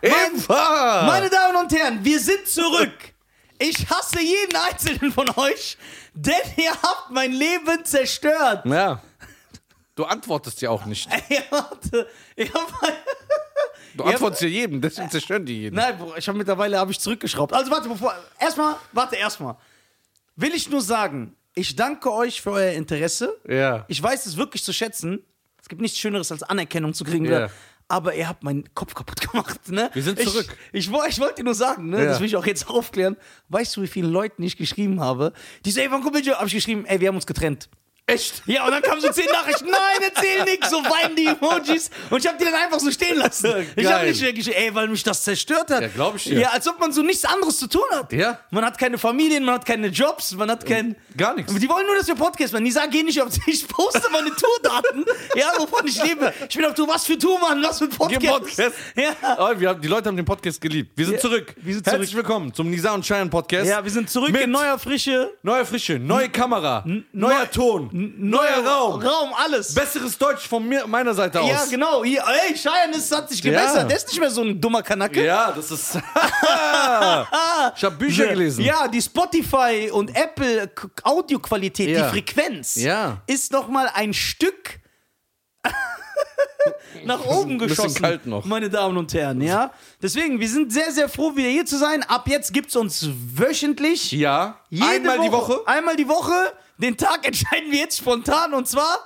Eva! Meine Damen und Herren, wir sind zurück. Ich hasse jeden einzelnen von euch, denn ihr habt mein Leben zerstört. Ja. Du antwortest ja auch nicht. Ey, warte. Ihr habt mein- Du antwortest ja jedem, deswegen zerstören die jeden. Nein, Bruder, ich habe mittlerweile hab ich zurückgeschraubt. Also warte, bevor. Erstmal, warte, erstmal. Will ich nur sagen, ich danke euch für euer Interesse. Ja. Ich weiß es wirklich zu schätzen. Es gibt nichts Schöneres, als Anerkennung zu kriegen. Ja. wieder. Aber ihr habt meinen Kopf kaputt gemacht. Ne? Wir sind zurück. Ich, ich, woll- ich wollte dir nur sagen, ne? Ja. das will ich auch jetzt aufklären. Weißt du, wie vielen Leuten ich geschrieben habe? Die so, ey, wann kommt Habe ich geschrieben, ey, wir haben uns getrennt. Echt? Ja, und dann kamen so zehn Nachrichten. Nein, erzähl nix. So weinen die Emojis. Und ich hab die dann einfach so stehen lassen. Ich hab Geil. nicht mehr geschrieben, ey, weil mich das zerstört hat. Ja, glaub ich dir. Ja, als ob man so nichts anderes zu tun hat. Ja. Man hat keine Familien, man hat keine Jobs, man hat kein... Gar nichts. Aber Die wollen nur, dass wir Podcast machen. Die sagen, geh nicht auf... Ich poste meine Tourdaten. ja, wovon ich lebe. Ich bin auf Tour. Was für Tour, Mann? Was für Podcast? Gib Podcast. Ja. Aber wir haben, die Leute haben den Podcast geliebt. Wir sind Ja, zurück. wir sind Herzlich willkommen zum Nisa und Cheyenne Podcast. Ja, wir sind zurück Mit in neuer Frische. Neue Frische, neue Kamera, neuer Ton, neuer Raum. Raum, alles. Besseres Deutsch von mir, meiner Seite aus. ja, genau. Hier, ey, Cheyenne, es hat sich gebessert. Der ist nicht mehr so ein dummer Kanacke. Ja, das ist. ich habe Bücher gelesen. Ja, die Spotify und Apple K- Audioqualität, Ja. die Frequenz Ja. ist noch mal ein Stück nach oben bisschen geschossen. kalt noch. Meine Damen und Herren, ja. Deswegen, wir sind sehr, sehr froh, wieder hier zu sein. Ab jetzt gibt's uns wöchentlich. Ja. jede Einmal die Woche. Einmal die Woche. Den Tag entscheiden wir jetzt spontan und zwar.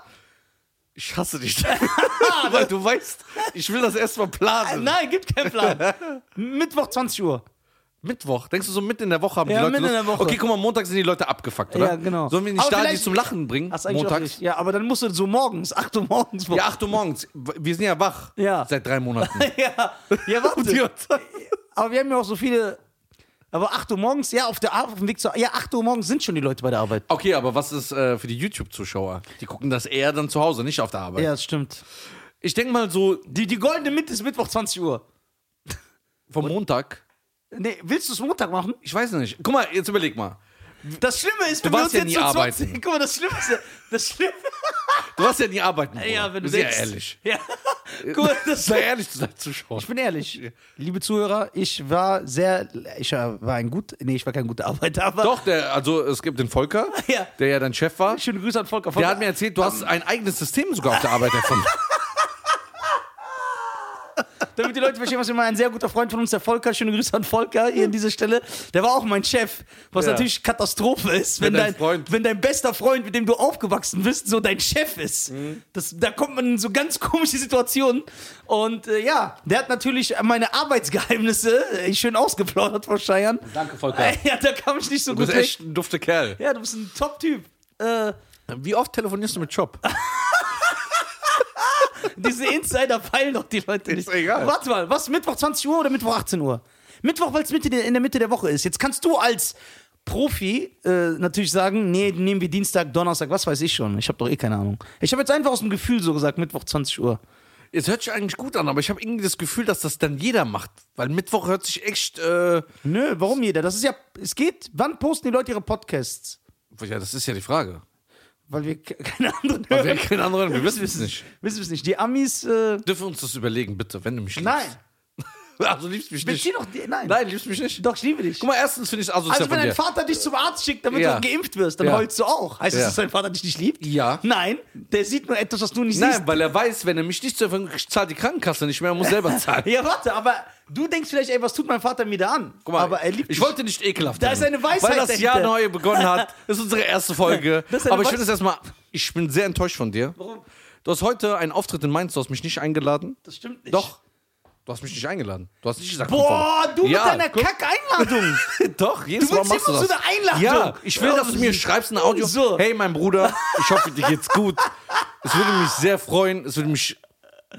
Ich hasse dich. Weil du weißt, ich will das erstmal planen. Nein, gibt keinen Plan. Mittwoch 20 Uhr. Mittwoch. Denkst du so mitten in der Woche haben Ja, die Leute mitten in Lust? der Woche. Okay, guck mal, Montag sind die Leute abgefuckt, oder? Ja, genau. Sollen wir die Aber Stadien vielleicht- zum Lachen bringen? Hast eigentlich auch Montags? nicht. Ja, aber dann musst du so morgens, 8 Uhr morgens. Ja, 8 Uhr morgens. Wir sind ja wach. Ja. Seit drei Monaten. ja. ja Die warte. Uhrzeit. Aber wir haben ja auch so viele. Aber 8 Uhr morgens, ja, auf, der, Ar- auf dem Weg zur. Ja, 8 Uhr morgens sind schon die Leute bei der Arbeit. okay, aber was ist äh, für die YouTube-Zuschauer? Die gucken das eher dann zu Hause, nicht auf der Arbeit. Ja, das stimmt. Ich denke mal so Die, die goldene Mitte ist Mittwoch 20 Uhr. vom Montag. Nee, willst du es Montag machen? Ich weiß nicht. Guck mal, jetzt überleg mal. Das Schlimme ist, wenn warst ja nie um arbeiten. Guck mal, das Schlimme ist. ja- Das Schlimme. Du warst ja nie arbeiten. Bruder. Ja, wenn du Sehr denkst- ehrlich. Ja. Guck mal, das Sei ehrlich zu deinen Zuschauern. Ich bin ehrlich, liebe Zuhörer, ich war sehr, ich war ein gut, nee, ich war kein guter Arbeiter, aber Doch, der, also es gibt den Volker, Ja. der ja dein Chef war. schöne Grüße an Volker. Der hat mir erzählt, du hast ein eigenes System sogar auf der Arbeit erfunden. Damit die Leute verstehen, was wir meinen, ein sehr guter Freund von uns, der Volker, schöne Grüße an Volker hier an dieser Stelle, der war auch mein Chef, was Ja. natürlich Katastrophe ist, wenn, Wenn dein dein, Freund- wenn dein bester Freund, mit dem du aufgewachsen bist, so dein Chef ist. Mhm. Das, da kommt man in so ganz komische Situationen und äh, ja, der hat natürlich meine Arbeitsgeheimnisse äh, schön ausgeplaudert vor Scheiern. Danke, Volker. Ja, da kam ich nicht so Du gut bist weg. echt ein dufter Kerl. Ja, du bist ein Top-Typ. Äh, Wie oft telefonierst du mit Job? Diese Insider peilen doch die Leute nicht. Ist egal. Warte mal, was? Mittwoch 20 Uhr oder Mittwoch 18 Uhr? Mittwoch, weil es Mitte der- in der Mitte der Woche ist. Jetzt kannst du als Profi äh, natürlich sagen, nee, nehmen wir Dienstag, Donnerstag, was weiß ich schon. Ich habe doch eh keine Ahnung. Ich habe jetzt einfach aus dem Gefühl so gesagt, Mittwoch 20 Uhr. Es hört sich eigentlich gut an, aber ich habe irgendwie das Gefühl, dass das dann jeder macht. Weil Mittwoch hört sich echt. Äh, ja, Nö, warum jeder? Das ist ja, es geht, wann posten die Leute ihre Podcasts? das ist ja die Frage. Weil wir ke- keine anderen Weil wir hören. keinen anderen, wir wissen es nicht. Wissen wir es nicht. Die Amis, äh, Dürfen wir uns das überlegen, bitte, wenn du mich liebst. nein. Also liebst mich Bezieh nicht. doch, die, nein. Nein, liebst mich nicht. Doch, ich liebe dich. Guck mal, erstens finde ich es asozial Also wenn von dein dir. Vater dich zum Arzt schickt, damit Ja. du geimpft wirst, dann Ja. heulst du auch. Heißt Ja. das, dass dein Vater dich nicht liebt? Ja. Nein, der sieht nur etwas, was du nicht Nein, siehst. weil er weiß, wenn er mich nicht zur Verfügung zahlt die Krankenkasse nicht mehr, er muss selber zahlen. Ja, warte, aber du denkst vielleicht, ey, was tut mein Vater mir da an? Guck mal, aber er liebt ich dich. wollte nicht ekelhaft Da ist werden, eine Weisheit Weil das Jahr dahinter. neu begonnen hat. Das ist unsere erste Folge. Das ist eine Aber ich finde Weis- es erstmal, ich bin sehr enttäuscht von dir. Warum? Du hast heute einen Auftritt in Mainz, du hast mich nicht eingeladen. Das stimmt nicht. Doch. Du hast mich nicht eingeladen. Du hast nicht gesagt, Boah, du Ja, mit deiner guck. Kack-Einladung. komm. Doch, jedes Du Mal willst machst du immer das. so eine Einladung. Ja, ich will, dass du mir schreibst ein Audio. So. Hey, mein Bruder, ich hoffe, dir geht's gut. Es würde mich sehr freuen, es würde mich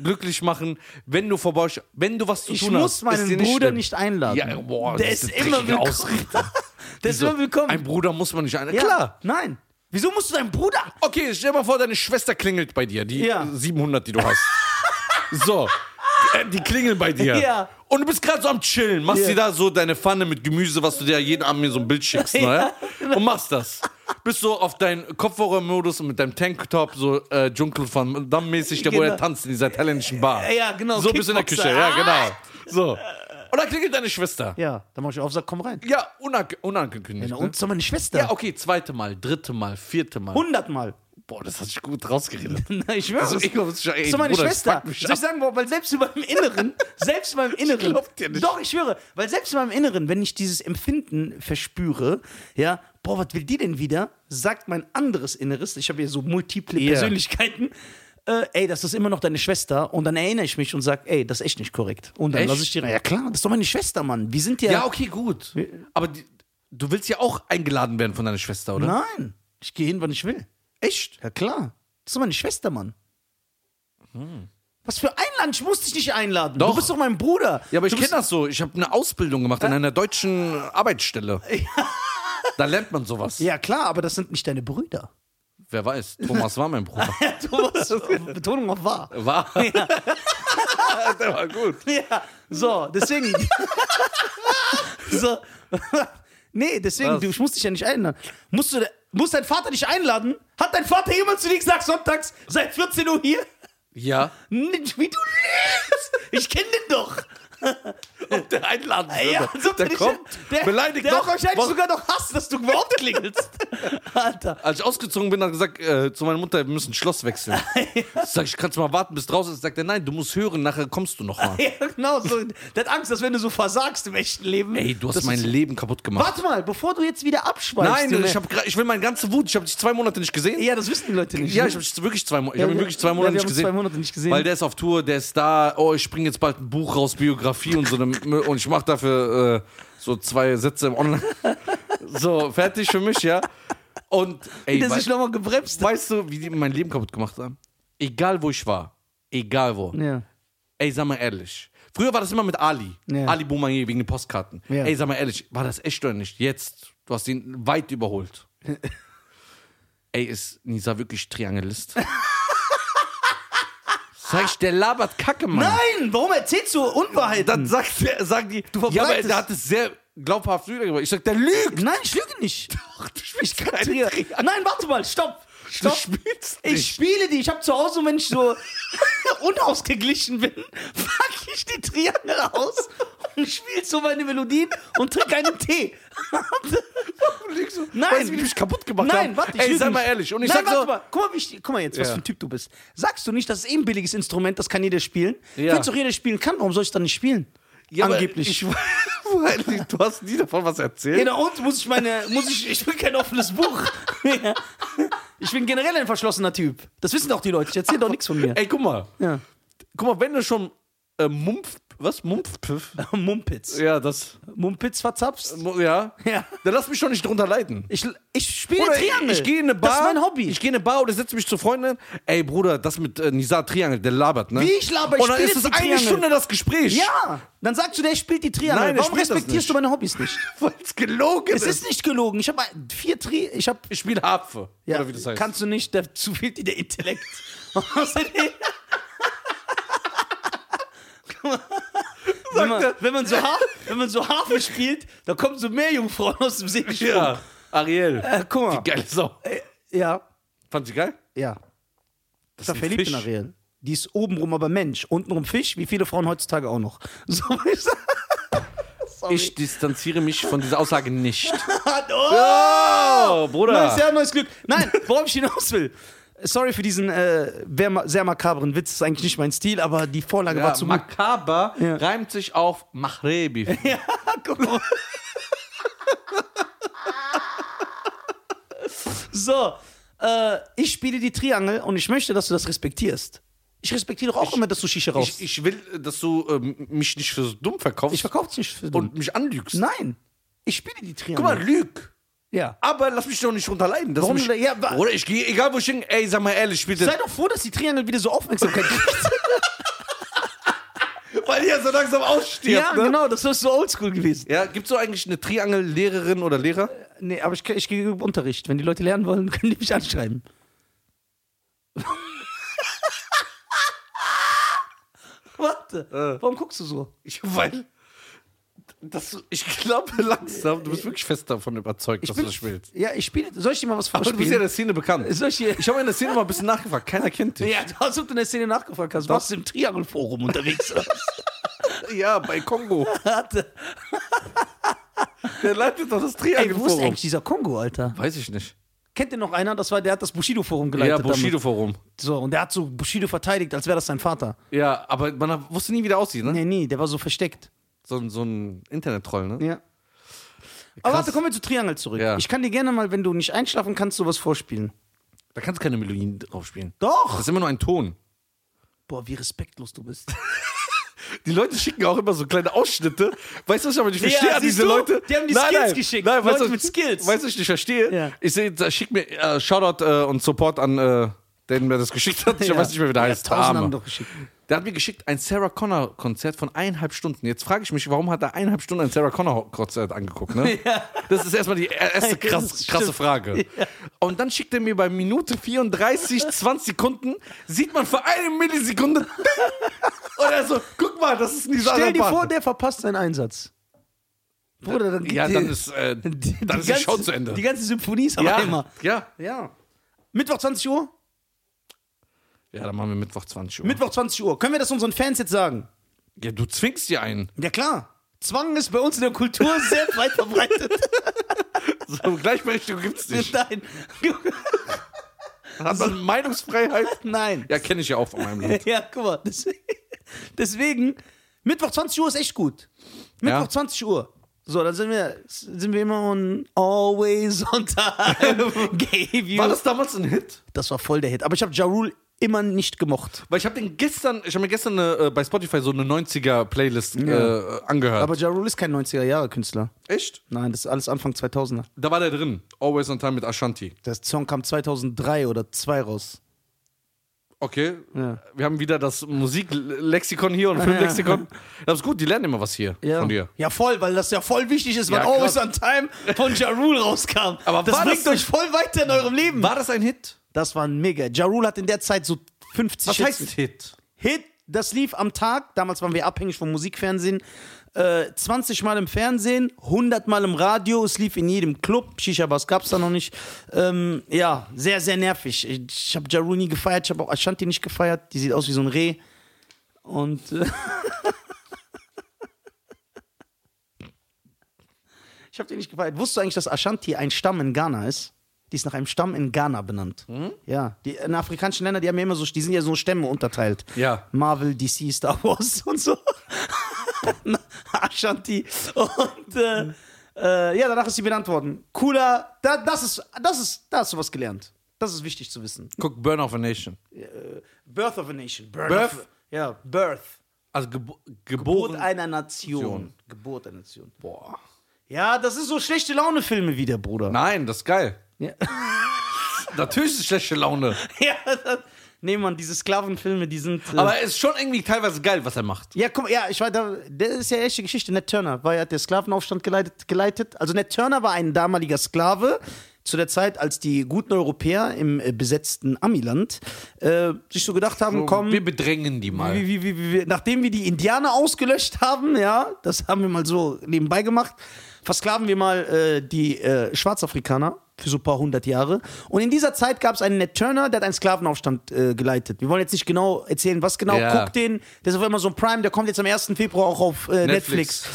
glücklich machen, wenn du vorbei, wenn du was zu Ich tun hast. muss meinen ist dir Bruder schlimm. nicht einladen. Ja, boah, der das ist eine immer dreckige willkommen. Ausrede. der ist So, immer willkommen. Ein Bruder muss man nicht einladen. ja. Klar. Nein. Wieso musst du deinen Bruder? Okay, stell mal vor, deine Schwester klingelt bei dir, die Ja. 700, die du hast. so. Äh, Die klingeln bei dir. Ja. Und du bist gerade so am Chillen. Machst Ja. dir da so deine Pfanne mit Gemüse, was du dir jeden Abend mir so ein Bild schickst. Ja. genau. Ne? Und machst das. Bist so auf deinen Kopfhörermodus und mit deinem Tanktop, so äh, Jungle van Damme mäßig, der wo Genau. er tanzt in dieser thailändischen Bar. Ja, ja, genau, So bist du in der Kickboxer. Küche, ja, Ah. genau. So. Und dann klingelt deine Schwester. Ja, dann mach ich auf, sag, komm rein. Ja, unang unangekündigt. Na, ne? und so meine Schwester. Ja, okay, zweite Mal, dritte Mal, vierte Mal. Hundertmal. Boah, das hat sich gut rausgeredet. Na, ich schwör's. Also, ich glaub, es ist- ey, so meine Bruder, Schwester. fuck mich Soll ich sagen, warum? weil selbst in meinem Inneren, selbst in meinem Inneren. glaub dir nicht. Doch, ich schwöre, weil selbst in meinem Inneren, wenn ich dieses Empfinden verspüre, ja, boah, was will die denn wieder? Sagt mein anderes Inneres, ich habe ja so multiple Ja. Persönlichkeiten. Äh, ey, das ist immer noch deine Schwester. Und dann erinnere ich mich und sage, ey, das ist echt nicht korrekt. Und dann Echt? lasse ich die rein. Ja, klar, das ist doch meine Schwester, Mann. Wir sind ja. Ja, okay, gut. Aber die, du willst ja auch eingeladen werden von deiner Schwester, oder? Nein, ich gehe hin, wann ich will. Echt? Ja, klar. Das ist meine Schwester, Mann. Was für einladen? Ich muss dich nicht einladen. Du Mhm. Doch. bist doch mein Bruder. Ja, aber ich Du kenne bist- das so. Ich habe eine Ausbildung gemacht an einer deutschen Arbeitsstelle. Da lernt man sowas. Ja, klar, aber das sind nicht deine Brüder. Wer weiß, Thomas war mein Bruder. Thomas, Betonung auf wahr. War. Der war gut. Ja, so, deswegen. so. Nee, deswegen, Was? du, ich muss dich ja nicht einladen. Musst du, muss dein Vater dich einladen? Hat dein Vater jemals zu dir gesagt, sonntags seit 14 Uhr hier? Ja. Nicht, wie du lebst! Ich kenne den doch! Ob der einladen würde. Ja, so Also, der bin ich- kommt, der, beleidigt der noch. hat wahrscheinlich Was- sogar noch Hass, dass du überhaupt klingelst. Alter. Als ich ausgezogen bin, hat er gesagt äh, zu meiner Mutter, wir müssen Schloss wechseln. Sag ich, kannst du mal warten, bis draußen ist? Sagt er, nein, du musst hören, nachher kommst du nochmal. Ja, genau so. Der hat Angst, dass wenn du so versagst im echten Leben. Ey, du hast dass mein es- Leben kaputt gemacht. Warte mal, bevor du jetzt wieder abschweifst. Nein, Junge. ich, hab, gra- ich will meine ganze Wut. Ich habe dich zwei Monate nicht gesehen. Ja, das wissen die Leute nicht. Ja, ne? ich habe dich wirklich zwei, Mo- ich Ja, hab ihn wir- wirklich zwei ja, Monate wir nicht haben uns gesehen. zwei Monate nicht gesehen. Weil der ist auf Tour, der ist da. Oh, ich bringe jetzt bald ein Buch raus, Biografie und so. Eine, Mü- und ich mache dafür äh, so zwei Sätze im Online. So, fertig für mich, ja. Und ey, der wei- sich nochmal gebremst hat. weißt du, wie die mein Leben kaputt gemacht haben? Egal, wo ich war. Egal wo. Ja. Ey, sag mal ehrlich. Früher war das immer mit Ali. Ja. Ali Boumaier wegen den Postkarten. Ja. Ey, sag mal ehrlich, war das echt oder nicht? Jetzt, du hast ihn weit überholt. Ey, ist Nisa wirklich Triangelist? Sag ich, der labert Kacke, Mann. Nein, warum erzählst du Unwahrheiten? Dann sagt der, sagen die, du ja, aber verbreitest- der hat es sehr glaubhaft rübergebracht. Ich sag, der lügt. Nein, ich lüge nicht. Doch, du spielst Ich kann dir. Nein, warte mal, stopp. Du Stopp. spielst nicht. Ich spiele die. Ich habe zu Hause, wenn ich so unausgeglichen bin, packe ich die Triangel aus und spiele so meine Melodien und trinke einen Tee. Nein. Weißt du, wie die mich kaputt gemacht Nein, haben? warte, ich Ey, lüge sei mal nicht. ehrlich. Und ich Nein, sag warte so, mal. Guck mal, wie ich, guck mal jetzt, was Ja. für ein Typ du bist. Sagst du nicht, das ist eh ein billiges Instrument, das kann jeder spielen? Ja. Wenn es doch jeder spielen kann, warum soll ich dann nicht spielen? ja, aber Angeblich. Ich, weil du hast nie davon was erzählt. Ja, na und muss ich meine, muss ich, ich bin kein offenes Buch. Ja. Ich bin generell ein verschlossener Typ. Das wissen doch die Leute. Ich erzähle doch nichts von mir. Ey, guck mal. Ja. Guck mal, wenn du schon äh, Mumpf, was? Mumpfpiff? Mumpitz. Ja, das. Mumpitz verzapst. Mu- Ja. Ja. Dann lass mich schon nicht drunter leiden. Ich, ich spiele Oder Triangel. Ich, ich gehe in eine Bar. Das ist mein Hobby. Ich gehe in eine Bar oder setze mich zu Freunden. Ey, Bruder, das mit äh, Nizar Triangel, der labert, ne? Wie ich laber, ich Und dann spiele ist es die eine Triangel. Stunde das Gespräch. ja, dann sagst du, der spielt die Triangel. Nein, ich Warum spiel das respektierst nicht. du meine Hobbys nicht? Weil es gelogen Es ist nicht gelogen. Ich habe vier Tri... Ich habe... Ich spiele Harfe. Ja, oder wie das heißt. kannst du nicht, dazu fehlt dir der Intellekt. Außerdem- Guck mal, wenn, man, wenn, man so Harf, wenn man so Harfe spielt, da kommen so mehr Jungfrauen aus dem See gesprungen. ja. Ariel. Äh, guck mal. Geile Sau. Ja, Fand sie geil? ja. Das Ich war verliebt in Ariel. Ariel. Die ist obenrum aber Mensch, untenrum Fisch, wie viele Frauen heutzutage auch noch. So ich sagen. Ich distanziere mich von dieser Aussage nicht. Oh, Oh, Bruder. neues Jahr, neues Glück. Nein, worauf ich hinaus will. Sorry für diesen äh, wer- sehr makabren Witz, ist eigentlich nicht mein Stil, aber die Vorlage war Ja, zu gut. makaber Ja. reimt sich auf Machrebi. Ja, guck mal. so, äh, ich spiele die Triangel und ich möchte, dass du das respektierst. Ich respektiere doch auch immer, dass du Shisha Ich, rauchst. Ich, ich will, dass du ähm, mich nicht für so dumm verkaufst verkaufe es nicht für dumm. und mich anlügst. Nein, ich spiele die Triangel. Guck mal, lüg. ja. Aber lass mich doch nicht runterleiden. Warum? Warum Mich, denn- ja, wa- oder ich gehe, egal wo ich hin, ey, sag mal ehrlich, spielt Sei das. doch froh, dass die Triangel wieder so Aufmerksamkeit kriegt. Weil die ja so langsam ausstirbt. ja, ne? genau, das ist so oldschool gewesen. Ja, gibt's so eigentlich eine Triangel-Lehrerin oder Lehrer? Nee, aber ich, ich gebe Unterricht. Wenn die Leute lernen wollen, können die mich anschreiben. Warte, warum guckst du so? Ich, weil. Das, ich glaube langsam, du bist wirklich fest davon überzeugt, dass du das spielst. Ja, ich spiele. Soll ich dir mal was Aber du bist ja vorspielen? in der Szene bekannt. Soll ich dir. Ich habe in der Szene mal ein bisschen nachgefragt. Keiner kennt dich. Ja, du hast, ob du in der Szene nachgefragt hast. Warst du im Triangelforum unterwegs? Ja, bei Kongo. Hatte. Der leitet doch Ey, das wo ist Triangelforum. eigentlich dieser Kongo, Alter? Weiß ich nicht. Kennt ihr noch einer? Das war, der hat das Bushido-Forum Ja, geleitet. Bushido-Forum. Damit. So, und der hat so Bushido verteidigt, als wäre das sein Vater. Ja, aber man wusste nie, wie der aussieht, ne? Nee, nie, der war so versteckt. So, ein- so ein Internet-Troll, ne? Ja. Aber warte, kommen wir zu Triangle zurück. Ja. Ich kann dir gerne mal, wenn du nicht einschlafen kannst, sowas vorspielen. Da kannst du keine Melodien drauf spielen. Das Doch! ist immer nur ein Ton. Boah, wie respektlos du bist. Die Leute schicken auch immer so kleine Ausschnitte. Weißt du, was ich aber nicht verstehe an siehst diese du? Leute? Die haben die Skills geschickt. Nein, weißt Leute du, mit Skills. Weißt du, was ich nicht verstehe? Ja. Ich sehe, da schickt mir äh, Shoutout äh, und Support an äh, den, der das geschickt hat. Ich Ja. weiß nicht mehr, wie der Ja, heißt. Tausend Arme. haben doch geschickt. Der hat mir geschickt ein Sarah Connor Konzert von eineinhalb Stunden. Jetzt frage ich mich, warum hat er eineinhalb Stunden ein Sarah Connor Konzert angeguckt? Ne? Das ist erstmal die erste Das krass, stimmt. krasse Frage. Und dann schickt er mir bei Minute 34, 20 Sekunden, sieht man für eine Millisekunde. Und er so, guck mal, das ist Nisa Stell dir Sabah. vor, der verpasst seinen Einsatz. Bruder, dann geht Ja, dir- dann ist, äh, dann die, ist die ganze- Show zu Ende. Die ganze Symphonie ist aber ja, einmal. ja. Ja. Mittwoch 20 Uhr? ja, dann machen wir Mittwoch 20 Uhr. Mittwoch 20 Uhr. Können wir das unseren Fans jetzt sagen? ja, du zwingst dir einen. Ja, klar. Zwang ist bei uns in der Kultur sehr weit verbreitet. So, Gleichberechtigung gibt's nicht. Nein. Hat man Meinungsfreiheit? Nein. Ja, kenne ich ja auch von meinem Land. Ja, guck mal. Deswegen, deswegen, Mittwoch 20 Uhr ist echt gut. Mittwoch Ja. 20 Uhr. So, dann sind wir, sind wir immer on Always on Time. Gave you. War das damals ein Hit? Das war voll der Hit. Aber ich habe Ja Rule immer nicht gemocht. Weil ich habe den gestern, ich habe mir gestern eine, äh, bei Spotify so eine 90er Playlist äh, angehört. Aber Ja Rule ist kein 90er-Jahre-Künstler. echt? Nein, das ist alles Anfang 2000er. Da war der drin. Always on Time mit Ashanti. Der Song kam 2003 oder 2 raus. Okay. Ja. Wir haben wieder das Musiklexikon hier und Filmlexikon. Das ist gut, die lernen immer was hier von dir. Ja, voll, weil das ja voll wichtig ist, weil Ja, Always krass. on Time von Ja Rule rauskam. Aber das war das- bringt euch voll weiter in eurem Leben. War das ein Hit? Das war ein mega. Ja Rule hat in der Zeit so 50 Was Hits. heißt Hit? Hit, das lief am Tag, damals waren wir abhängig vom Musikfernsehen, äh, 20 Mal im Fernsehen, 100 Mal im Radio, es lief in jedem Club, Shisha-Bars gab es da noch nicht. Ähm, ja, sehr, sehr nervig. Ich habe Jaru nie gefeiert, ich habe auch Ashanti nicht gefeiert, die sieht aus wie so ein Reh. Und äh, ich habe die nicht gefeiert. Wusstest du eigentlich, dass Ashanti ein Stamm in Ghana ist? Die ist nach einem Stamm in Ghana benannt. Ja, die in afrikanischen Ländern, die haben ja immer so, die sind ja so Stämme unterteilt. Ja. Marvel, DC, Star Wars und so. Ashanti. Und äh, äh, ja, danach ist sie benannt worden. Cooler, da, das ist, das ist, da hast du was gelernt. Das ist wichtig zu wissen. Guck, Burn of a Nation. Birth of a Nation. Birth. Birth? ja, Birth. Also gebo Geburt geboren. einer Nation. Nation. Geburt einer Nation. Boah. Ja, das ist so schlechte Laune-Filme wieder, Bruder. Nein, das ist geil. Ja. Natürlich ist es schlechte Laune. ja, das, nee, Mann, diese Sklavenfilme, die sind. Äh, Aber es ist schon irgendwie teilweise geil, was er macht. ja, guck mal, ja, ich war da, das ist ja echte Geschichte. Ned Turner war ja der Sklavenaufstand geleitet, geleitet. Also Ned Turner war ein damaliger Sklave zu der Zeit, als die guten Europäer im äh, besetzten Amiland äh, sich so gedacht haben, komm, Wir bedrängen die mal. wie, wie, wie, wie, wie, nachdem wir die Indianer ausgelöscht haben, ja, das haben wir mal so nebenbei gemacht, versklaven wir mal äh, die äh, Schwarzafrikaner für so ein paar hundert Jahre. Und in dieser Zeit gab es einen Ned Turner, der hat einen Sklavenaufstand äh, geleitet. Wir wollen jetzt nicht genau erzählen, was genau. Ja. Guckt den, der ist auf einmal so ein Prime, der kommt jetzt am 1. Februar auch auf äh, Netflix.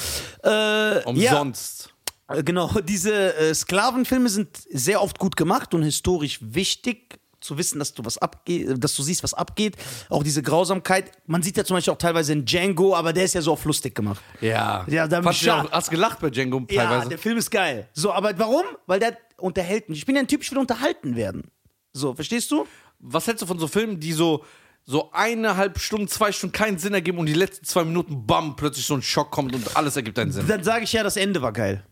Äh, ja. Umsonst. Äh, Genau, diese äh, Sklavenfilme sind sehr oft gut gemacht und historisch wichtig zu wissen, dass du was abgeht, dass du siehst, was abgeht. Auch diese Grausamkeit. Man sieht ja zum Beispiel auch teilweise in Django, aber der ist ja so auf lustig gemacht. Ja. Ja, da hab Fast ich ja ja- auch, hast gelacht bei Django Ja, teilweise. der Film ist geil. So, aber warum? Weil der unterhält mich. Ich bin ja ein Typ, ich will unterhalten werden. So, verstehst du? Was hältst du von so Filmen, die so so eineinhalb Stunden, zwei Stunden keinen Sinn ergeben und die letzten zwei Minuten, bam, plötzlich so ein Schock kommt und alles ergibt einen Sinn. Dann sage ich ja, das Ende war geil.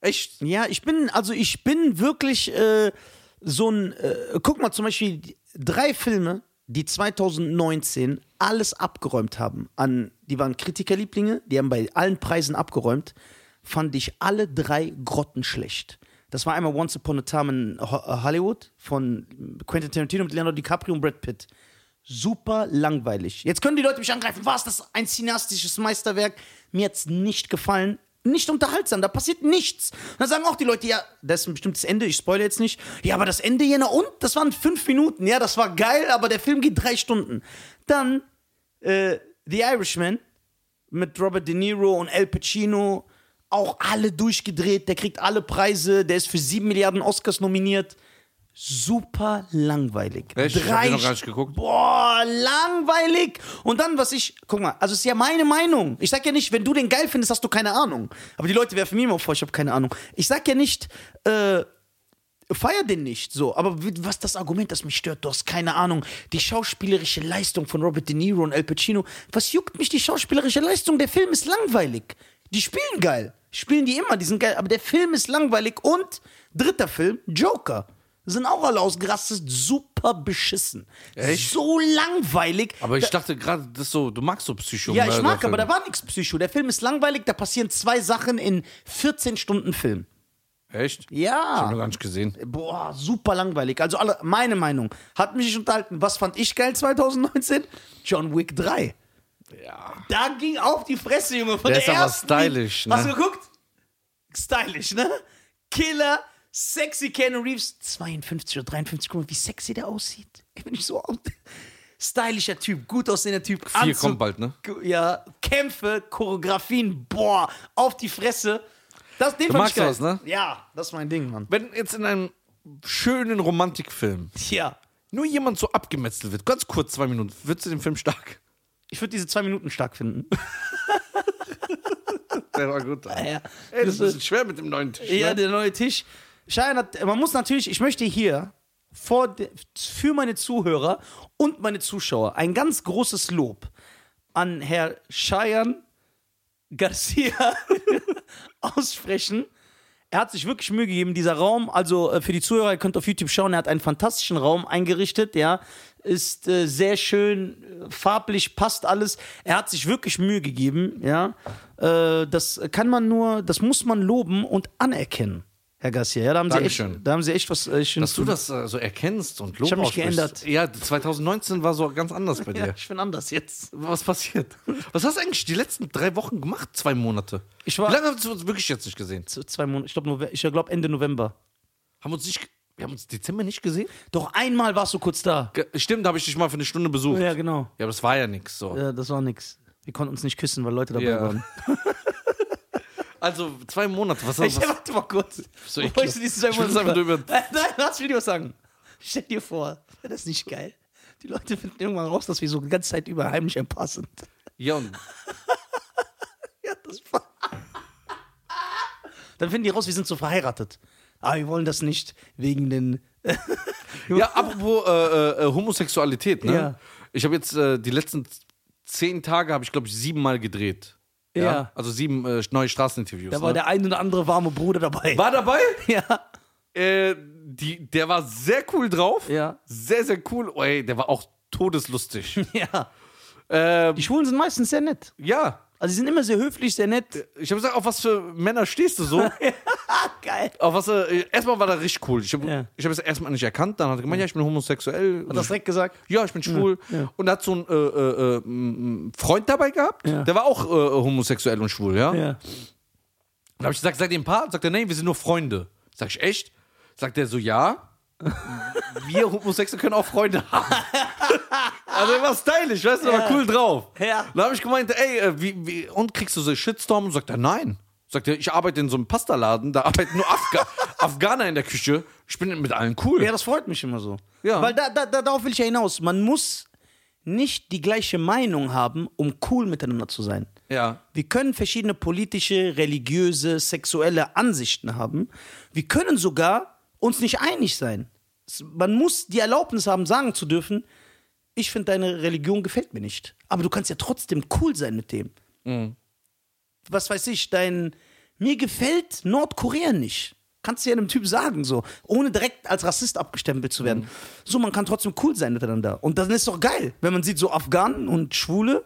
Echt? Ja, ich bin, also ich bin wirklich äh, so ein, äh, guck mal zum Beispiel die- drei Filme, die 2019 alles abgeräumt haben. An, die waren Kritikerlieblinge, die haben bei allen Preisen abgeräumt, fand ich alle drei grottenschlecht. Das war einmal Once Upon a Time in Ho- Hollywood von Quentin Tarantino mit Leonardo DiCaprio und Brad Pitt. Super langweilig. Jetzt können die Leute mich angreifen. Was? Das ist ein cineastisches Meisterwerk. Mir hat's nicht gefallen. Nicht unterhaltsam, da passiert nichts. Und dann sagen auch die Leute, ja, das ist ein bestimmtes Ende, ich spoilere jetzt nicht. Ja, aber das Ende hier, na und? Das waren fünf Minuten. Ja, das war geil, aber der Film geht drei Stunden. Dann äh, The Irishman mit Robert De Niro und Al Pacino. Auch alle durchgedreht, der kriegt alle Preise, der ist für 7 Milliarden Oscars nominiert. Super langweilig. Echt? Ich hab den noch gar nicht geguckt. Boah, langweilig. Und dann, was ich, guck mal, also es ist ja meine Meinung. Ich sag ja nicht, wenn du den geil findest, hast du keine Ahnung. Aber die Leute werfen mir immer vor, ich habe keine Ahnung. Ich sag ja nicht, äh, feier den nicht so. Aber w- was das Argument, das mich stört, du hast keine Ahnung. Die schauspielerische Leistung von Robert De Niro und Al Pacino. Was juckt mich die schauspielerische Leistung? Der Film ist langweilig. Die spielen geil. Spielen die immer, die sind geil. Aber der Film ist langweilig. Und dritter Film, Joker. Sind auch alle ausgerastet, super beschissen. So langweilig. Aber ich dachte gerade, das so, du magst so Psycho. Ja, ich mag, aber da war nichts Psycho. Der Film ist langweilig, da passieren zwei Sachen in 14 Stunden Film. Echt? Ich hab Ja. noch gar nicht gesehen. Boah, super langweilig. Also alle, meine Meinung. Hat mich nicht unterhalten. Was fand ich geil 2019? John Wick 3. Ja. Da ging auf die Fresse, Junge. Von der, Der ist aber ersten, stylisch, ne? Hast du geguckt? Stylisch, ne? Killer, sexy Keanu Reeves. 52 oder 53, guck mal, wie sexy der aussieht. Ich bin nicht so alt. Stylischer Typ, gut aussehender Typ. Vier kommt bald, ne? Ja, Kämpfe, Choreografien, boah, auf die Fresse. Das, den du fand magst ich geil. das, ne? Ja, das ist mein Ding, Mann. Wenn jetzt in einem schönen Romantikfilm Tja. nur jemand so abgemetzelt wird, ganz kurz, zwei Minuten, würdest du den Film stark? Ich würde diese zwei Minuten stark finden. Der war gut. Ey, Ja, das ist ein bisschen schwer mit dem neuen Tisch. ja ne? der neue Tisch. Schein hat, man muss natürlich, ich möchte hier vor, de- für meine Zuhörer und meine Zuschauer ein ganz großes Lob an Herr Scheiern Garcia aussprechen. Er hat sich wirklich Mühe gegeben, dieser Raum. Also äh, für die Zuhörer, ihr könnt auf YouTube schauen, er hat einen fantastischen Raum eingerichtet, ja. Ist äh, sehr schön, äh, farblich, passt alles. Er hat sich wirklich Mühe gegeben, ja. Äh, das kann man nur, das muss man loben und anerkennen, Herr Garcia. Ja, da haben, sie echt, Dankeschön. da haben sie echt was äh, Schönes. Dass du das äh, so erkennst und Lob hab mich aussprichst. geändert. Ja, 2019 war so ganz anders bei dir. ja, ich bin anders jetzt. Was passiert? Was hast du eigentlich die letzten drei Wochen gemacht? Zwei Monate? Ich war- Wie lange haben wir uns wirklich jetzt nicht gesehen? Z- Zwei Monate, ich glaube ich glaub Ende November. Haben wir uns nicht. Wir haben uns Dezember nicht gesehen? Doch einmal warst du kurz da. Ge- Stimmt, da habe ich dich mal für eine Stunde besucht. Ja, Ja, genau. aber das war ja nichts so. Ja, Äh, das war nix. Wir konnten uns nicht küssen, weil Leute dabei Ja. waren. Also zwei Monate. Was, Ich was, warte mal kurz. So Bevor ekelhaft. ich zu diesen zwei Ich will's Monaten- einfach nur über- Äh, Nein, lass mich dir was sagen. Stell dir vor, wäre das nicht geil? Die Leute finden irgendwann raus, dass wir so die ganze Zeit über heimlich ein Paar sind. ja, und Ja, das war. Dann finden die raus, wir sind so verheiratet. Aber wir wollen das nicht wegen den. Ja, apropos äh, äh, Homosexualität, ne? Ja. Ich habe jetzt äh, die letzten zehn Tage, habe ich glaube ich siebenmal gedreht. Ja. Also sieben äh, neue Straßeninterviews. Da war ne? der ein oder andere warme Bruder dabei. war dabei? Ja. Äh, die, der war sehr cool drauf. Ja. Sehr, sehr cool. Oh, ey, der war auch todeslustig. Ja. ähm, Die Schwulen sind meistens sehr nett. ja. Also, sie sind immer sehr höflich, sehr nett. Ich habe gesagt, auf was für Männer stehst du so? Ah, Geil. auf was, äh, erstmal war der richtig cool. Ich habe Ja. ich hab es erstmal nicht erkannt. Dann hat er gemeint, ja, ich bin homosexuell. Hat das direkt gesagt? ja, ich bin schwul. Und da hat so einen äh, äh, äh, m- Freund dabei gehabt, Ja. der war auch äh, homosexuell und schwul, ja. Ja. Dann habe ich gesagt, seid ihr ein Paar? Sagt er, nee, wir sind nur Freunde. Sag ich, echt? Sagt er so, ja. wir Homosexuelle können auch Freunde haben. also er war stylisch, weißt du, er war cool drauf. Ja. Dann habe ich gemeint, ey, äh, wie, wie, und kriegst du so Shitstorm? Und sagt er, nein. Sagt er, ich arbeite in so einem Pastaladen, da arbeiten nur Afga Afghaner in der Küche. Ich bin mit allen cool. Ja, das freut mich immer so. Ja. Weil da, da, da, darauf will ich ja hinaus. Man muss nicht die gleiche Meinung haben, um cool miteinander zu sein. ja. Wir können verschiedene politische, religiöse, sexuelle Ansichten haben. Wir können sogar uns nicht einig sein. S- Man muss die Erlaubnis haben, sagen zu dürfen, ich finde deine Religion gefällt mir nicht. Aber du kannst ja trotzdem cool sein mit dem. Was weiß ich, dein mir gefällt Nordkorea nicht. Kannst du ja einem Typ sagen, so, ohne direkt als Rassist abgestempelt zu Mhm. werden. So, man kann trotzdem cool sein miteinander. Und dann ist doch geil, wenn man sieht, so Afghanen und Schwule,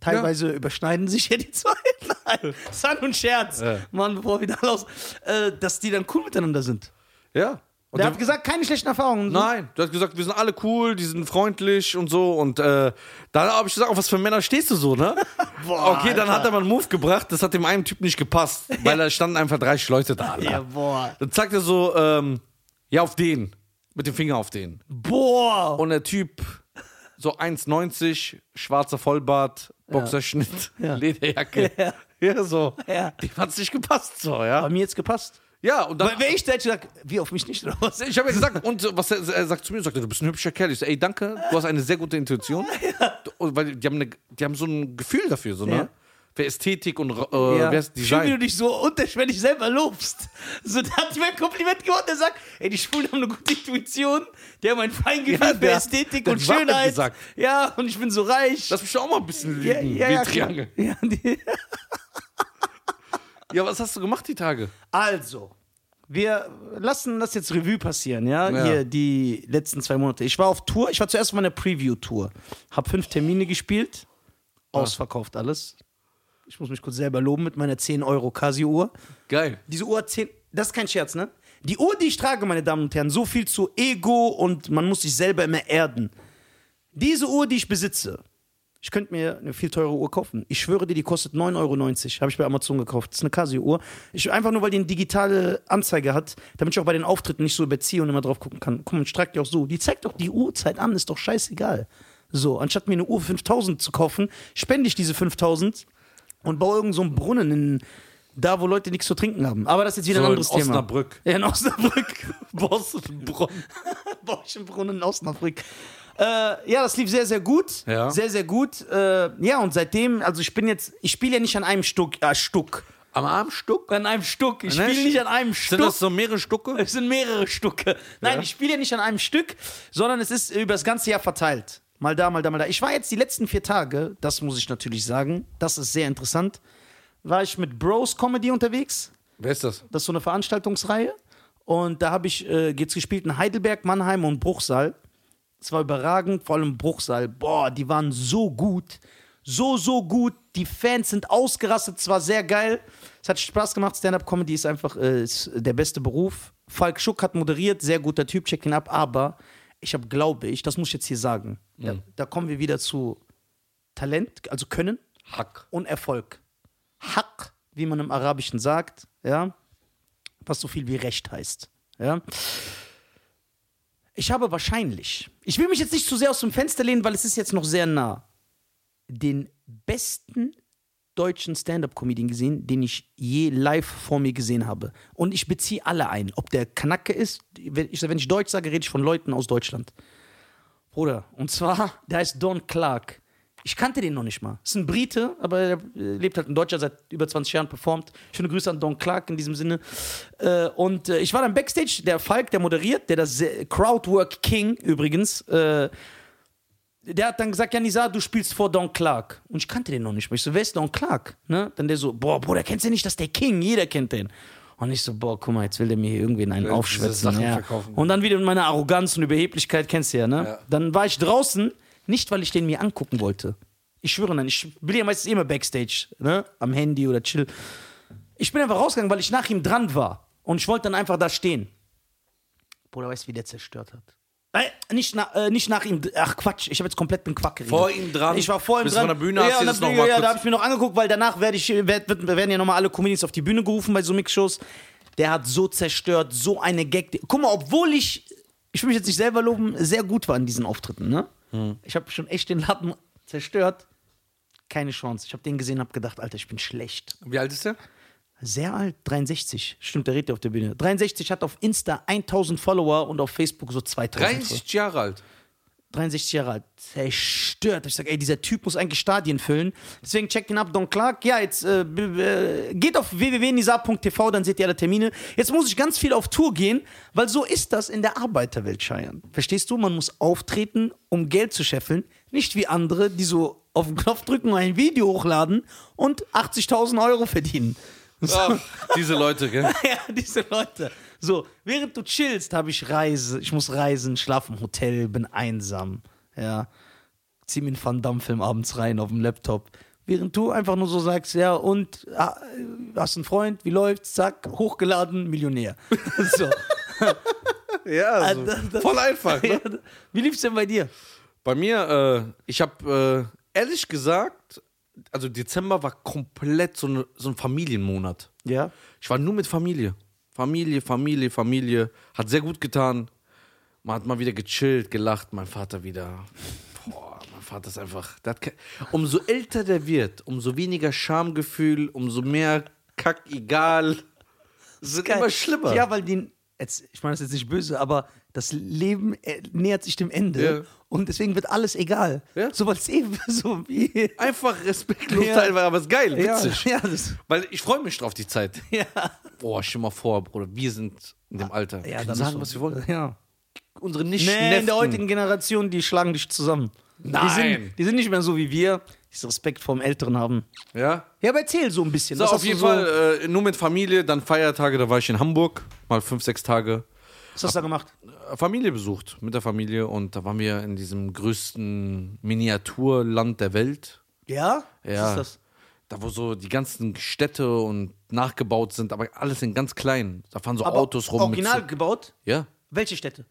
Teilweise überschneiden sich ja die zwei. Nein, Sun und Scherz. Mann, bevor wir da los. Äh, dass die dann cool miteinander sind. Ja. Der Und der, hat gesagt, keine schlechten Erfahrungen. nein, du hast gesagt, wir sind alle cool, die sind freundlich und so. Und äh, dann habe ich gesagt, auf was für Männer stehst du so, ne? Boah, okay, dann Alter. hat er mal einen Move gebracht, das hat dem einen Typ nicht gepasst, weil da standen einfach 30 Leute da. Alter. Ja, boah. Dann zeigt er so, ähm, ja, auf den. Mit dem Finger auf den. Boah. Und der Typ, so 1,90, schwarzer Vollbart, Boxerschnitt, Ja. Lederjacke. Ja. so. Ja. Dem hat es nicht gepasst, so, Bei ja. mir jetzt gepasst. Ja, und dann. Weil Wäre ich da, hätte ich gesagt, wie auf mich nicht oder was? Ich habe ja gesagt, und äh, was er, er sagt zu mir, sagt er, du bist ein hübscher Kerl. Ich so, ey, danke, du hast eine sehr gute Intuition. Und Weil die haben, eine, die haben so ein Gefühl dafür, so, ne? Ja. Für Ästhetik und äh, wer ist Schön, wie du Design. dich so unterschwellig selber lobst. So, da hat mir ein Kompliment gemacht, der sagt, ey, die Schwulen haben eine gute Intuition, die haben ein Feingefühl Ja, für der- Ästhetik der und hat Wahrheit Schönheit. gesagt. Ja, und ich bin so reich. Lass mich doch auch mal ein bisschen ja, liegen, ja, ja, wie Triangel. klar. ja, die, Ja, was hast du gemacht die Tage? Also, wir lassen das jetzt Revue passieren, ja? Ja. Hier die letzten zwei Monate. Ich war auf Tour, ich war zuerst auf meiner Preview-Tour. Hab fünf Termine gespielt, ausverkauft alles. Ich muss mich kurz selber loben mit meiner 10 Euro Casio-Uhr. Geil. Diese Uhr hat 10, das ist kein Scherz, ne? Die Uhr, die ich trage, meine Damen und Herren, so viel zu Ego und man muss sich selber immer erden. Diese Uhr, die ich besitze, ich könnte mir eine viel teure Uhr kaufen. Ich schwöre dir, die kostet 9,90 Euro. Habe ich bei Amazon gekauft. Das ist eine Casio-Uhr. Ich- Einfach nur, weil die eine digitale Anzeige hat, damit ich auch bei den Auftritten nicht so überziehe und immer drauf gucken kann. Komm, ich trage die auch so. Die zeigt doch die Uhrzeit an, ist doch scheißegal. So, anstatt mir eine Uhr 5000 zu kaufen, spende ich diese 5000 und baue irgend so einen Brunnen in, da, wo Leute nichts zu trinken haben. Aber das ist jetzt wieder So ein in anderes Thema. Osnabrück. Ja, in Osnabrück. Bossenbronn. Baue ich einen Brunnen in Osnabrück. Äh, ja, das lief sehr, sehr gut. Ja. Sehr, sehr gut. Äh, ja, und seitdem, also ich bin jetzt, ich spiele ja nicht an einem Stück, äh, Stück. Am Armstuck? An einem Stück. Ich Ne? spiele nicht an einem Stück. Sind das so mehrere Stücke? Es sind mehrere Stücke. Nein, Ja. ich spiele ja nicht an einem Stück, sondern es ist über das ganze Jahr verteilt. Mal da, mal da, mal da. Ich war jetzt die letzten vier Tage, das muss ich natürlich sagen, das ist sehr interessant, war ich mit Bros Comedy unterwegs. Wer ist das? Das ist so eine Veranstaltungsreihe. Und da habe ich äh, jetzt gespielt in Heidelberg, Mannheim und Bruchsal. Es war überragend, vor allem Bruchsal. Boah, die waren so gut. So, so gut. Die Fans sind ausgerastet. Es war sehr geil. Es hat Spaß gemacht. Stand-up-Comedy ist einfach äh, ist der beste Beruf. Falk Schuck hat moderiert. Sehr guter Typ. Check ihn ab. Aber ich habe, glaube ich, das muss ich jetzt hier sagen. Da, da kommen wir wieder zu Talent, also Können Hack. und Erfolg. Haq, wie man im Arabischen sagt, ja, was so viel wie Recht heißt. Ja. Ich habe wahrscheinlich, ich will mich jetzt nicht zu sehr aus dem Fenster lehnen, weil es ist jetzt noch sehr nah, den besten deutschen Stand-up-Comedian gesehen, den ich je live vor mir gesehen habe. Und ich beziehe alle ein. Ob der Kanacke ist, wenn ich, wenn ich Deutsch sage, rede ich von Leuten aus Deutschland. Bruder, und zwar, der heißt Don Clark. Ich kannte den noch nicht mal. Ist ein Brite, aber er äh, lebt halt in Deutschland seit über 20 Jahren, performt. Schöne Grüße an Don Clark in diesem Sinne. Äh, und äh, ich war dann Backstage, der Falk, der moderiert, der das äh, Crowdwork King übrigens, äh, der hat dann gesagt, Janisa, du spielst vor Don Clark. Und ich kannte den noch nicht. Ich so, wer ist Don Clark? Ne? Dann der so, boah, Bruder, kennst du nicht, das ist der King, jeder kennt den. Und ich so, boah, guck mal, jetzt will der mir hier irgendwen einen diese aufschwätzen. Sachen Ja. verkaufen. Und dann wieder mit meiner Arroganz und Überheblichkeit, kennst du ja, ne? Ja. Dann war ich draußen, nicht weil ich den mir angucken wollte. Ich schwöre nein, ich bin ja meistens eh immer Backstage, ne? Am Handy oder chill. Ich bin einfach rausgegangen, weil ich nach ihm dran war. Und ich wollte dann einfach da stehen. Bruder, weißt du, wie der zerstört hat? Äh, nicht, na, äh, nicht nach ihm. Ach Quatsch, ich habe jetzt komplett den Quack geredet. Vor ihm dran, Ich war vor ihm bist dran. von der Bühne, hast ja, dir und das dann- noch mal ja, da kurz- habe ich mir noch angeguckt, weil danach werde ich, werd, wird, werden ja nochmal alle Comedians auf die Bühne gerufen bei so Mix-Shows. Der hat so zerstört, so eine Gag. Guck mal, obwohl ich, ich will mich jetzt nicht selber loben, sehr gut war in diesen Auftritten. Ne? Hm. Ich habe schon echt den Lappen zerstört. Keine Chance. Ich habe den gesehen und habe gedacht, Alter, ich bin schlecht Wie alt ist der? sehr alt, 63. Stimmt, der redet ja auf der Bühne. 63 hat auf Insta 1000 Follower und auf Facebook so 2000. 30 Jahre alt. 63 Jahre alt. Zerstört. Ich sag, ey, dieser Typ muss eigentlich Stadien füllen. Deswegen checkt ihn ab, Don Clark. Ja, jetzt äh, b- b- äh, geht auf www.nisa.tv, dann seht ihr alle Termine. Jetzt muss ich ganz viel auf Tour gehen, weil so ist das in der Arbeiterwelt, Scheiern. Verstehst du? Man muss auftreten, um Geld zu scheffeln. Nicht wie andere, die so auf den Knopf drücken und ein Video hochladen und 80.000 Euro verdienen. Ach, Ah, diese Leute, gell? Ja, diese Leute. So, während du chillst, habe ich Reise. Ich muss reisen, schlafe im Hotel, bin einsam. Ja. Zieh mir einen Van Damme-Film abends rein auf dem Laptop. Während du einfach nur so sagst, ja, und ah, hast einen Freund, wie läuft's? Zack, hochgeladen, Millionär. so. Ja, Ah, das- das- voll einfach. Ne? Wie lief's denn bei dir? Bei mir, äh, ich habe äh, ehrlich gesagt, also Dezember war komplett so, ne, so ein Familienmonat. Ja. Ich war nur mit Familie. Familie, Familie, Familie. Hat sehr gut getan. Man hat mal wieder gechillt, gelacht. Mein Vater wieder. Boah, mein Vater ist einfach. Der hat ke- umso älter der wird, umso weniger Schamgefühl, umso mehr Kack, egal. Es wird immer schlimmer. Ja, weil die, jetzt, ich meine das ist jetzt nicht böse, aber das Leben äh, nähert sich dem Ende Ja. und deswegen wird alles egal. Ja. Sobald es eben so wie. Einfach respektlos Ja. teilweise, aber ist geil, witzig. Ja, ja, das, Weil ich freue mich drauf, die Zeit. ja. Boah, stell mal vor, Bruder, wir sind in Ah, dem Alter. Wir können sagen, was wir wollen. Ja. Unsere nicht Nee, in der heutigen Generation, die schlagen dich zusammen. Die Nein. sind, die sind nicht mehr so wie wir, die Respekt vorm Älteren haben. Ja? Ja, aber erzähl so ein bisschen. So, was auf hast jeden du So, Fall, äh, nur mit Familie, dann Feiertage, da war ich in Hamburg, mal fünf, sechs Tage. was hast du da gemacht? Äh, Familie besucht, mit der Familie und da waren wir in diesem größten Miniaturland der Welt. Ja? Ja. Was ist das? Da, wo so die ganzen Städte und nachgebaut sind, aber alles in ganz klein. Da fahren so Aber Autos rum. mit Original so- gebaut? Ja. Welche Städte?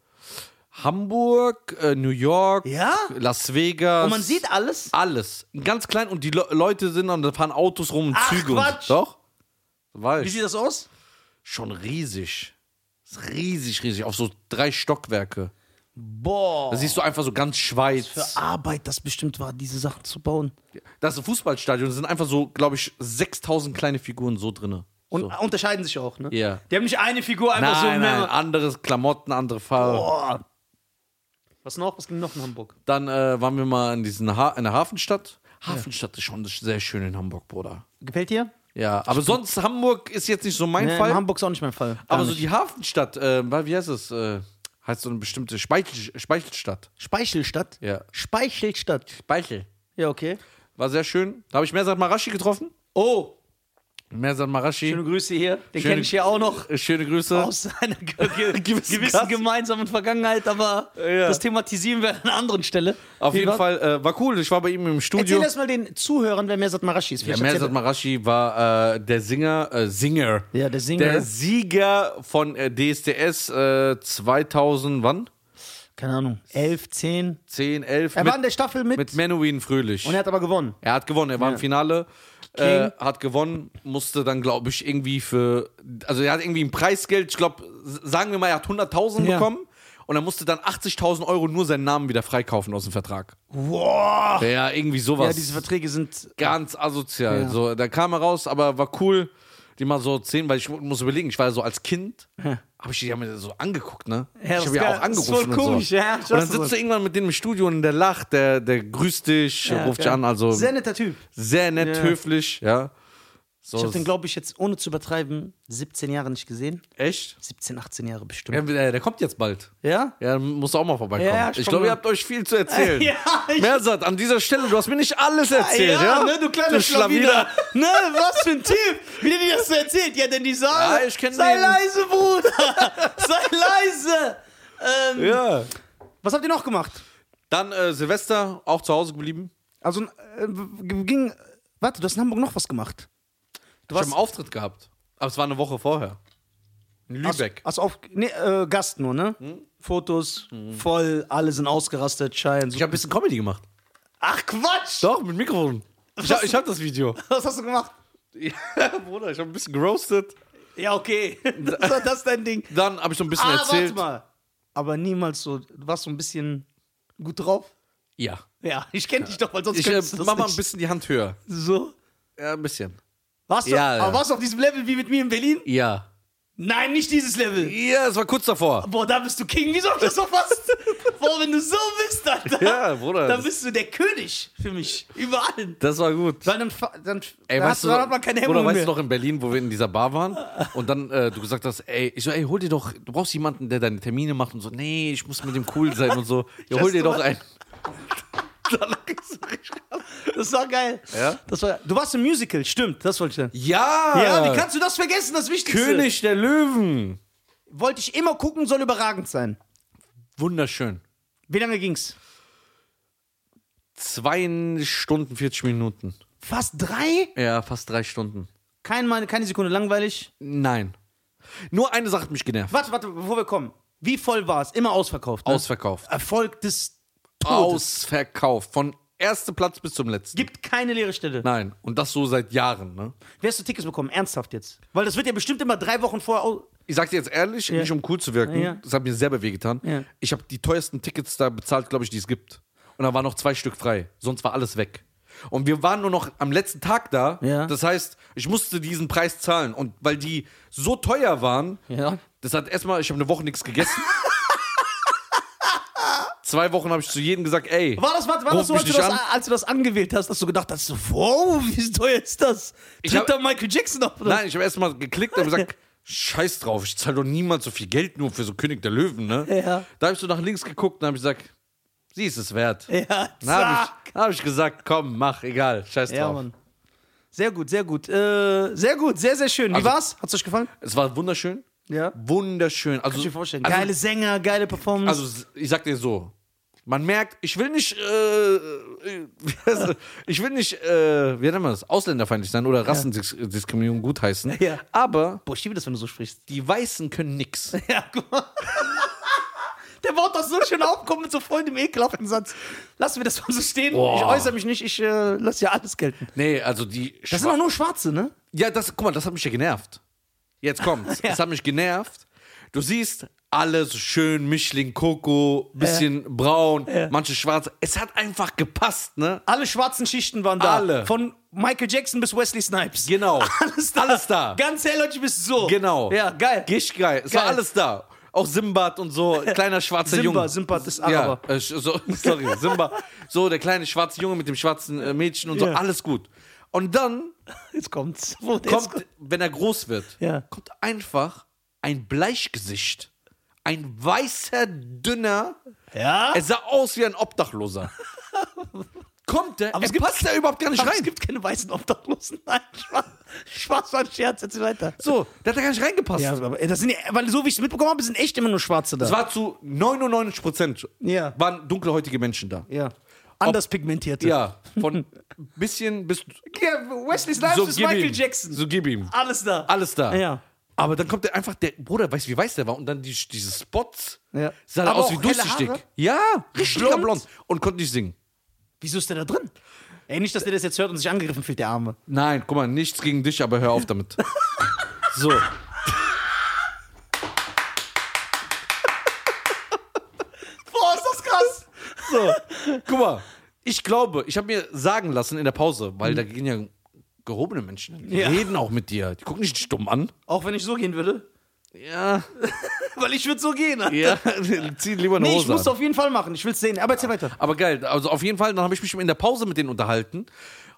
Hamburg, äh, New York, Ja? Las Vegas. Und man sieht alles? alles. Ganz klein und die Le Leute sind und da fahren Autos rum und Ach, Züge Quatsch. und. Doch? Wie Weiß. sieht das aus? Schon riesig. Ist riesig, riesig. Auf so drei Stockwerke. Boah. Da siehst du einfach so ganz für Schweiz. Arbeit das bestimmt war, diese Sachen zu bauen. Das ist ein Fußballstadion. Da sind einfach so, glaube ich, 6000 kleine Figuren so drinne. Und so. unterscheiden sich auch, ne? Ja. Die haben nicht eine Figur einfach Nein, so. nein, Mehr. anderes Klamotten, andere Farbe. Boah. Was noch? Was ging noch in Hamburg? Dann äh, waren wir mal in, diesen ha in der Hafenstadt. Hafenstadt ist schon sehr schön in Hamburg, Bruder. Gefällt dir? Ja, aber sonst Hamburg ist jetzt nicht so mein Nee, in Fall. Hamburg ist auch nicht mein Fall. Ähm, Gar Aber so nicht. die Hafenstadt, äh, weil- wie heißt es? Äh, heißt so eine bestimmte Speichel, Speichelstadt. Speichelstadt? Ja. Speichelstadt. Speichel. Ja, okay. War sehr schön. Da habe ich Mersat Marashi getroffen. Oh, Mersat schöne Marashi. Grüße hier. Den Schöne- kenne ich hier auch noch äh, Schöne Grüße. aus seiner ge gewissen, Gast. gemeinsamen Vergangenheit, aber Ja. das thematisieren wir an einer anderen Stelle. Auf Wie jeden war- Fall äh, war cool. Ich war bei ihm im Erzähl Studio. erst mal den Zuhörern, wer Mersat Marashi ist. Ja, Vielleicht Mersat erzählt- Marashi war äh, der Singer, äh, Singer. ja, der Singer. Der Sieger von äh, DSDS äh, 2000, wann? keine Ahnung. 11, 10. 10, 11. Er mit, war in der Staffel mit, mit Menuhin Fröhlich. und er hat aber gewonnen. Er hat gewonnen, er war im Finale, äh, hat gewonnen, musste dann, glaube ich, irgendwie für, also er hat irgendwie ein Preisgeld, ich glaube, sagen wir mal, er hat 100.000 Ja. bekommen und er musste dann 80.000 Euro nur seinen Namen wieder freikaufen aus dem Vertrag. Wow. Ja, irgendwie sowas. Ja, diese Verträge sind. Ganz asozial. Ja. So, da kam er raus, aber war cool, die mal so zehn, weil ich mu- muss überlegen, ich war so als Kind, habe ich die ja mir so angeguckt, ne? Ja, ich das habe ist ja geil. auch Das ist angerufen voll und komisch, so. ja, ich und dann weiß sowas. sitzt du irgendwann mit denen im Studio und der lacht, der, der grüßt dich, Ja, ruft dich geil. an, also Sehr netter Typ. sehr nett, Ja. höflich, ja. So, Ich habe den, glaube ich, jetzt ohne zu übertreiben, 17 Jahre nicht gesehen. echt? 17, 18 Jahre bestimmt. Ja, äh, der, der kommt jetzt bald. Ja? Ja, muss auch mal vorbeikommen. Ja, ja, ich ich komm glaube, ihr mal. habt euch viel zu erzählen. Ja, ich- Mersat, an dieser Stelle, du hast mir nicht alles erzählt, ja? ne, du kleiner Schlawiner. Ne, was für ein Typ. Wie der dir das so erzählt? Ja, denn die sagen, Ja, ich kenn sei den. leise, Bruder. sei leise. Ähm, Ja. Was habt ihr noch gemacht? Dann äh, Silvester, auch zu Hause geblieben. Also, äh, g- ging, warte, du hast in Hamburg noch was gemacht. Du Ich habe einen Auftritt gehabt. Aber es war eine Woche vorher. In Lübeck. Hast, hast auf, nee, äh, Gast nur, ne? Hm? Fotos, voll, alle sind ausgerastet, Schein. Ich habe ein bisschen Comedy gemacht. Ach Quatsch! Doch, mit Mikrofon. Ich habe hab das Video. Was hast du gemacht? Ja, Bruder, ich habe ein bisschen geroastet. Ja, okay. Das war das dein Ding. Dann habe ich so ein bisschen Ah, erzählt. warte mal. Aber niemals so, du warst so ein bisschen gut drauf. Ja. Ja, ich kenne dich doch, weil sonst Ich äh, könntest du das mach mal ein nicht. bisschen die Hand höher. so. Ja, ein bisschen. Warst du, Ja, ja. aber warst du auf diesem Level wie mit mir in Berlin? Ja. Nein, nicht dieses Level. Ja, es war kurz davor. Boah, da bist du King. Wieso hab ich das so fast? Boah, wenn du so bist, Alter. Ja, Bruder. Dann bist du der König für mich. Überall. Das war gut. Weil dann, fa- dann, Ey, dann, weißt hast, du, dann hat man keine Hemmungen oder weißt mehr. du noch in Berlin, wo wir in dieser Bar waren und dann äh, du gesagt hast, ey, ich so, ey, hol dir doch, du brauchst jemanden, der deine Termine macht und so, nee, ich muss mit dem cool sein und so, ja, hol Weißt dir du doch was? einen. das war geil. Ja? Das war, du warst im Musical, stimmt, das wollte ich sagen. Ja, Ja, wie kannst du das vergessen, das Wichtigste? König der Löwen. Wollte ich immer gucken, soll überragend sein. Wunderschön. Wie lange ging's? Zwei Stunden, 40 Minuten. Fast drei? Ja, fast drei Stunden. Kein, Mal- keine Sekunde langweilig. Nein. Nur eine Sache hat mich genervt. Warte, warte, bevor wir kommen. Wie voll war es? Immer ausverkauft. Ne? Ausverkauft. Erfolg des Todes. Ausverkauft. Von ersten Platz bis zum letzten. Gibt keine leere Stelle. Nein. Und das so seit Jahren, ne? Wer hast du Tickets bekommen? Ernsthaft jetzt. Weil das wird ja bestimmt immer drei Wochen vorher. au- Ich sag dir jetzt ehrlich, nicht um cool zu wirken, Ja. das hat mir selber wehgetan. Ja. Ich habe die teuersten Tickets da bezahlt, glaube ich, die es gibt. und da waren noch zwei Stück frei. Sonst war alles weg. Und wir waren nur noch am letzten Tag da. Ja. Das heißt, ich musste diesen Preis zahlen. Und weil die so teuer waren, Ja. das hat erstmal, ich habe eine Woche nichts gegessen. Zwei Wochen habe ich zu jedem gesagt, ey. War das, war, war Ruf das so, mich als du nicht das, an. als du das angewählt hast, dass du gedacht hast, so, wow, wie teuer ist das? Tritt hab- da Michael Jackson auf? oder? Nein, ich habe erstmal geklickt und gesagt, scheiß drauf, ich zahle doch niemals so viel Geld nur für so König der Löwen, ne? Ja. Da habe ich so nach links geguckt und habe gesagt, sie ist es wert. Ja, Dann habe zack. ich, dann hab ich gesagt, komm, mach, egal, scheiß Ja, drauf. Mann. Sehr gut, sehr gut. Äh, sehr gut, sehr, sehr schön. Wie Also- war's? Hat's euch gefallen? Es war wunderschön. Ja. Wunderschön. Also, Ich mir vorstellen. Also, geile Sänger, geile Performance. also, ich sag dir so, man merkt, ich will nicht, äh, ich will nicht, äh, wie nennt man das, ausländerfeindlich sein oder Rassendiskriminierung gutheißen. Ja. Aber Boah, ich liebe das, wenn du so sprichst. die Weißen können nix. Ja, guck mal. Der baut das so schön auf, kommt mit so voll dem ekelhaften Satz. Lassen wir das mal so stehen. Boah. Ich äußere mich nicht, ich äh, lasse ja alles gelten. Nee, also die Das sind doch nur Schwarze, ne? Ja, das, guck mal, das hat mich ja genervt. Jetzt kommt's. Das hat mich genervt. Du siehst alles schön, Mischling, Koko, bisschen braun, manche schwarz. Es hat einfach gepasst, ne? Alle schwarzen Schichten waren da. Alle. Von Michael Jackson bis Wesley Snipes. Genau. Alles da. Alles da. Ganz hell, Leute, bis so. Genau. Ja, geil. Richtig geil. Es war Geil. alles da. Auch Simbad und so, kleiner schwarzer Simba, Junge. Simba ist ja, Araber. äh, so, sorry, Simba. So, der kleine schwarze Junge mit dem schwarzen äh, Mädchen und so, Ja. alles gut. Und dann Jetzt kommt's. Wo der ist- kommt, wenn er groß wird, Ja. kommt einfach ein Bleichgesicht. Ein weißer, dünner. Ja. Er sah aus wie ein Obdachloser. kommt der? Aber Aber es er gibt- passt da überhaupt gar nicht Aber es rein. gibt keine weißen Obdachlosen. Nein, Spaß, Spaß war ein Scherz. Jetzt weiter. So, der hat da gar nicht reingepasst. Ja, aber das sind ja, weil so wie ich es mitbekommen habe, sind echt immer nur Schwarze da. Es war zu 99 Prozent Ja. waren dunkelhäutige Menschen da. ja. Anders pigmentierte. Ja, von bisschen bis Ja, Wesley Snipes so ist gib Michael ihm. Jackson. So gib ihm. Alles da. Alles da. Ja. Aber dann kommt der einfach, der Bruder weiß, wie weiß der war und dann die, diese Spots. Ja. Sah der Aber aus auch wie helle durchsichtig. Haare? Ja, richtig blond. Blond? und konnte nicht singen. Wieso ist der da drin? Ey, nicht, dass der das jetzt hört und sich angegriffen fühlt, der Arme. Nein, guck mal, nichts gegen dich, aber hör auf damit. so. Boah, ist das krass. So. Guck mal, ich glaube, ich habe mir sagen lassen in der Pause, weil da gehen ja gehobene Menschen hin. Die Ja. reden auch mit dir. Die gucken dich nicht dumm an. Auch wenn ich so gehen würde. Ja. Weil ich würde so gehen. Alter. Ja, zieh lieber eine Nee, ich Hose muss es an. auf jeden Fall machen. Ich will es sehen. Aber erzähl weiter. Aber geil, also auf jeden Fall, dann habe ich mich in der Pause mit denen unterhalten.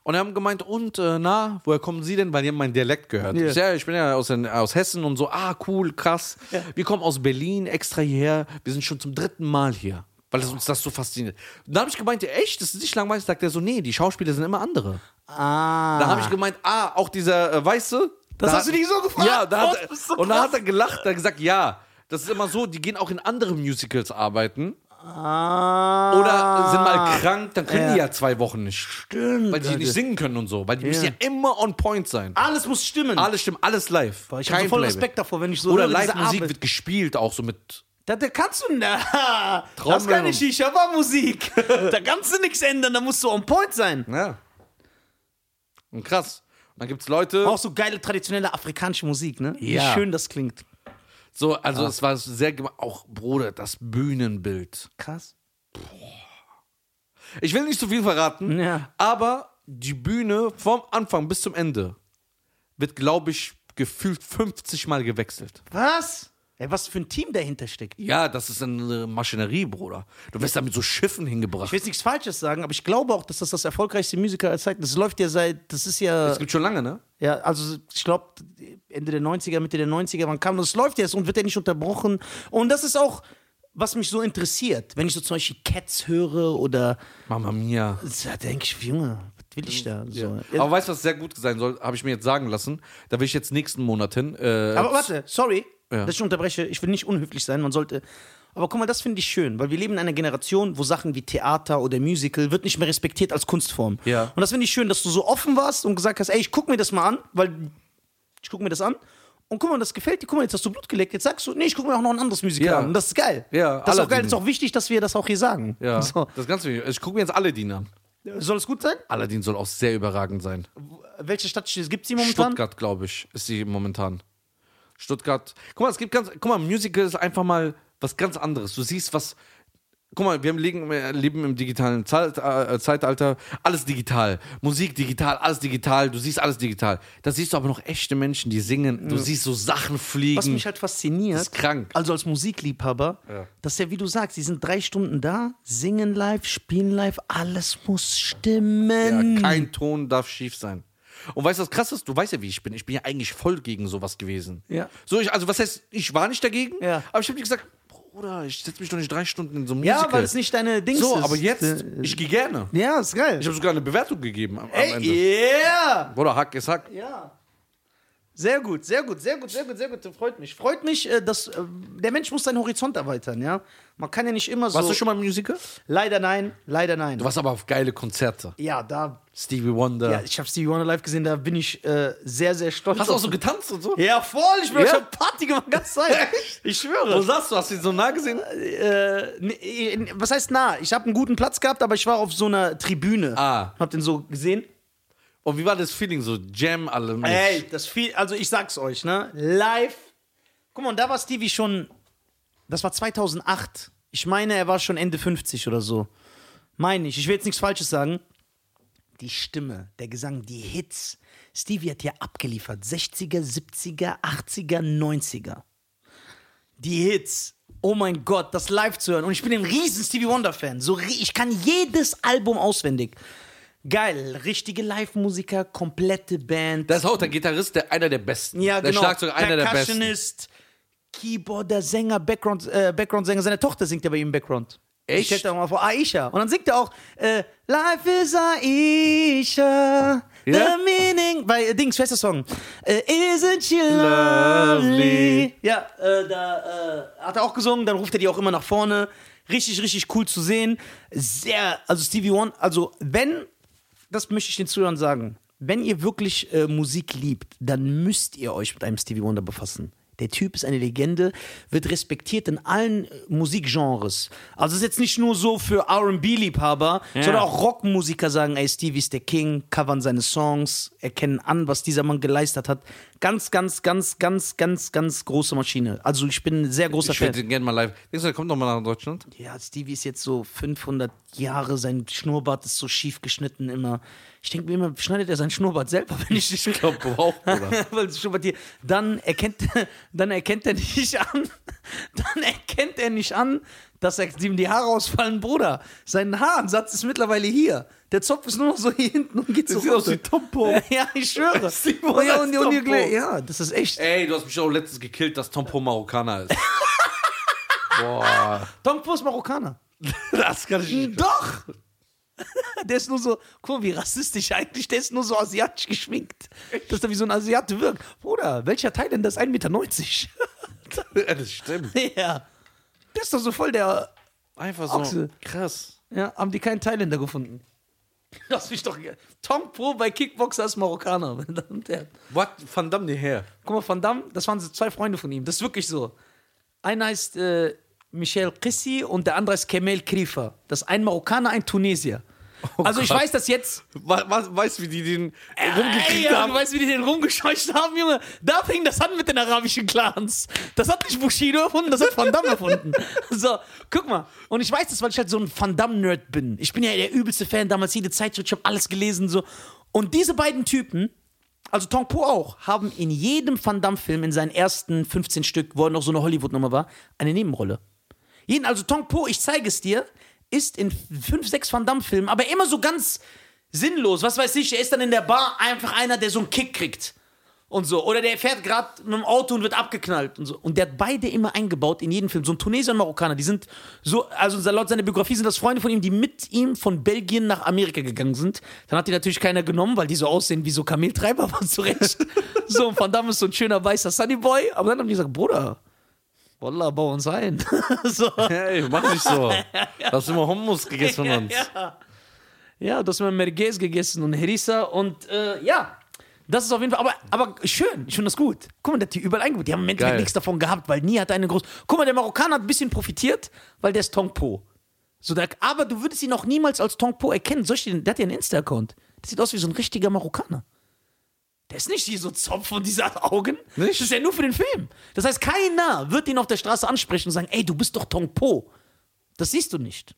Und die haben gemeint, und äh, na, woher kommen Sie denn? Weil die haben meinen Dialekt gehört. Ja. Ich, so, ja, ich bin ja aus, den, aus Hessen und so, ah, cool, krass. Wir kommen aus Berlin extra hierher. Wir sind schon zum dritten Mal hier, weil es uns das so fasziniert. Und dann habe ich gemeint, ja, echt, das ist nicht langweilig. Sagt er so, nee, die Schauspieler sind immer andere. Ah. Da habe ich gemeint, ah, auch dieser äh, Weiße. Das da hast du dich so gefragt? Ja, da Boah, hat, du bist so und da krass. hat er gelacht, da hat gesagt, ja, das ist immer so, die gehen auch in andere Musicals arbeiten. ah. Oder sind mal krank, dann können Ja. die ja zwei Wochen nicht. Stimmt. Weil die Alter. nicht singen können und so. Weil die müssen ja immer on point sein. Alles muss stimmen. Alles stimmt, alles live. Boah, ich habe so voll Playback. Respekt davor, wenn ich so Oder höre, diese Live-Musik Arbeit. wird gespielt, auch so mit. Da, da kannst du. Na, das ist Trommeln keine und- Shisha, war Musik. da kannst du nichts ändern, da musst du on point sein. Ja. Und krass. Und dann gibt's Leute. Auch so geile traditionelle afrikanische Musik, ne? Wie Ja. schön das klingt. So, also es war sehr. gem- Auch, Bruder, das Bühnenbild. Krass. Ich will nicht zu viel verraten, Ja. aber die Bühne vom Anfang bis zum Ende wird, glaube ich, gefühlt 50 Mal gewechselt. Was? Ey, was für ein Team dahinter steckt. Ja, das ist eine Maschinerie, Bruder. Du wirst da mit so Schiffen hingebracht. Ich will jetzt nichts Falsches sagen, aber ich glaube auch, dass das das erfolgreichste Musical aller Zeiten ist. Das läuft ja seit, das ist ja, Es gibt schon lange, ne? ja also ich glaube, Ende der 90er, Mitte der 90er, wann kam das? Das läuft ja jetzt und wird ja nicht unterbrochen. Und das ist auch, was mich so interessiert. Wenn ich so zum Beispiel Cats höre oder, Mama mia. da denke ich, Junge, was will ich da? So. Aber weißt du, was sehr gut sein soll? Habe ich mir jetzt sagen lassen. Da will ich jetzt nächsten Monat hin. Äh, Aber warte, sorry, Ja. dass ich unterbreche. Ich will nicht unhöflich sein, man sollte. Aber guck mal, das finde ich schön, weil wir leben in einer Generation, wo Sachen wie Theater oder Musical wird nicht mehr respektiert als Kunstform. Ja. Und das finde ich schön, dass du so offen warst und gesagt hast, ey, ich guck mir das mal an, weil ich guck mir das an. Und guck mal, das gefällt dir. Guck mal, jetzt hast du Blut geleckt. Jetzt sagst du, nee, ich guck mir auch noch ein anderes Musical Ja. an. Und das ist geil. Ja, das ist auch geil. Aladdin. Das ist auch wichtig, dass wir das auch hier sagen. ja, So. das ganze Video. Ich gucke mir jetzt Aladdin an. Soll es gut sein? Aladdin soll auch sehr überragend sein. Welche Stadt gibt es die momentan? Stuttgart, glaube ich, ist sie momentan. Stuttgart. Guck mal, es gibt ganz. Guck mal, Musical ist einfach mal was ganz anderes. Du siehst was. Guck mal, wir haben liegen, wir leben im digitalen Zeit, äh, Zeitalter, alles digital. Musik digital, alles digital, du siehst alles digital. Da siehst du aber noch echte Menschen, die singen, du siehst so Sachen fliegen. Was mich halt fasziniert, Hm. ist krank. also als Musikliebhaber, dass ja, wie du sagst, die sind drei Stunden da, singen live, spielen live, alles muss stimmen. Ja, kein Ton darf schief sein. Und weißt du, was krass ist? Du weißt ja, wie ich bin. Ich bin ja eigentlich voll gegen sowas gewesen. Ja. So, ich, also was heißt, ich war nicht dagegen, Ja. aber ich habe dir gesagt, Bruder, ich setze mich doch nicht drei Stunden in so ein Ja, Musical. weil es nicht deine Dings so, ist. aber jetzt, Äh, ich gehe gerne. Ja, ist geil. Ich habe sogar eine Bewertung gegeben am, am Ende. Ey, yeah! Bruder, Hack ist Hack. Ja. Sehr gut, sehr gut, sehr gut, sehr gut, sehr gut. Freut mich. Freut mich, äh, dass äh, der Mensch muss seinen Horizont erweitern, ja. Man kann ja nicht immer so. Warst du schon mal im Musical? leider nein, leider nein. Du warst aber auf geile Konzerte. ja, da. Stevie Wonder. Ja, ich habe Stevie Wonder live gesehen, da bin ich äh, sehr, sehr stolz. Hast du auch auf- so getanzt und so? ja, voll, ich bin Ja? ich hab Party gemacht, ganz Zeit. Ich Wo schwöre. saßt du? Hast du ihn so nah gesehen? Äh, nee, was heißt nah? Ich habe einen guten Platz gehabt, aber ich war auf so einer Tribüne. Ah. Hab den so gesehen. Und wie war das Feeling? So Jam alle. mit. Ey, das viel, also ich sag's euch, ne? Live. Guck mal, und da war Stevie schon, das war 2008. Ich meine, er war schon Ende 50 oder so. Meine ich. Ich will jetzt nichts Falsches sagen. Die Stimme, der Gesang, die Hits. Stevie hat hier abgeliefert. 60er, 70er, 80er, 90er. Die Hits. Oh mein Gott, das live zu hören. Und ich bin ein riesen Stevie Wonder-Fan. So, ri- ich kann jedes Album auswendig. Geil. Richtige Live-Musiker, komplette Band. Das ist auch der Gitarrist, der einer der besten. Ja, der genau. Schlagzeuger, einer der besten. Percussionist, Keyboarder, Sänger, Background, äh, Background-Sänger. Seine Tochter singt ja bei ihm im Background. Echt? Ich hätte auch mal vor Aisha. Und dann singt er auch äh, Life is Aisha. The Ja? meaning. Bei äh, Dings, wer ist der Song? Äh, Isn't she lovely? Lovely. Ja, äh, da äh, hat er auch gesungen. Dann ruft er die auch immer nach vorne. Richtig, richtig cool zu sehen. Sehr, also Stevie Wonder, also wenn das möchte ich den Zuhörern sagen. Wenn ihr wirklich äh, Musik liebt, dann müsst ihr euch mit einem Stevie Wonder befassen. Der Typ ist eine Legende, wird respektiert in allen äh, Musikgenres. Also ist jetzt nicht nur so für RB-Liebhaber, sondern auch Rockmusiker sagen, ey, Stevie ist der King, covern seine Songs, erkennen an, was dieser Mann geleistet hat. Ganz, ganz, ganz, ganz, ganz, ganz große Maschine. Also ich bin ein sehr großer Ich Fan. würde den gerne mal live. Denkst du, der kommt doch mal nach Deutschland? Ja, Stevie ist jetzt so 500 Jahre, sein Schnurrbart ist so schief geschnitten immer. Ich denke mir immer, schneidet er sein Schnurrbart selber, wenn ich nicht glaub, braucht, Bruder. Weil es Schnurrbart hier, dann erkennt, dann erkennt er nicht an, dann erkennt er nicht an, dass er, ihm die Haare ausfallen, Bruder. Sein Haaransatz ist mittlerweile hier. Der Zopf ist nur noch so hier hinten und geht so sieht aus wie Tompo. Ja, ich schwöre. Stevie Oh ja, Wonder und, ist und, Tompo. ja, das ist echt. Ey, du hast mich auch letztens gekillt, dass Tompo Marokkaner ist. Boah. Tompo ist Marokkaner. Das kann ich nicht. Hm, Doch! Der ist nur so, guck mal, wie rassistisch eigentlich, der ist nur so asiatisch geschminkt. Dass er wie so ein Asiate wirkt. Bruder, welcher Teil denn das? 1,90 Meter. Das stimmt. ja. Der ist doch so voll der. Einfach so. Ochse. Krass. Ja, haben die keinen Thailänder gefunden. Lass mich doch. Tom Pro bei Kickboxer ist Marokkaner, meine Damen und Herren. What? Van Damme die her. Guck mal, Van Damme, das waren so zwei Freunde von ihm. Das ist wirklich so. Einer heißt äh, Michel Kissi und der andere ist Kemal Krifa. Das ist ein Marokkaner, ein Tunesier. also ich Gott. weiß das jetzt. Weißt du, wie die den Ey, rumgekriegt ja, haben? Du weißt, wie die den rumgescheucht haben, Junge. Da fing das an mit den arabischen Clans. Das hat nicht Bushido erfunden, das hat Van Damme erfunden. So, guck mal. Und ich weiß das, weil ich halt so ein Van Damme-Nerd bin. Ich bin ja der übelste Fan, damals jede Zeitschrift, ich habe alles gelesen. so. Und diese beiden Typen, also Tong Po auch, haben in jedem Van Damme-Film, in seinen ersten 15 Stück, wo er noch so eine Hollywood-Nummer war, eine Nebenrolle. Jeden, also Tong Po, ich zeige es dir, ist in fünf, sechs Van Damme-Filmen, aber immer so ganz sinnlos. Was weiß ich, er ist dann in der Bar einfach einer, der so einen Kick kriegt. Und so. Oder der fährt gerade mit dem Auto und wird abgeknallt und so. Und der hat beide immer eingebaut in jeden Film. So ein Tunesier und Marokkaner, die sind so, also laut seiner Biografie sind das Freunde von ihm, die mit ihm von Belgien nach Amerika gegangen sind. Dann hat die natürlich keiner genommen, weil die so aussehen wie so Kameltreiber, war zurecht. so, und Van Damme ist so ein schöner weißer Sunnyboy. Aber dann haben die gesagt, Bruder, Wallah, bau uns ein. so. Ey, mach nicht so. Du hast immer Hummus gegessen von uns. Ja, ja du hast mal Merguez gegessen und Herissa und äh, ja, das ist auf jeden Fall, aber, aber schön, ich finde das gut. Guck mal, der hat die überall eingebaut, die haben im Endeffekt Geil. nichts davon gehabt, weil nie hat eine groß. Guck mal, der Marokkaner hat ein bisschen profitiert, weil der ist Tongpo. So, der, aber du würdest ihn auch niemals als Tongpo erkennen. Soll ich den, der hat ja einen Insta-Account. Der sieht aus wie so ein richtiger Marokkaner. Der ist nicht hier so Zopf und diese Augen. Nicht? Das ist ja nur für den Film. Das heißt, keiner wird ihn auf der Straße ansprechen und sagen, ey, du bist doch Tongpo. Das siehst du nicht.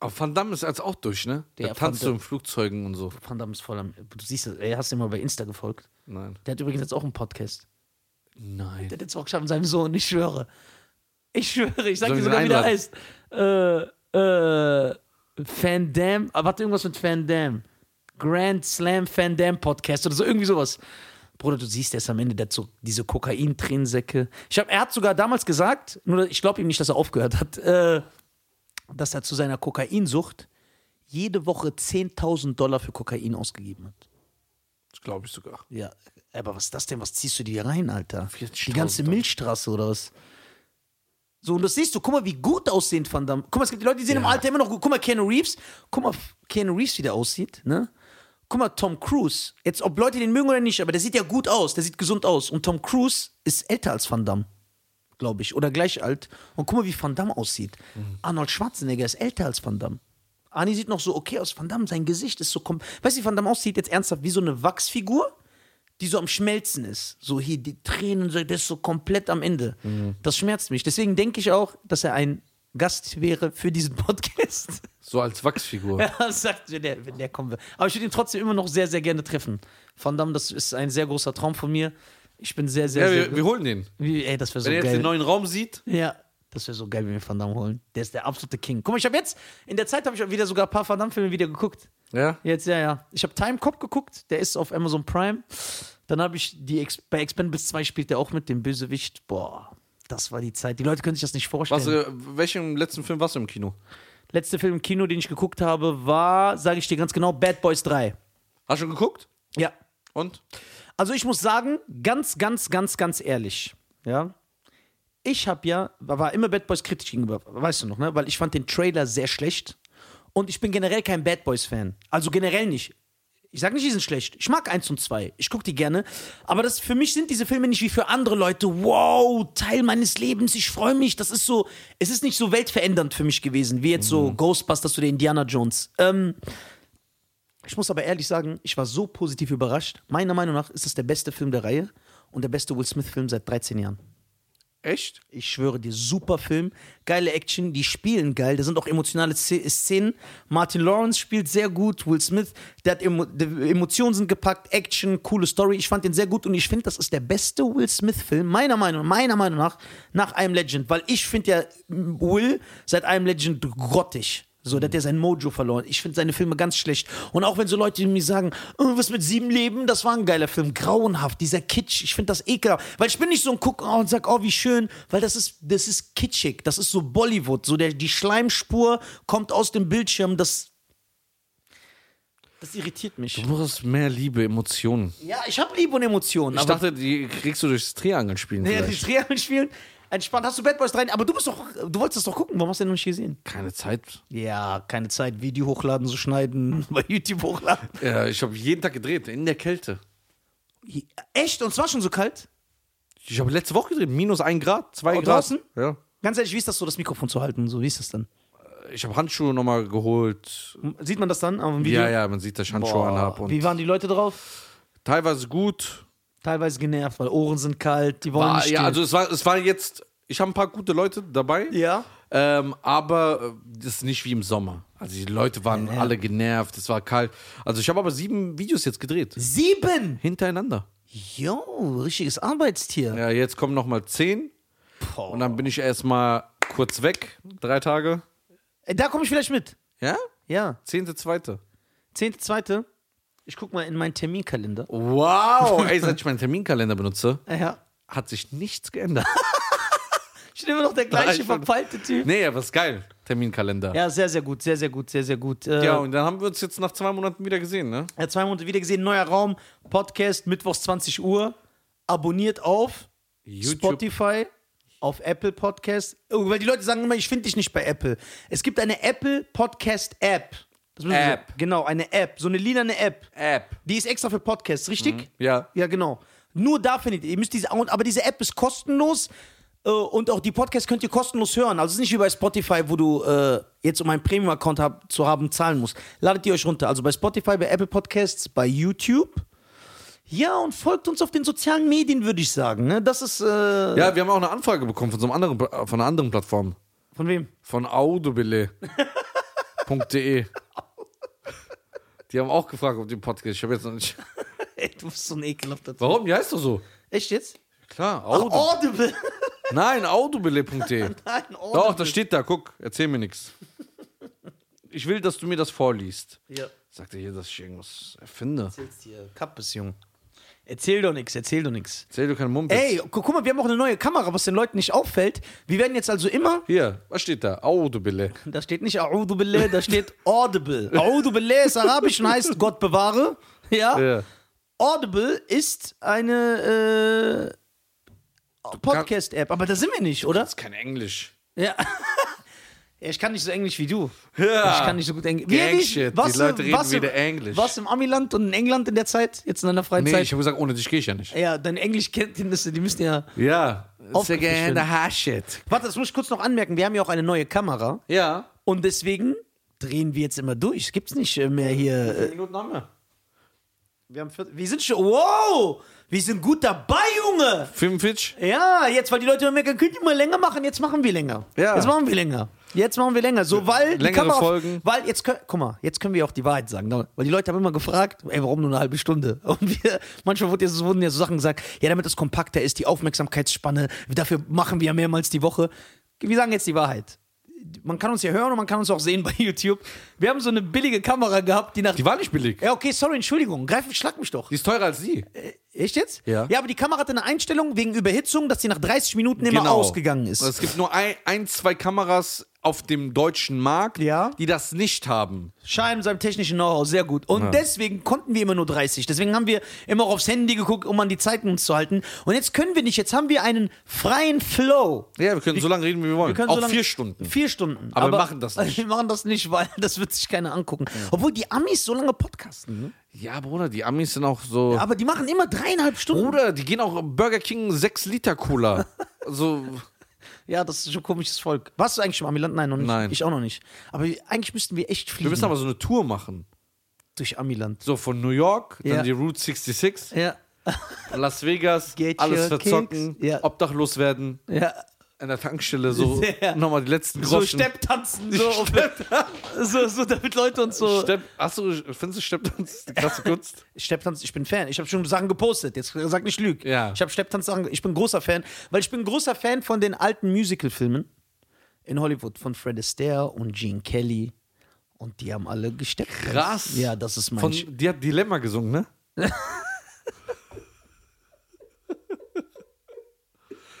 Aber Van Damme ist als auch durch, ne? Der Ja, tanzt Van so Damme. in Flugzeugen und so. Van Damme ist voll am. Du siehst das, ey, hast du ihm mal bei Insta gefolgt? Nein. Der hat übrigens jetzt auch einen Podcast. Nein. Der hat jetzt auch geschafft mit seinem Sohn, ich schwöre. Ich schwöre, ich sag Sollen dir wir sogar, wie der ihn heißt. Äh, äh, Van Damme, aber hat irgendwas mit Van Damme. Grand Slam Van Damme Podcast oder so, irgendwie sowas. Bruder, du siehst erst am Ende dazu diese Kokain-Tränensäcke. Ich hab, er hat sogar damals gesagt, nur ich glaube ihm nicht, dass er aufgehört hat, äh, dass er zu seiner Kokainsucht jede Woche 10.000 Dollar für Kokain ausgegeben hat. Das glaube ich sogar. Ja, aber was ist das denn? Was ziehst du dir rein, Alter? 40.000 Die ganze Dollar. Milchstraße oder was? So, und das siehst du, guck mal, wie gut aussehend Van Damme. Guck mal, es gibt die Leute, die sehen im Ja. Alter immer noch gut. Guck mal, Keanu Reeves. Guck mal, Keanu Reeves, wie der aussieht, ne? Guck mal, Tom Cruise. Jetzt, ob Leute den mögen oder nicht, aber der sieht ja gut aus, der sieht gesund aus. Und Tom Cruise ist älter als Van Damme, glaube ich, oder gleich alt. Und guck mal, wie Van Damme aussieht. Mhm. Arnold Schwarzenegger ist älter als Van Damme. Arnie sieht noch so okay aus. Van Damme, sein Gesicht ist so kom Weißt du, wie Van Damme aussieht? Jetzt ernsthaft wie so eine Wachsfigur, die so am Schmelzen ist. So hier die Tränen, so, das ist so komplett am Ende. Das schmerzt mich. Deswegen denke ich auch, dass er ein Gast wäre für diesen Podcast. So als Wachsfigur. Ja, sagt mir der, wenn der kommen will. Aber ich würde ihn trotzdem immer noch sehr, sehr gerne treffen. Van Damme, das ist ein sehr großer Traum von mir. Ich bin sehr, sehr, Ja, sehr. wir, wir holen den. wie, ey, das wäre so Wenn er jetzt den geil. neuen Raum sieht, Ja, das wäre so geil, wenn wir Van Damme holen. Der ist der absolute King. Guck mal, ich habe jetzt, in der Zeit habe ich auch wieder sogar ein paar Van Damme-Filme wieder geguckt. ja, Jetzt, ja, ja. Ich habe Time Cop geguckt, der ist auf Amazon Prime. Dann habe ich die Ex bei Expendables 2 spielt der auch mit, dem Bösewicht. Boah, das war die Zeit. Die Leute können sich das nicht vorstellen. was, äh, welchen letzten Film warst du im Kino? Letzter Film im Kino, den ich geguckt habe, war, sage ich dir ganz genau, Bad Boys 3. Hast du schon geguckt? Ja. Und? Also ich muss sagen, ganz, ganz, ganz, ganz ehrlich, ja, ich habe ja, war immer Bad Boys kritisch gegenüber, weißt du noch, ne? Weil ich fand den Trailer sehr schlecht und ich bin generell kein Bad Boys-Fan. Also generell nicht. Ich sag nicht, die sind schlecht. Ich mag eins und zwei. Ich guck die gerne. Aber das, für mich sind diese Filme nicht wie für andere Leute. Wow, Teil meines Lebens. Ich freue mich. Das ist so. Es ist nicht so weltverändernd für mich gewesen, wie jetzt so Ghostbusters oder Indiana Jones. Ähm, ich muss aber ehrlich sagen, ich war so positiv überrascht. Meiner Meinung nach ist es der beste Film der Reihe und der beste Will Smith-Film seit 13 Jahren. Echt? Ich schwöre dir, super Film, geile Action, die spielen geil, da sind auch emotionale Sz- Szenen. Martin Lawrence spielt sehr gut, Will Smith, der hat Emo die Emotionen sind gepackt, Action, coole Story. Ich fand den sehr gut und ich finde, das ist der beste Will Smith-Film, meiner Meinung, meiner Meinung nach, nach I Am Legend, weil ich finde ja m, Will seit I Am Legend grottig. So, der hat ja sein Mojo verloren. Ich finde seine Filme ganz schlecht. Und auch wenn so Leute mir sagen, oh, was mit sieben Leben, das war ein geiler Film. Grauenhaft, dieser Kitsch. Ich finde das ekelhaft. Weil ich bin nicht so ein Gucker und sag, oh, wie schön. Weil das ist, das ist kitschig. Das ist so Bollywood. So der, die Schleimspur kommt aus dem Bildschirm. Das, das irritiert mich. Du brauchst mehr Liebe, Emotionen. Ja, ich habe Liebe und Emotionen. Ich aber dachte, die kriegst du durchs Triangeln spielen. ja, die vielleicht. Triangeln spielen. Entspannt. Hast du Bad Boys 3? Aber du bist doch, du wolltest das doch gucken. Warum hast du den noch nicht gesehen? Keine Zeit. Ja, keine Zeit. Video hochladen, so schneiden, bei YouTube hochladen. Ja, ich habe jeden Tag gedreht, in der Kälte. Echt? Und es war schon so kalt? Ich habe letzte Woche gedreht, minus ein Grad, zwei Oh, Grad. draußen? Ja. Ganz ehrlich, wie ist das so, das Mikrofon zu halten? So, wie ist das dann? Ich habe Handschuhe nochmal geholt. Sieht man das dann auf dem Video? Ja, ja, man sieht, dass ich Handschuhe Boah, anhab. Und wie waren die Leute drauf? teilweise gut. Teilweise genervt, weil Ohren sind kalt, die wollen War, nicht ja, stehen. also es war, es war jetzt, ich habe ein paar gute Leute dabei. Ja. Ähm, aber äh, das ist nicht wie im Sommer. Also die Leute waren alle genervt, es war kalt. Also ich habe aber sieben Videos jetzt gedreht. Sieben! Hintereinander. Jo, richtiges Arbeitstier. Ja, jetzt kommen nochmal zehn. Und dann bin ich erstmal kurz weg. Drei Tage. Äh, Da komme ich vielleicht mit. Ja? Ja, Zehnte, zweite. zehnte, zweite. Ich guck mal in meinen Terminkalender. Wow! Ey, seit ich meinen Terminkalender benutze, Äh, Ja. hat sich nichts geändert. Ich bin immer noch der Nein, gleiche schon. verpeilte Typ. nee, aber ist geil. Terminkalender. Ja. Ja, sehr, sehr gut, sehr, sehr gut, sehr, sehr gut. Äh, und dann haben wir uns jetzt nach zwei Monaten wieder gesehen, ne? Ja, Äh, zwei Monate wieder gesehen, neuer Raum, Podcast, mittwochs 20 Uhr. Abonniert auf YouTube. Spotify, auf Apple Podcast. Oh, weil die Leute sagen immer, ich finde dich nicht bei Apple. Es gibt eine Apple Podcast App. Das müssen wir- App. Genau, eine App. So eine lilane App. App. Die ist extra für Podcasts, richtig? Ja. Ja, genau. Nur da findet ihr, ihr müsst diese, aber diese App ist kostenlos äh, und auch die Podcasts könnt ihr kostenlos hören. Also es ist nicht wie bei Spotify, wo du äh, jetzt um einen Premium-Account hab, zu haben zahlen musst. Ladet die euch runter. Also bei Spotify, bei Apple Podcasts, bei YouTube. Ja, und folgt uns auf den sozialen Medien, würde ich sagen. Ne? Das ist äh, Ja, wir haben auch eine Anfrage bekommen von, so einem äh, anderen, Pla- von einer anderen Plattform. Von wem? Von audobele.de. Die haben auch gefragt, ob die Podcast. Ich habe jetzt noch nicht. Ey, du bist so ein ekelhafter Typ. Warum? Die heißt doch so. Echt jetzt? Klar, Ach, Audu. Audible. Nein, audobele.de. Nein, Audible. Doch, das steht da. Guck, erzähl mir nichts. Ich will, dass du mir das vorliest. Ja. Sagt er hier, dass ich irgendwas erfinde? Erzähl's dir. Kappes, Junge. Erzähl doch nix, erzähl doch nix. Erzähl du keinen Mumpitz. Ey, gu guck mal, wir haben auch eine neue Kamera, was den Leuten nicht auffällt. Wir werden jetzt also immer, Hier, was steht da? Audobele. da steht nicht A'udhu Billah, da steht Audible. A'udhu Billah ist arabisch und heißt Gott bewahre. Ja. Ja. Audible ist eine äh, Podcast-App, aber da sind wir nicht, oder? Das ist kein Englisch. Ja. ja. Ich kann nicht so Englisch wie du. Ja. Ich kann nicht so gut Englisch. Gangshit, Ah. die Leute reden wieder Englisch. Was im Amiland und in England in der Zeit, jetzt in deiner freien Nee, Zeit? ich habe gesagt, ohne dich gehe ich ja nicht. Ja, deine Englischkenntnisse, die müssen ja. Ja. Aufgefrischt werden. Hashit. Warte, das muss ich kurz noch anmerken. Wir haben ja auch eine neue Kamera Ja. und deswegen drehen wir jetzt immer durch. Gibt's nicht äh, mehr hier. äh, Minuten haben wir. Wir, haben 40, wir sind schon. Wow! Wir sind gut dabei, Junge! 45? Ja, jetzt, weil die Leute immer merken, könnt ihr mal länger machen, jetzt machen wir länger. Ja. Jetzt machen wir länger. Jetzt machen wir länger. So, weil die Längere Kamera. Folgen. Weil jetzt können, guck mal, jetzt können wir auch die Wahrheit sagen. ne? Weil die Leute haben immer gefragt, ey, warum nur eine halbe Stunde? Und wir, manchmal wurde ja so- wurden ja so Sachen gesagt, ja, damit es kompakter ist, die Aufmerksamkeitsspanne, dafür machen wir ja mehrmals die Woche. Wir sagen jetzt die Wahrheit. Man kann uns ja hören und man kann uns auch sehen bei YouTube. Wir haben so eine billige Kamera gehabt, die nach. Die war nicht billig. ja, okay, sorry, Entschuldigung. Greif mich, schlag mich doch. Die ist teurer als die. Echt jetzt? Ja. Ja, aber die Kamera hatte eine Einstellung wegen Überhitzung, dass sie nach 30 Minuten immer Genau. ausgegangen ist. Es gibt nur ein, ein, zwei Kameras auf dem deutschen Markt, Ja. die das nicht haben. Schein seinem technischen Know-how sehr gut. Und deswegen konnten wir immer nur 30. Deswegen haben wir immer auch aufs Handy geguckt, um an die Zeiten uns zu halten. Und jetzt können wir nicht. Jetzt haben wir einen freien Flow. Ja, wir können so lange reden, wie wir wollen. können Auch so lange- vier Stunden. Vier Stunden. Aber wir machen das nicht. Wir machen das nicht, weil das wird sich keiner angucken. Obwohl die Amis so lange podcasten. Mhm. ne? Ja, Bruder, die Amis sind auch so. Aber die machen immer dreieinhalb Stunden. Bruder, die gehen auch Burger King 6 Liter Cola. Also, so, Ja, das ist schon ein komisches Volk. Warst du eigentlich schon am Amiland? Nein, noch nicht. Nein. Ich auch noch nicht. Aber wir- eigentlich müssten wir echt wir fliegen müssen aber so eine Tour machen. durch Amiland. So von New York, dann Ja. die Route 66, Ja. Las Vegas, Get alles your verzocken, kicks. Ja. obdachlos werden, Ja. an der Tankstelle so Ja. nochmal die letzten So Groschen. Stepptanzen, so, so, so, damit Leute uns so. Stepp, hast du, findest du Stepp uns die krasse Kunst? Stepptanz, ich bin Fan. Ich habe schon Sachen gepostet. Jetzt sag nicht Lüg. Ja. Ich habe Stepptanz-Sachen. Ich bin großer Fan, weil ich bin großer Fan von den alten Musical-Filmen in Hollywood von Fred Astaire und Gene Kelly. Und die haben alle gesteppt. Krass. Ja, das ist mein. Von, Sch- die hat Dilemma gesungen, ne?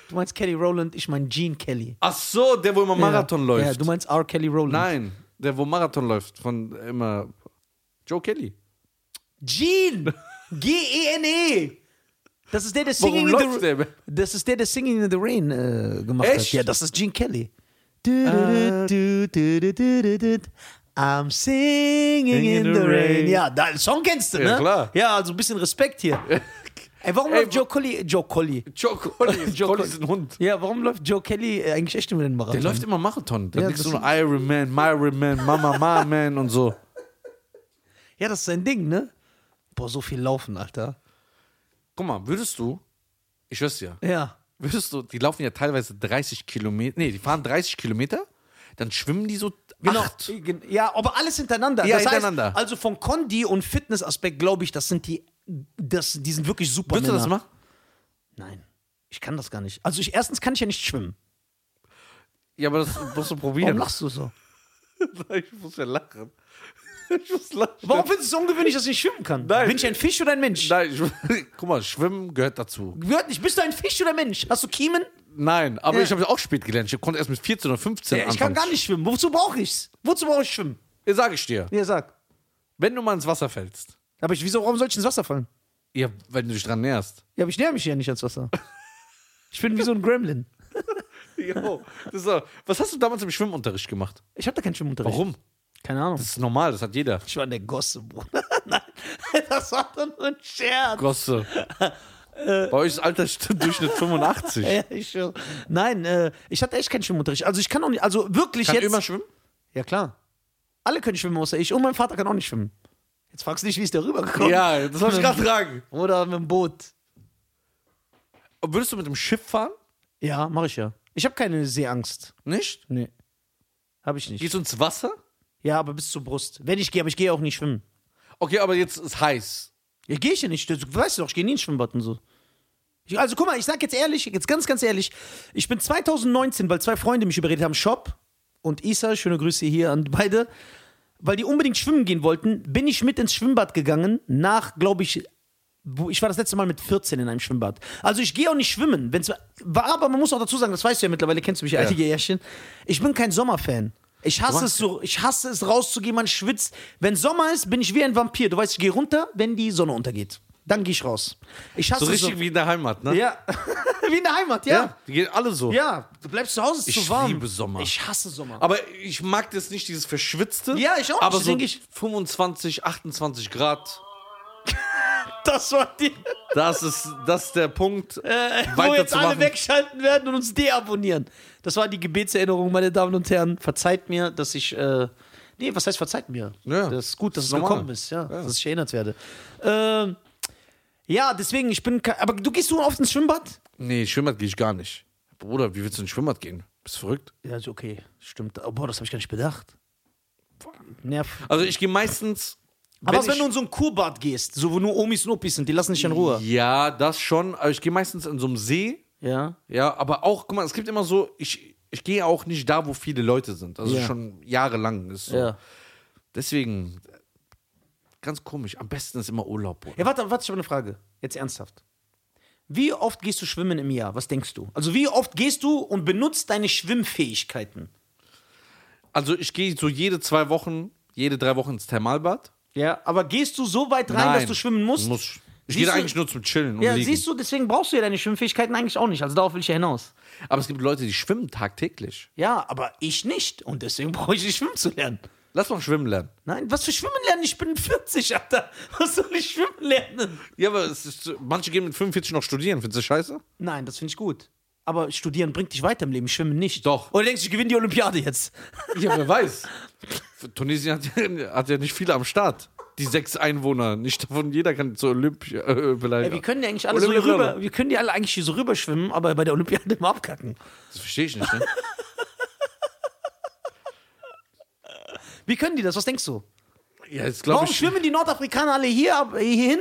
du meinst Kelly Rowland, ich meine Gene Kelly. Ach so, der, wo immer Marathon ja. läuft. Ja, du meinst R. Kelly Rowland. Nein, der, wo Marathon läuft, von immer Joe Kelly. Gene! G-E-N-E! E! Das ist der, der Warum Singing in läuft the der? Das ist der, der Singing in the Rain äh, gemacht hat. Echt? Ah. Ja, das ist Gene Kelly. Du, du, du, du, du, du, du, du. I'm singing in the rain. Ja, da, den Song kennst du, ne? Ja, klar. Ja, also ein bisschen Respekt hier. Ey, warum Ey, läuft Joe Colli, Joe Colli? Joe Collie. Joe Collie ist ein Hund. Ja, warum läuft Joe Kelly äh, eigentlich echt immer den Marathon? Der läuft immer Marathon. Da Ja, liegst das du nur Iron Man, Myron Man, Mama, Ma Man und so. Ja, das ist sein Ding, ne? Boah, so viel laufen, Alter. Guck mal, würdest du, ich weiß ja, Ja. würdest du, die laufen ja teilweise 30 Kilometer, nee, die fahren 30 Kilometer, dann schwimmen die so Genau. acht. Ja, aber alles hintereinander. Ja, das hintereinander. Heißt, also von Kondi und Fitnessaspekt glaube ich, das sind die, das, die sind wirklich super. Würdest du das Männer. machen? Nein, ich kann das gar nicht. Also ich, erstens kann ich ja nicht schwimmen. Ja, aber das musst du Warum probieren. lachst du so? Ich muss ja lachen. Ich muss lachen. Warum findest du es ungewöhnlich, dass ich nicht schwimmen kann? Nein. Bin ich ein Fisch oder ein Mensch? Nein, ich, guck mal, Schwimmen gehört dazu. Gehört nicht. Bist du ein Fisch oder Mensch? Hast du Kiemen? Nein, aber Ja. ich habe auch spät gelernt. Ich konnte erst mit 14 oder 15 Ja, ich kann anfangen. gar nicht schwimmen. Wozu brauche ich's? Wozu brauche ich schwimmen? Ja, Sag ich dir, Ja, sag. wenn du mal ins Wasser fällst, Aber ich, wieso, warum soll ich ins Wasser fallen? ja, wenn du dich dran näherst. Ja, aber ich näher mich ja nicht ans Wasser. Ich bin wie so ein Gremlin. Jo, das ist doch- was hast du damals im Schwimmunterricht gemacht? Ich habe da keinen Schwimmunterricht. Warum? Keine Ahnung. Das ist normal, das hat jeder. Ich war in der Gosse, Bruder. Nein, das war doch nur ein Scherz. Gosse. Bei euch ist Altersdurchschnitt 85. Ja, ich schwör. Nein, äh, ich hatte echt keinen Schwimmunterricht. Also ich kann auch nicht, also wirklich Kann jetzt. immer schwimmen? ja klar. Alle können schwimmen außer ich. Und mein Vater kann auch nicht schwimmen. Jetzt fragst du nicht, wie ist der rübergekommen? das wollte ich gerade fragen. Oder mit dem Boot. Würdest du mit dem Schiff fahren? Ja, mache ich ja. Ich habe keine Seeangst. Nicht? Nee. Habe ich nicht. Gehst du ins Wasser? Ja, aber bis zur Brust. Wenn ich gehe, aber ich gehe auch nicht schwimmen. Okay, aber jetzt ist heiß. Ja, gehe ich ja nicht. Du weißt doch, ich gehe nie ins Schwimmbad und so. Ich, also guck mal, ich sag jetzt ehrlich, jetzt ganz, ganz ehrlich, ich bin 2019, weil zwei Freunde mich überredet haben, Shop und Isa, schöne Grüße hier an beide, weil die unbedingt schwimmen gehen wollten, bin ich mit ins Schwimmbad gegangen, nach, glaube ich, wo- ich war das letzte Mal mit 14 in einem Schwimmbad. Also ich gehe auch nicht schwimmen, wenn's, war, aber man muss auch dazu sagen, das weißt du ja mittlerweile, kennst du mich ja. einige Jährchen, ich bin kein Sommerfan. Ich hasse es so, ich hasse es rauszugehen, man schwitzt. Wenn Sommer ist, bin ich wie ein Vampir. Du weißt, ich gehe runter, wenn die Sonne untergeht. Dann gehe ich raus. Ich hasse So es so. richtig wie in der Heimat, ne? Ja. Wie in der Heimat, ja. Die gehen alle so. ja. du bleibst zu Hause, ist Ich zu warm. liebe Sommer. Ich hasse Sommer. Aber ich mag das nicht, dieses Verschwitzte. Ja, ich auch nicht, Aber so denk ich. 25, 28 Grad, das war die, das ist, das ist der Punkt, Äh, wo weiter jetzt zu alle machen. wegschalten werden und uns deabonnieren. Das war die Gebetserinnerung, meine Damen und Herren. Verzeiht mir, dass ich. Äh, nee, was heißt verzeiht mir? Ja, Das ist gut, dass ist es normal. gekommen ist, ja, dass ich erinnert werde. Ähm, ja, deswegen, ich bin. ke- Aber du gehst du oft ins Schwimmbad? Nee, Schwimmbad gehe ich gar nicht. Bruder, wie willst du ins Schwimmbad gehen? Bist du verrückt? Ja, ist okay, stimmt. Oh, boah, das habe ich gar nicht bedacht. Nerv. Also ich gehe meistens. Aber wenn, ich, wenn du in so ein Kurbad gehst, so wo nur Omis und Opis sind, die lassen dich in Ruhe. Ja, das schon. Aber ich gehe meistens in so einem See. Ja. Ja, aber auch, guck mal, es gibt immer so, ich, ich gehe auch nicht da, wo viele Leute sind. Also Ja. schon jahrelang ist so. Ja. Deswegen, ganz komisch. Am besten ist immer Urlaub. Bruder. Ja, warte, warte, ich habe eine Frage. Jetzt ernsthaft. Wie oft gehst du schwimmen im Jahr? Was denkst du? Also wie oft gehst du und benutzt deine Schwimmfähigkeiten? Also ich gehe so jede zwei Wochen, jede drei Wochen ins Thermalbad. Ja, aber gehst du so weit rein, dass du schwimmen musst? Muss. Ich Siehst gehe du- da eigentlich nur zum Chillen und ja, liegen. siehst du, deswegen brauchst du ja deine Schwimmfähigkeiten eigentlich auch nicht. Also darauf will ich ja hinaus. Aber es gibt Leute, die schwimmen tagtäglich. Ja, aber ich nicht. Und deswegen brauche ich nicht schwimmen zu lernen. Lass mal schwimmen lernen. Nein, was für Schwimmen lernen? Ich bin 40, Alter. Was soll ich schwimmen lernen? Ja, aber es ist, manche gehen mit 45 noch studieren. Findest du das scheiße? Nein, das finde ich gut. Aber studieren bringt dich weiter im Leben, schwimmen nicht. Doch. Oder denkst du, ich gewinne die Olympiade jetzt? Ja, wer weiß. Für Tunesien hat, ja- hat ja nicht viele am Start. Die sechs Einwohner. Nicht davon jeder kann zur Olympia äh, Ey, wir beleidigen. können die eigentlich alle so Olympia- rüber, wir können die alle eigentlich hier so rüberschwimmen, aber bei der Olympiade immer abkacken. Das verstehe ich nicht, ne? Wie können die das? Was denkst du? Ja, jetzt Warum glaube ich. schwimmen die Nordafrikaner alle hier ab- hierhin,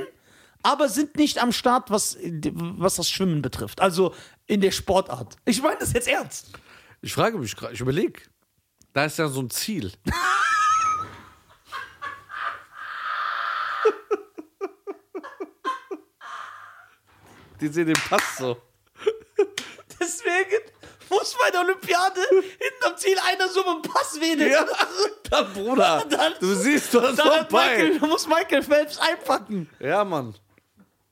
aber sind nicht am Start, was, was das Schwimmen betrifft? Also in der Sportart. Ich meine das jetzt ernst. Ich frage mich gerade, ich überlege. Da ist ja so ein Ziel. die sehen den Pass so. Deswegen muss bei der Olympiade hinten am Ziel einer so mit dem Pass wedeln. Ja, dann, Bruder. Dann- du siehst, du hast Dann hat vorbei. Michael, muss Michael Phelps einpacken. Ja, Mann.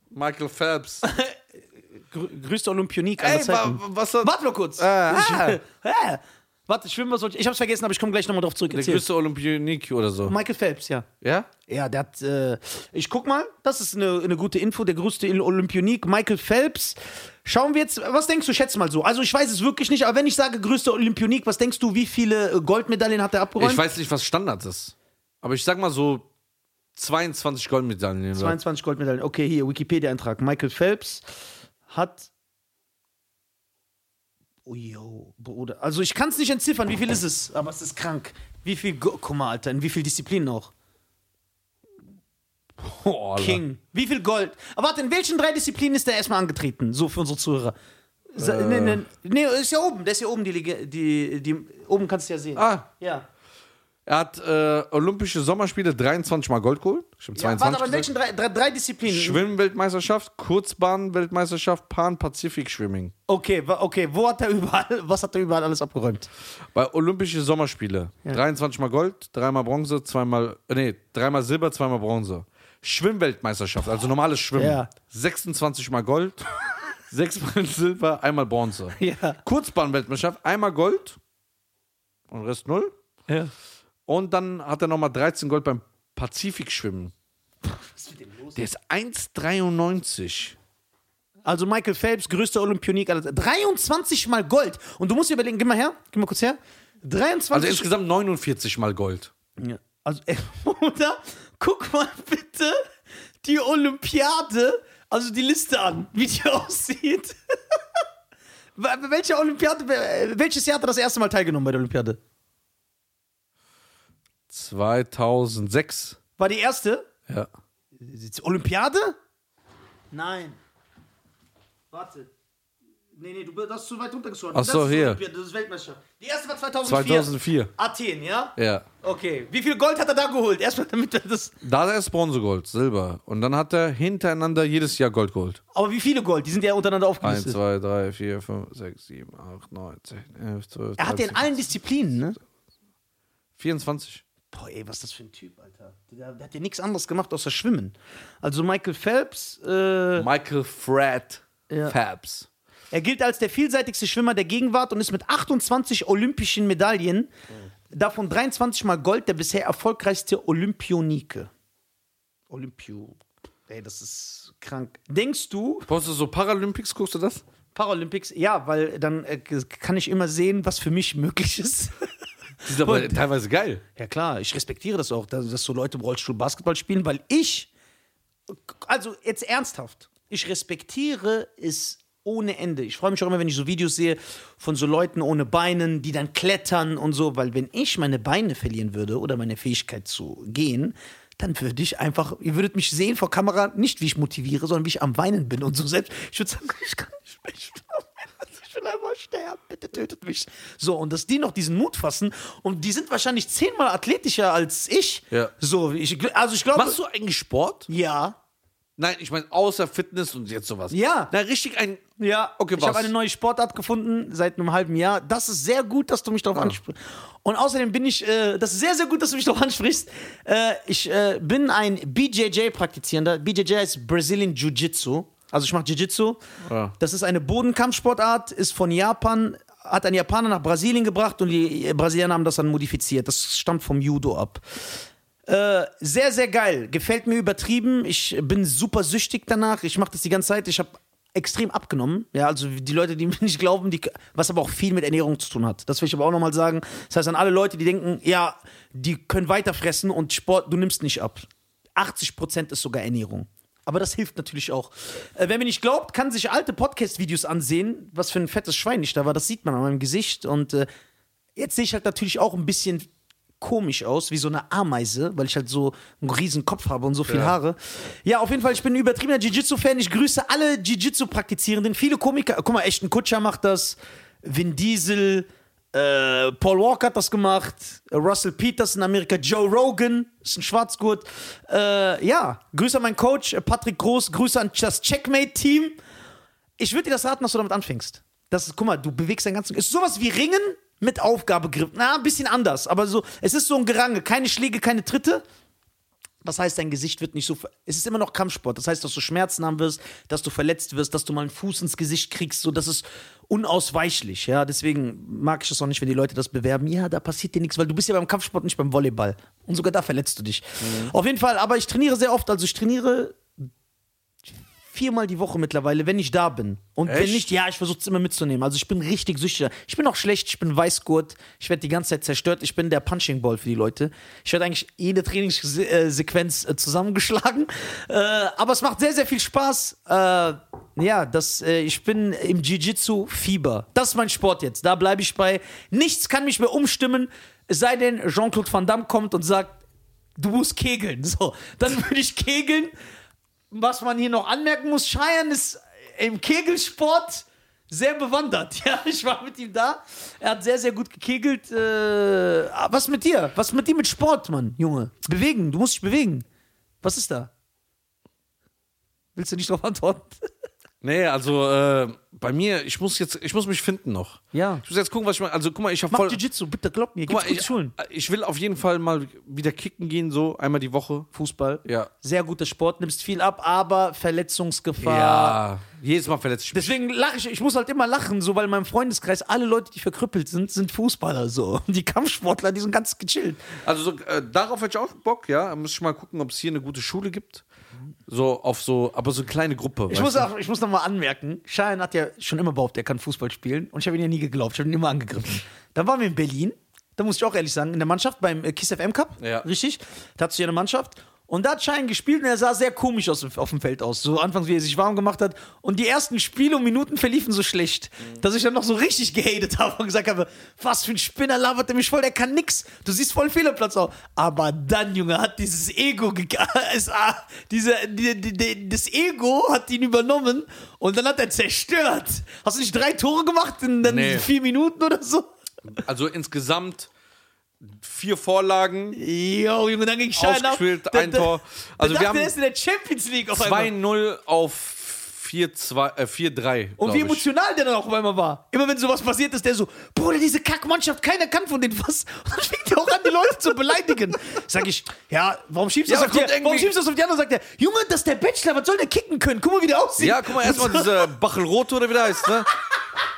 Michael Phelps. Grü grüßt Olympionik aller Ey, wa, Zeiten. was hat. Warte mal kurz. ah. Ah. Warte, schwimmen was wollte ich. Ich hab's vergessen, aber ich komme gleich nochmal drauf zurück. Der Erzähl. größte Olympionik oder so. Michael Phelps, ja. Ja? Ja, der hat, äh, ich guck mal, das ist eine, eine gute Info, der größte Il- Olympionik, Michael Phelps. Schauen wir jetzt, was denkst du, schätz mal so. Also ich weiß es wirklich nicht, aber wenn ich sage größte Olympionik, was denkst du, wie viele äh, Goldmedaillen hat er abgeräumt? Ich weiß nicht, was Standard ist. Aber ich sag mal so 22 Goldmedaillen. oder? 22 Goldmedaillen. Okay, hier, Wikipedia-Eintrag. Michael Phelps hat... Oh, yo, Bruder. Also ich kann es nicht entziffern, wie viel ist es? Aber es ist krank. Wie viel, Go guck mal, Alter, in wie viel Disziplinen noch? Oh, Alter. King. Wie viel Gold? Aber warte, in welchen drei Disziplinen ist der erstmal angetreten? So für unsere Zuhörer. Sa- Äh. Nee, nee, nee, ist ja oben. Der ist ja oben, die, Lege- die, die oben kannst du ja sehen. Ah, Ja. er hat äh, Olympische Sommerspiele 23 Mal Gold geholt. Stimmt, ja 22. warte, aber in gesagt. welchen drei, drei, drei Disziplinen? Schwimmweltmeisterschaft, Kurzbahnweltmeisterschaft, Pan-Pazifik-Schwimming. okay, wa- okay, wo hat er überall, was hat er überall alles abgeräumt? Bei Olympische Sommerspiele 23 Mal Gold, 3 Mal Bronze, 2 Mal, äh, nee, 3 Mal Silber, 2 Mal Bronze. Schwimmweltmeisterschaft, also normales Schwimmen. Ja. 26 Mal Gold, 6 Mal Silber, einmal Bronze. Ja. Kurzbahnweltmeisterschaft, einmal Gold und Rest null. ja. Und dann hat er nochmal 13 Gold beim Pazifikschwimmen. Der ist 1,93. Also Michael Phelps, größter Olympionik aller 23 Mal Gold. Und du musst dir überlegen, geh mal her, geh mal kurz her. 23 Also insgesamt 49 Mal Gold. Ja. Also, ey, Bruder, guck mal bitte die Olympiade, also die Liste an, wie die aussieht. Wel- Welche Olympiade, welches Jahr hat er das erste Mal teilgenommen bei der Olympiade? 2006. War die erste? Ja. Olympiade? Nein. Warte. Nee, nee, du bist das ist zu weit runtergeschoben. Ach Das so, ist hier. Olympiade, das ist Weltmeisterschaft. Die erste war 2004. 2004. Athen, ja? Ja. Okay. Wie viel Gold hat er da geholt? Erstmal damit er das. Da ist Bronzegold, Silber. Und dann hat er hintereinander jedes Jahr Gold geholt. Aber wie viele Gold? Die sind ja untereinander 1, aufgelistet. 2, 3, 4, 5, 6, 7, 8, 9, 10, 11, 12, Er hat ja in 13, allen Disziplinen, ne? 24. Boah, ey, was ist das für ein Typ, Alter? Der, der hat ja nichts anderes gemacht außer Schwimmen. Also Michael Phelps, äh, Michael Fred Ja. Fabs. er gilt als der vielseitigste Schwimmer der Gegenwart und ist mit 28 olympischen Medaillen, davon 23 Mal Gold, der bisher erfolgreichste Olympionike. Olympio. Ey, das ist krank. Denkst du, Brauchst du so Paralympics, guckst du das? Paralympics, ja, weil dann äh, kann ich immer sehen, was für mich möglich ist. Die sind aber Und- teilweise geil. Ja klar, ich respektiere das auch, dass, dass so Leute im Rollstuhl Basketball spielen, weil ich, also jetzt ernsthaft, ich respektiere es ohne Ende. Ich freue mich auch immer, wenn ich so Videos sehe von so Leuten ohne Beinen, die dann klettern und so, weil wenn ich meine Beine verlieren würde oder meine Fähigkeit zu gehen, dann würde ich einfach, ihr würdet mich sehen vor Kamera, nicht wie ich motiviere, sondern wie ich am Weinen bin und so selbst. Ich würde sagen, ich kann nicht mehr, ich bin am Weinen, ich will einmal sterben, bitte tötet mich. So, und dass die noch diesen Mut fassen und die sind wahrscheinlich zehnmal athletischer als ich. Ja. So, ich, also ich glaube. Machst du eigentlich Sport? Ja. Nein, ich meine, außer Fitness und jetzt sowas. Ja. Na, richtig ein. Ja, Okay, ich was? habe eine neue Sportart gefunden seit einem halben Jahr. Das ist sehr gut, dass du mich Ah. darauf ansprichst. Und außerdem bin ich, äh, das ist sehr, sehr gut, dass du mich darauf ansprichst. Äh, ich äh, bin ein BJJ-Praktizierender. BJJ ist Brazilian Jiu-Jitsu. Also ich mache Jiu-Jitsu. Ja. Das ist eine Bodenkampfsportart, ist von Japan, hat ein Japaner nach Brasilien gebracht und die Brasilianer haben das dann modifiziert. Das stammt vom Judo ab. Äh, sehr, sehr geil. Gefällt mir übertrieben. Ich bin super süchtig danach. Ich mache das die ganze Zeit. Ich habe extrem abgenommen. Ja, also die Leute, die mir nicht glauben, die, was aber auch viel mit Ernährung zu tun hat. Das will ich aber auch nochmal sagen. Das heißt an alle Leute, die denken, ja, die können weiter fressen und Sport, du nimmst nicht ab. 80% ist sogar Ernährung. Aber das hilft natürlich auch. Äh, wer mir nicht glaubt, kann sich alte Podcast-Videos ansehen. Was für ein fettes Schwein ich da war, das sieht man an meinem Gesicht. Und äh, jetzt sehe ich halt natürlich auch ein bisschen komisch aus, wie so eine Ameise, weil ich halt so einen riesen Kopf habe und so viel Ja. Haare. Ja, auf jeden Fall, ich bin ein übertriebener Jiu-Jitsu-Fan. Ich grüße alle Jiu-Jitsu-Praktizierenden. Viele Komiker, guck mal, Ashton Kutscher macht das, Vin Diesel, äh, Paul Walker hat das gemacht, äh, Russell Peters in Amerika, Joe Rogan ist ein Schwarzgurt. Äh, ja, Grüße an meinen Coach, äh, Patrick Groß, Grüße an das Checkmate-Team. Ich würde dir das raten, dass du damit anfängst. Das ist, guck mal, du bewegst deinen ganzen. Ist sowas wie Ringen mit Aufgabegriff. Na, ein bisschen anders, aber so. Es ist so ein Gerange. Keine Schläge, keine Tritte. Das heißt, dein Gesicht wird nicht so. ver- Es ist immer noch Kampfsport. Das heißt, dass du Schmerzen haben wirst, dass du verletzt wirst, dass du mal einen Fuß ins Gesicht kriegst. So, das ist unausweichlich. Ja, deswegen mag ich es auch nicht, wenn die Leute das bewerben. Ja, da passiert dir nichts, weil du bist ja beim Kampfsport nicht beim Volleyball. Und sogar da verletzt du dich. Auf jeden Fall. Aber ich trainiere sehr oft. Also ich trainiere viermal die Woche mittlerweile, wenn ich da bin. Und wenn Echt? nicht, ja, ich versuche es immer mitzunehmen. Also ich bin richtig süchtig. Ich bin auch schlecht, ich bin Weißgurt, ich werde die ganze Zeit zerstört. Ich bin der Punching Ball für die Leute. Ich werde eigentlich jede Trainingssequenz äh, zusammengeschlagen. Äh, aber es macht sehr, sehr viel Spaß. Äh, ja, das, äh, ich bin im Jiu-Jitsu Fieber. Das ist mein Sport jetzt. Da bleibe ich bei. Nichts kann mich mehr umstimmen, es sei denn Jean-Claude Van Damme kommt und sagt, du musst kegeln. So, dann würde ich kegeln. Was man hier noch anmerken muss, Cheyenne ist im Kegelsport sehr bewandert. Ja, ich war mit ihm da. Er hat sehr, sehr gut gekegelt. Äh, ah, was mit dir? Was mit dir mit Sport, Mann, Junge? Bewegen, du musst dich bewegen. Was ist da? Willst du nicht drauf antworten? Nee, also äh, bei mir, ich muss jetzt, ich muss mich finden noch. Ja. Ich muss jetzt gucken, was ich mache. Also guck mal, ich habe Mach voll. Jiu-Jitsu, bitte glaub mir. Guck Gibt's mal, gute Schulen. ich, ich will auf jeden Fall mal wieder kicken gehen, so einmal die Woche. Fußball. Ja. Sehr guter Sport, nimmst viel ab, aber Verletzungsgefahr. Ja. Jedes Mal verletzt ich mich. Deswegen lache ich, ich muss halt immer lachen, so weil in meinem Freundeskreis alle Leute, die verkrüppelt sind, sind Fußballer so. Und die Kampfsportler, die sind ganz gechillt. Also so, äh, darauf hätte ich auch Bock, ja. Da Muss ich mal gucken, ob es hier eine gute Schule gibt. So auf so, aber so eine kleine Gruppe. Ich weißt muss, du? auch, ich muss nochmal anmerken, Schein hat ja schon immer behauptet, er kann Fußball spielen und ich habe ihn ja nie geglaubt, ich habe ihn immer angegriffen. Dann waren wir in Berlin, da muss ich auch ehrlich sagen, in der Mannschaft beim äh, Kiss FM Cup, Ja. richtig? Da hattest du ja eine Mannschaft Und da hat Schein gespielt und er sah sehr komisch aus, auf dem Feld aus. So anfangs, wie er sich warm gemacht hat. Und die ersten Spiele und Minuten verliefen so schlecht, dass ich dann noch so richtig gehatet habe und gesagt habe, was für ein Spinner labert der mich voll, der kann nix. Du siehst voll Fehlerplatz auf. Aber dann, Junge, hat dieses Ego, ge- ist, ah, diese, die, die, die, das Ego hat ihn übernommen und dann hat er zerstört. Hast du nicht drei Tore gemacht in dann Nee. vier Minuten oder so? Also insgesamt vier Vorlagen, Jo, Junge, dann ging Schein ab. ausgespielt, Da- ein da- Tor. Also da dachte, wir er haben ist in der Champions League auf einmal. 2-0 auf 4-2, äh, Und 4-3. wie glaub ich. emotional der dann auch auf einmal war. Immer wenn sowas passiert ist, der so, Bruder, diese Kackmannschaft, keiner kann von denen was. Und dann fängt er auch an, die Leute zu beleidigen. Sag ich, ja, warum schiebst du Ja, das auf kommt die, warum irgendwie- schiebst du das auf die anderen? Sagt er, Junge, das ist der Bachelor, was soll der kicken können? Guck mal, wie der aussieht. Ja, guck mal, erstmal diese Bachelrote oder wie der heißt, ne?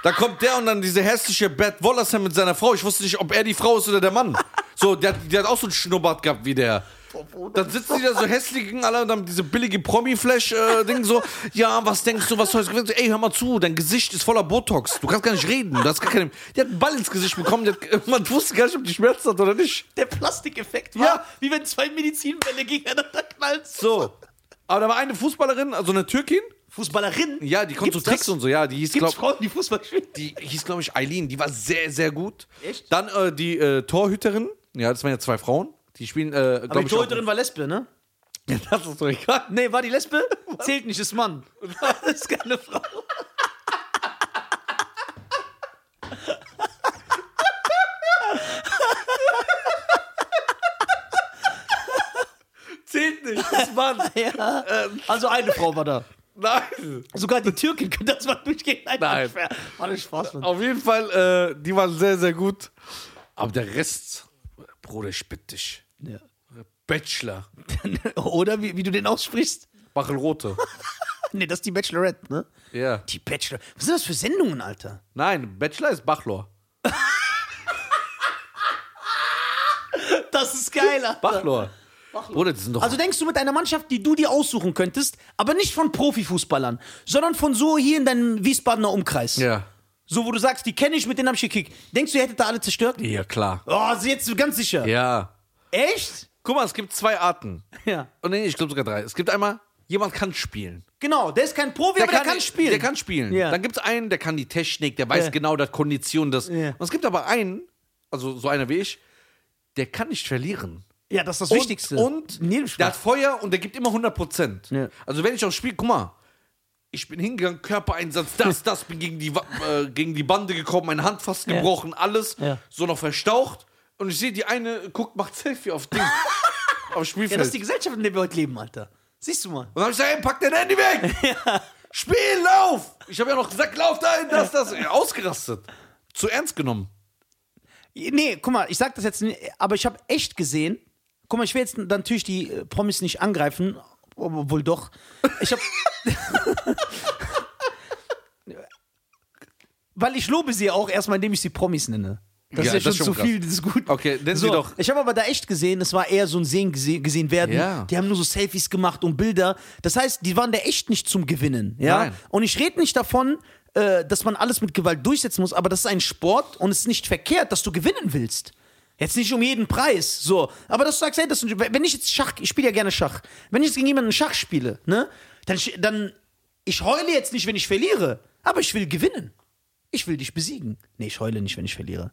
Da kommt der und dann diese hässliche Bad Wollersham mit seiner Frau. Ich wusste nicht, ob er die Frau ist oder der Mann. So, der, hat- der hat auch so einen Schnurrbart gehabt wie der. Dann sitzen die da so hässlich gegen alle und haben diese billige Promi-Flash-Ding so. Ja, was denkst du, was soll's? gewesen sein? Ey, hör mal zu, dein Gesicht ist voller Botox. Du kannst gar nicht reden. Du hast gar keine. Die hat einen Ball ins Gesicht bekommen. Die hat, man wusste gar nicht, ob die Schmerzen hat oder nicht. Der Plastikeffekt war, Ja. wie wenn zwei Medizinbälle gegeneinander knallen. So. Aber da war eine Fußballerin, also eine Türkin. Fußballerin? Ja, die konnte Gibt's so Tricks das? und so. Ja, die hieß, Gibt's glaub, Frauen, die Fußball spielen? die hieß, glaube ich, Eileen, die war sehr, sehr gut. Echt? Dann äh, die äh, Torhüterin, ja, das waren ja zwei Frauen, die spielen, äh, Aber glaube die ich. Torhüterin war Lesbe, ne? Auch, Ja, das ist doch egal. Nee, war die Lesbe? Zählt nicht, ist Mann. Das ist keine Frau. Zählt nicht, das Mann. Ja. Also eine Frau war da. Nein. Sogar die Türken können das mal durchgehen. Nein, Nein. War nicht Spaß, Mann. Auf jeden Fall, äh, die waren sehr, sehr gut. Aber der Rest, Bruder, ich bitte dich. Ja. Bachelor, Oder wie, wie du den aussprichst? Bachelrote. Nee, das ist die Bachelorette, ne? ja. Die Bachelor. Was sind das für Sendungen, Alter? Nein, Bachelor ist Bachelor. Das ist geil, Alter. Bachelor. Bruder, die sind doch. Also denkst du mit einer Mannschaft, die du dir aussuchen könntest, aber nicht von Profifußballern, sondern von so hier in deinem Wiesbadener Umkreis. ja. So, wo du sagst, die kenne ich, mit denen hab ich gekickt. Denkst du, ihr hättet da alle zerstört? Ja, klar. Oh, jetzt ganz sicher. Ja. Echt? Guck mal, es gibt zwei Arten. Ja. Und nee, ich glaube sogar drei. Es gibt einmal, jemand kann spielen. Genau, der ist kein Profi, aber der kann spielen. Der kann spielen. Ja. Dann gibt es einen, der kann die Technik, der weiß Ja. genau das Kondition, das. Ja. Und es gibt aber einen, also so einer wie ich, der kann nicht verlieren. ja, das ist das Wichtigste. Und, und der hat Nebensprache. Feuer und der gibt immer 100 Prozent. Ja. Also wenn ich aufs Spiel, guck mal, ich bin hingegangen, Körpereinsatz, das, das, bin gegen die, Wa- äh, gegen die Bande gekommen, meine Hand fast gebrochen, alles, Ja. so noch verstaucht. Und ich sehe, die eine guckt, macht Selfie auf Ding, aufs Spielfeld. Ja, das ist die Gesellschaft, in der wir heute leben, Alter. Siehst du mal. Und dann hab ich gesagt, ey, pack dein Handy weg! Spiel, lauf! Ich habe ja noch gesagt, lauf dahin, das, das. Ey, Ausgerastet. Zu ernst genommen. Nee, guck mal, ich sag das jetzt, nicht, aber ich habe echt gesehen. Guck mal, ich will jetzt natürlich die äh, Promis nicht angreifen, obwohl doch. Ich habe, weil ich lobe sie auch erstmal, indem ich sie Promis nenne. Das ist ja Ja, das schon, ist schon zu viel, das ist gut. Okay, nennen so, Sie doch. Ich habe aber da echt gesehen, es war eher so ein Sehen gese- gesehen werden. Ja. Die haben nur so Selfies gemacht und Bilder. Das heißt, die waren da echt nicht zum Gewinnen. Ja? Nein. Und ich rede nicht davon, äh, dass man alles mit Gewalt durchsetzen muss, aber das ist ein Sport und es ist nicht verkehrt, dass du gewinnen willst. Jetzt nicht um jeden Preis, so. Aber dass du sagst, hey, das, wenn ich jetzt Schach, ich spiele ja gerne Schach, wenn ich jetzt gegen jemanden Schach spiele, ne, dann, sch- dann, ich heule jetzt nicht, wenn ich verliere, aber ich will gewinnen. Ich will dich besiegen. Nee, ich heule nicht, wenn ich verliere.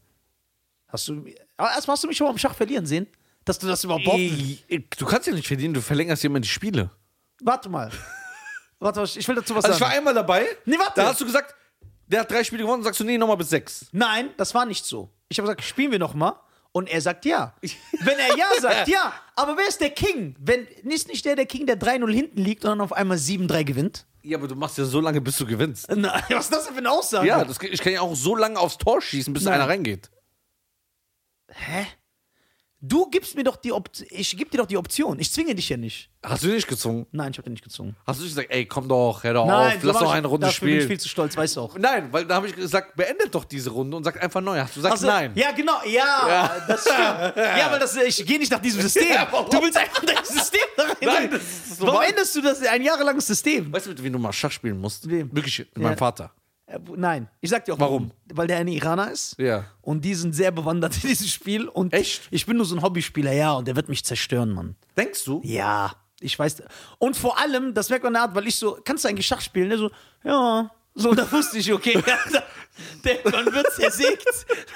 Hast du, aber erstmal hast du mich schon mal im Schach verlieren sehen? Dass du das überhaupt Ey, Du kannst ja nicht verdienen, du verlängerst ja immer die Spiele. Warte mal. Warte mal, ich will dazu was Also ich war sagen. einmal dabei, Nee, warte. da hast du gesagt, der hat drei Spiele gewonnen, sagst du, nee, nochmal bis sechs. Nein, das war nicht so. Ich habe gesagt, spielen wir noch mal? Und er sagt ja. Wenn er ja sagt, ja. Aber wer ist der King? Wenn, ist nicht der der King, der 3-0 hinten liegt und dann auf einmal 7-3 gewinnt? Ja, aber du machst ja so lange, bis du gewinnst. Nein, was ist das denn für eine Aussage? Ja, das, ich kann ja auch so lange aufs Tor schießen, bis Nein. einer reingeht. Hä? Du gibst mir doch die Option. Ich gebe dir doch die Option. Ich zwinge dich ja nicht. Hast du nicht gezwungen? Nein, ich habe dir nicht gezwungen. Hast du nicht gesagt, ey, komm doch, hör doch auf, so lass mach doch ich- eine Runde dafür Bin ich spielen. viel zu stolz, weißt du auch. Nein, weil da habe ich gesagt, beendet doch diese Runde und sagt einfach neu. Hast du gesagt, Also, nein. Ja, genau. Ja, Ja. das stimmt. Ja, weil das, ich gehe nicht nach diesem System. Ja, warum? du willst einfach dein System da rein. Nein, das ist so warum wahr. änderst du das ein jahrelanges System? Weißt du, mit wem du mal Schach spielen musst? Wem? Wirklich, mit Ja. meinem Vater. Äh, wo- Nein, ich sag dir auch Warum? Weil der eine Iraner ist. Ja. Und die sind sehr bewandert in diesem Spiel. Und Echt? Ich bin nur so ein Hobbyspieler, ja, und der wird mich zerstören, Mann. Denkst du? Ja, ich weiß. Und vor allem, das merkt man in der Art, weil ich so, kannst du eigentlich Schach spielen? Ne? So, ja. So, da wusste ich, okay, der, man wird zersägt,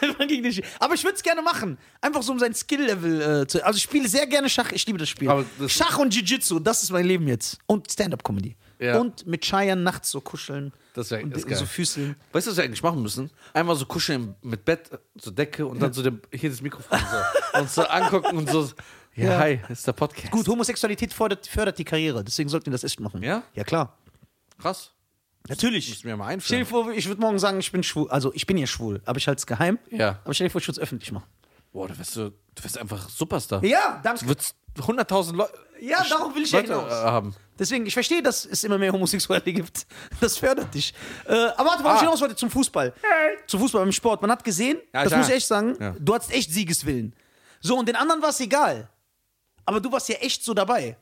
wenn man gegen den Sch- Aber ich würde es gerne machen. Einfach so, um sein Skill-Level äh, zu. Also, ich spiele sehr gerne Schach. Ich liebe das Spiel. Aber das- Schach und Jiu-Jitsu, das ist mein Leben jetzt. Und Stand-Up-Comedy. Ja. Und mit Cheyenne nachts so kuscheln. Das wär- und ist geil. so Füßeln. Weißt du, was wir eigentlich machen müssen? Einmal so kuscheln mit Bett zur Decke und dann so dem, hier das Mikrofon so. und so angucken und so. Ja, Ja. hi, das ist der Podcast. Gut, Homosexualität fördert, fördert die Karriere. Deswegen sollten wir das echt machen. Ja? Ja, klar. Krass. Natürlich. Muss mir mal Stell dir einführen. vor, ich würde morgen sagen, ich bin schwul. Also, ich bin ja schwul, aber ich halte es geheim. Ja. Aber stell dir vor, ich würde es öffentlich machen. Boah, du wirst, so, du wirst einfach Superstar. Ja, Du wirst 100.000 Leute. Ja, darauf will ich ja Leute hinaus. äh, haben. Deswegen, ich verstehe, dass es immer mehr Homosexuelle gibt. Das fördert dich. Äh, aber warte, warum ich Ah. hinaus wollte zum Fußball. Zum Fußball im Sport. Man hat gesehen, Ja, das klar. muss ich echt sagen, Ja. du hattest echt Siegeswillen. So, und den anderen war es egal. Aber du warst ja echt so dabei.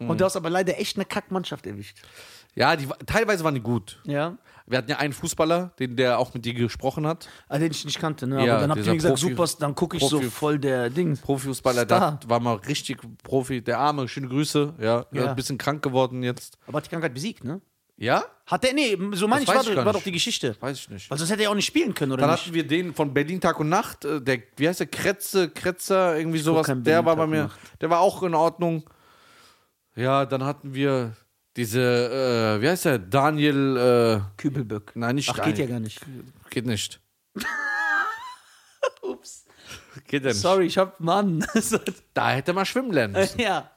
Mhm. Und du hast aber leider echt eine Kackmannschaft erwischt. Ja, die, wa- teilweise waren die gut. Ja. Wir hatten ja einen Fußballer, den, der auch mit dir gesprochen hat. Ah, den ich nicht kannte, ne? Aber Ja, dann habt ihr dieser mir gesagt, Profi- super, dann gucke ich so Profi- voll der Ding. Profifußballer, Star. der war mal richtig Profi. Der Arme, schöne Grüße. Ja, Ja. ja. ein bisschen krank geworden jetzt. Aber hat die Krankheit besiegt, ne? Ja? Hat der, nee, so meine ich, weiß war, ich doch- gar war nicht. doch die Geschichte. Weiß ich nicht. Weil sonst hätte er auch nicht spielen können, oder Dann nicht? hatten wir den von Berlin Tag und Nacht, äh, der, wie heißt der, Kretze, Kretzer, irgendwie sowas, kein der Berlin war Tag bei und mir, der war auch in Ordnung. Ja, dann hatten wir diese, äh, wie heißt der, Daniel, äh, Kübelböck. nein, nicht Ach, geht ja gar nicht. nicht. Geht nicht. Ups. Geht ja nicht. Sorry, ich hab. Mann. Da hätte man schwimmen lernen müssen. ja.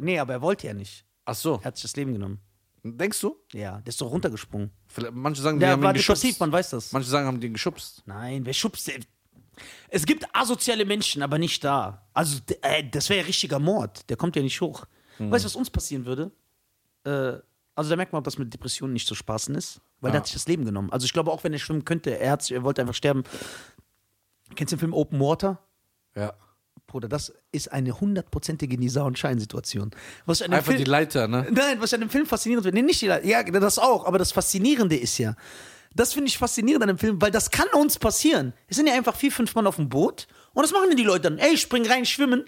Nee, aber er wollte Äh. ja nicht. Ach so, Er hat sich das Leben genommen. denkst du? Ja, der ist doch runtergesprungen. Vielleicht, manche sagen, die Der haben war ihn geschubst. depressiv, man weiß das. Manche sagen, haben den geschubst. Nein, wer schubst denn? Es gibt asoziale Menschen, aber nicht da. Also, d- äh, das wäre ja richtiger Mord. Der kommt ja nicht hoch. Mhm. Weißt du, was uns passieren würde? Äh, also, da merkt man, dass mit Depressionen nicht zu spaßen ist, weil der Ja. hat sich das Leben genommen. Also, ich glaube, auch wenn er schwimmen könnte, er, hat, sich- er wollte einfach sterben. Kennst du den Film Open Water? Ja. Bruder, das ist eine hundertprozentige Nisa- und Schein-Situation. Was ich an dem Einfach die Film, Leiter, ne? Nein, was ich an dem Film faszinierend finde, nee, nicht die Leiter, ja, das auch, aber das Faszinierende ist ja, das finde ich faszinierend an dem Film, weil das kann uns passieren. Es sind ja einfach vier, fünf Mann auf dem Boot und das machen dann die Leute dann. Ey, spring rein, schwimmen.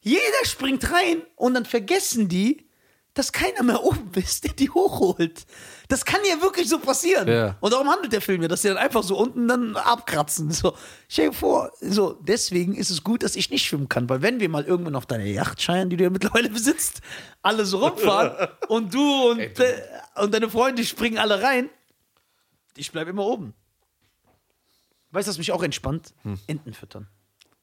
Jeder springt rein und dann vergessen die, dass keiner mehr oben ist, der die hochholt. Das kann ja wirklich so passieren. Ja. Und darum handelt der Film ja, dass die dann einfach so unten dann abkratzen. So, stell dir vor, so, deswegen ist es gut, dass ich nicht schwimmen kann, weil wenn wir mal irgendwann auf deine Yacht scheiern, die du ja mittlerweile besitzt, alle so rumfahren und du und, de- und deine Freunde springen alle rein, ich bleibe immer oben. Weißt du, was mich auch entspannt? Enten füttern.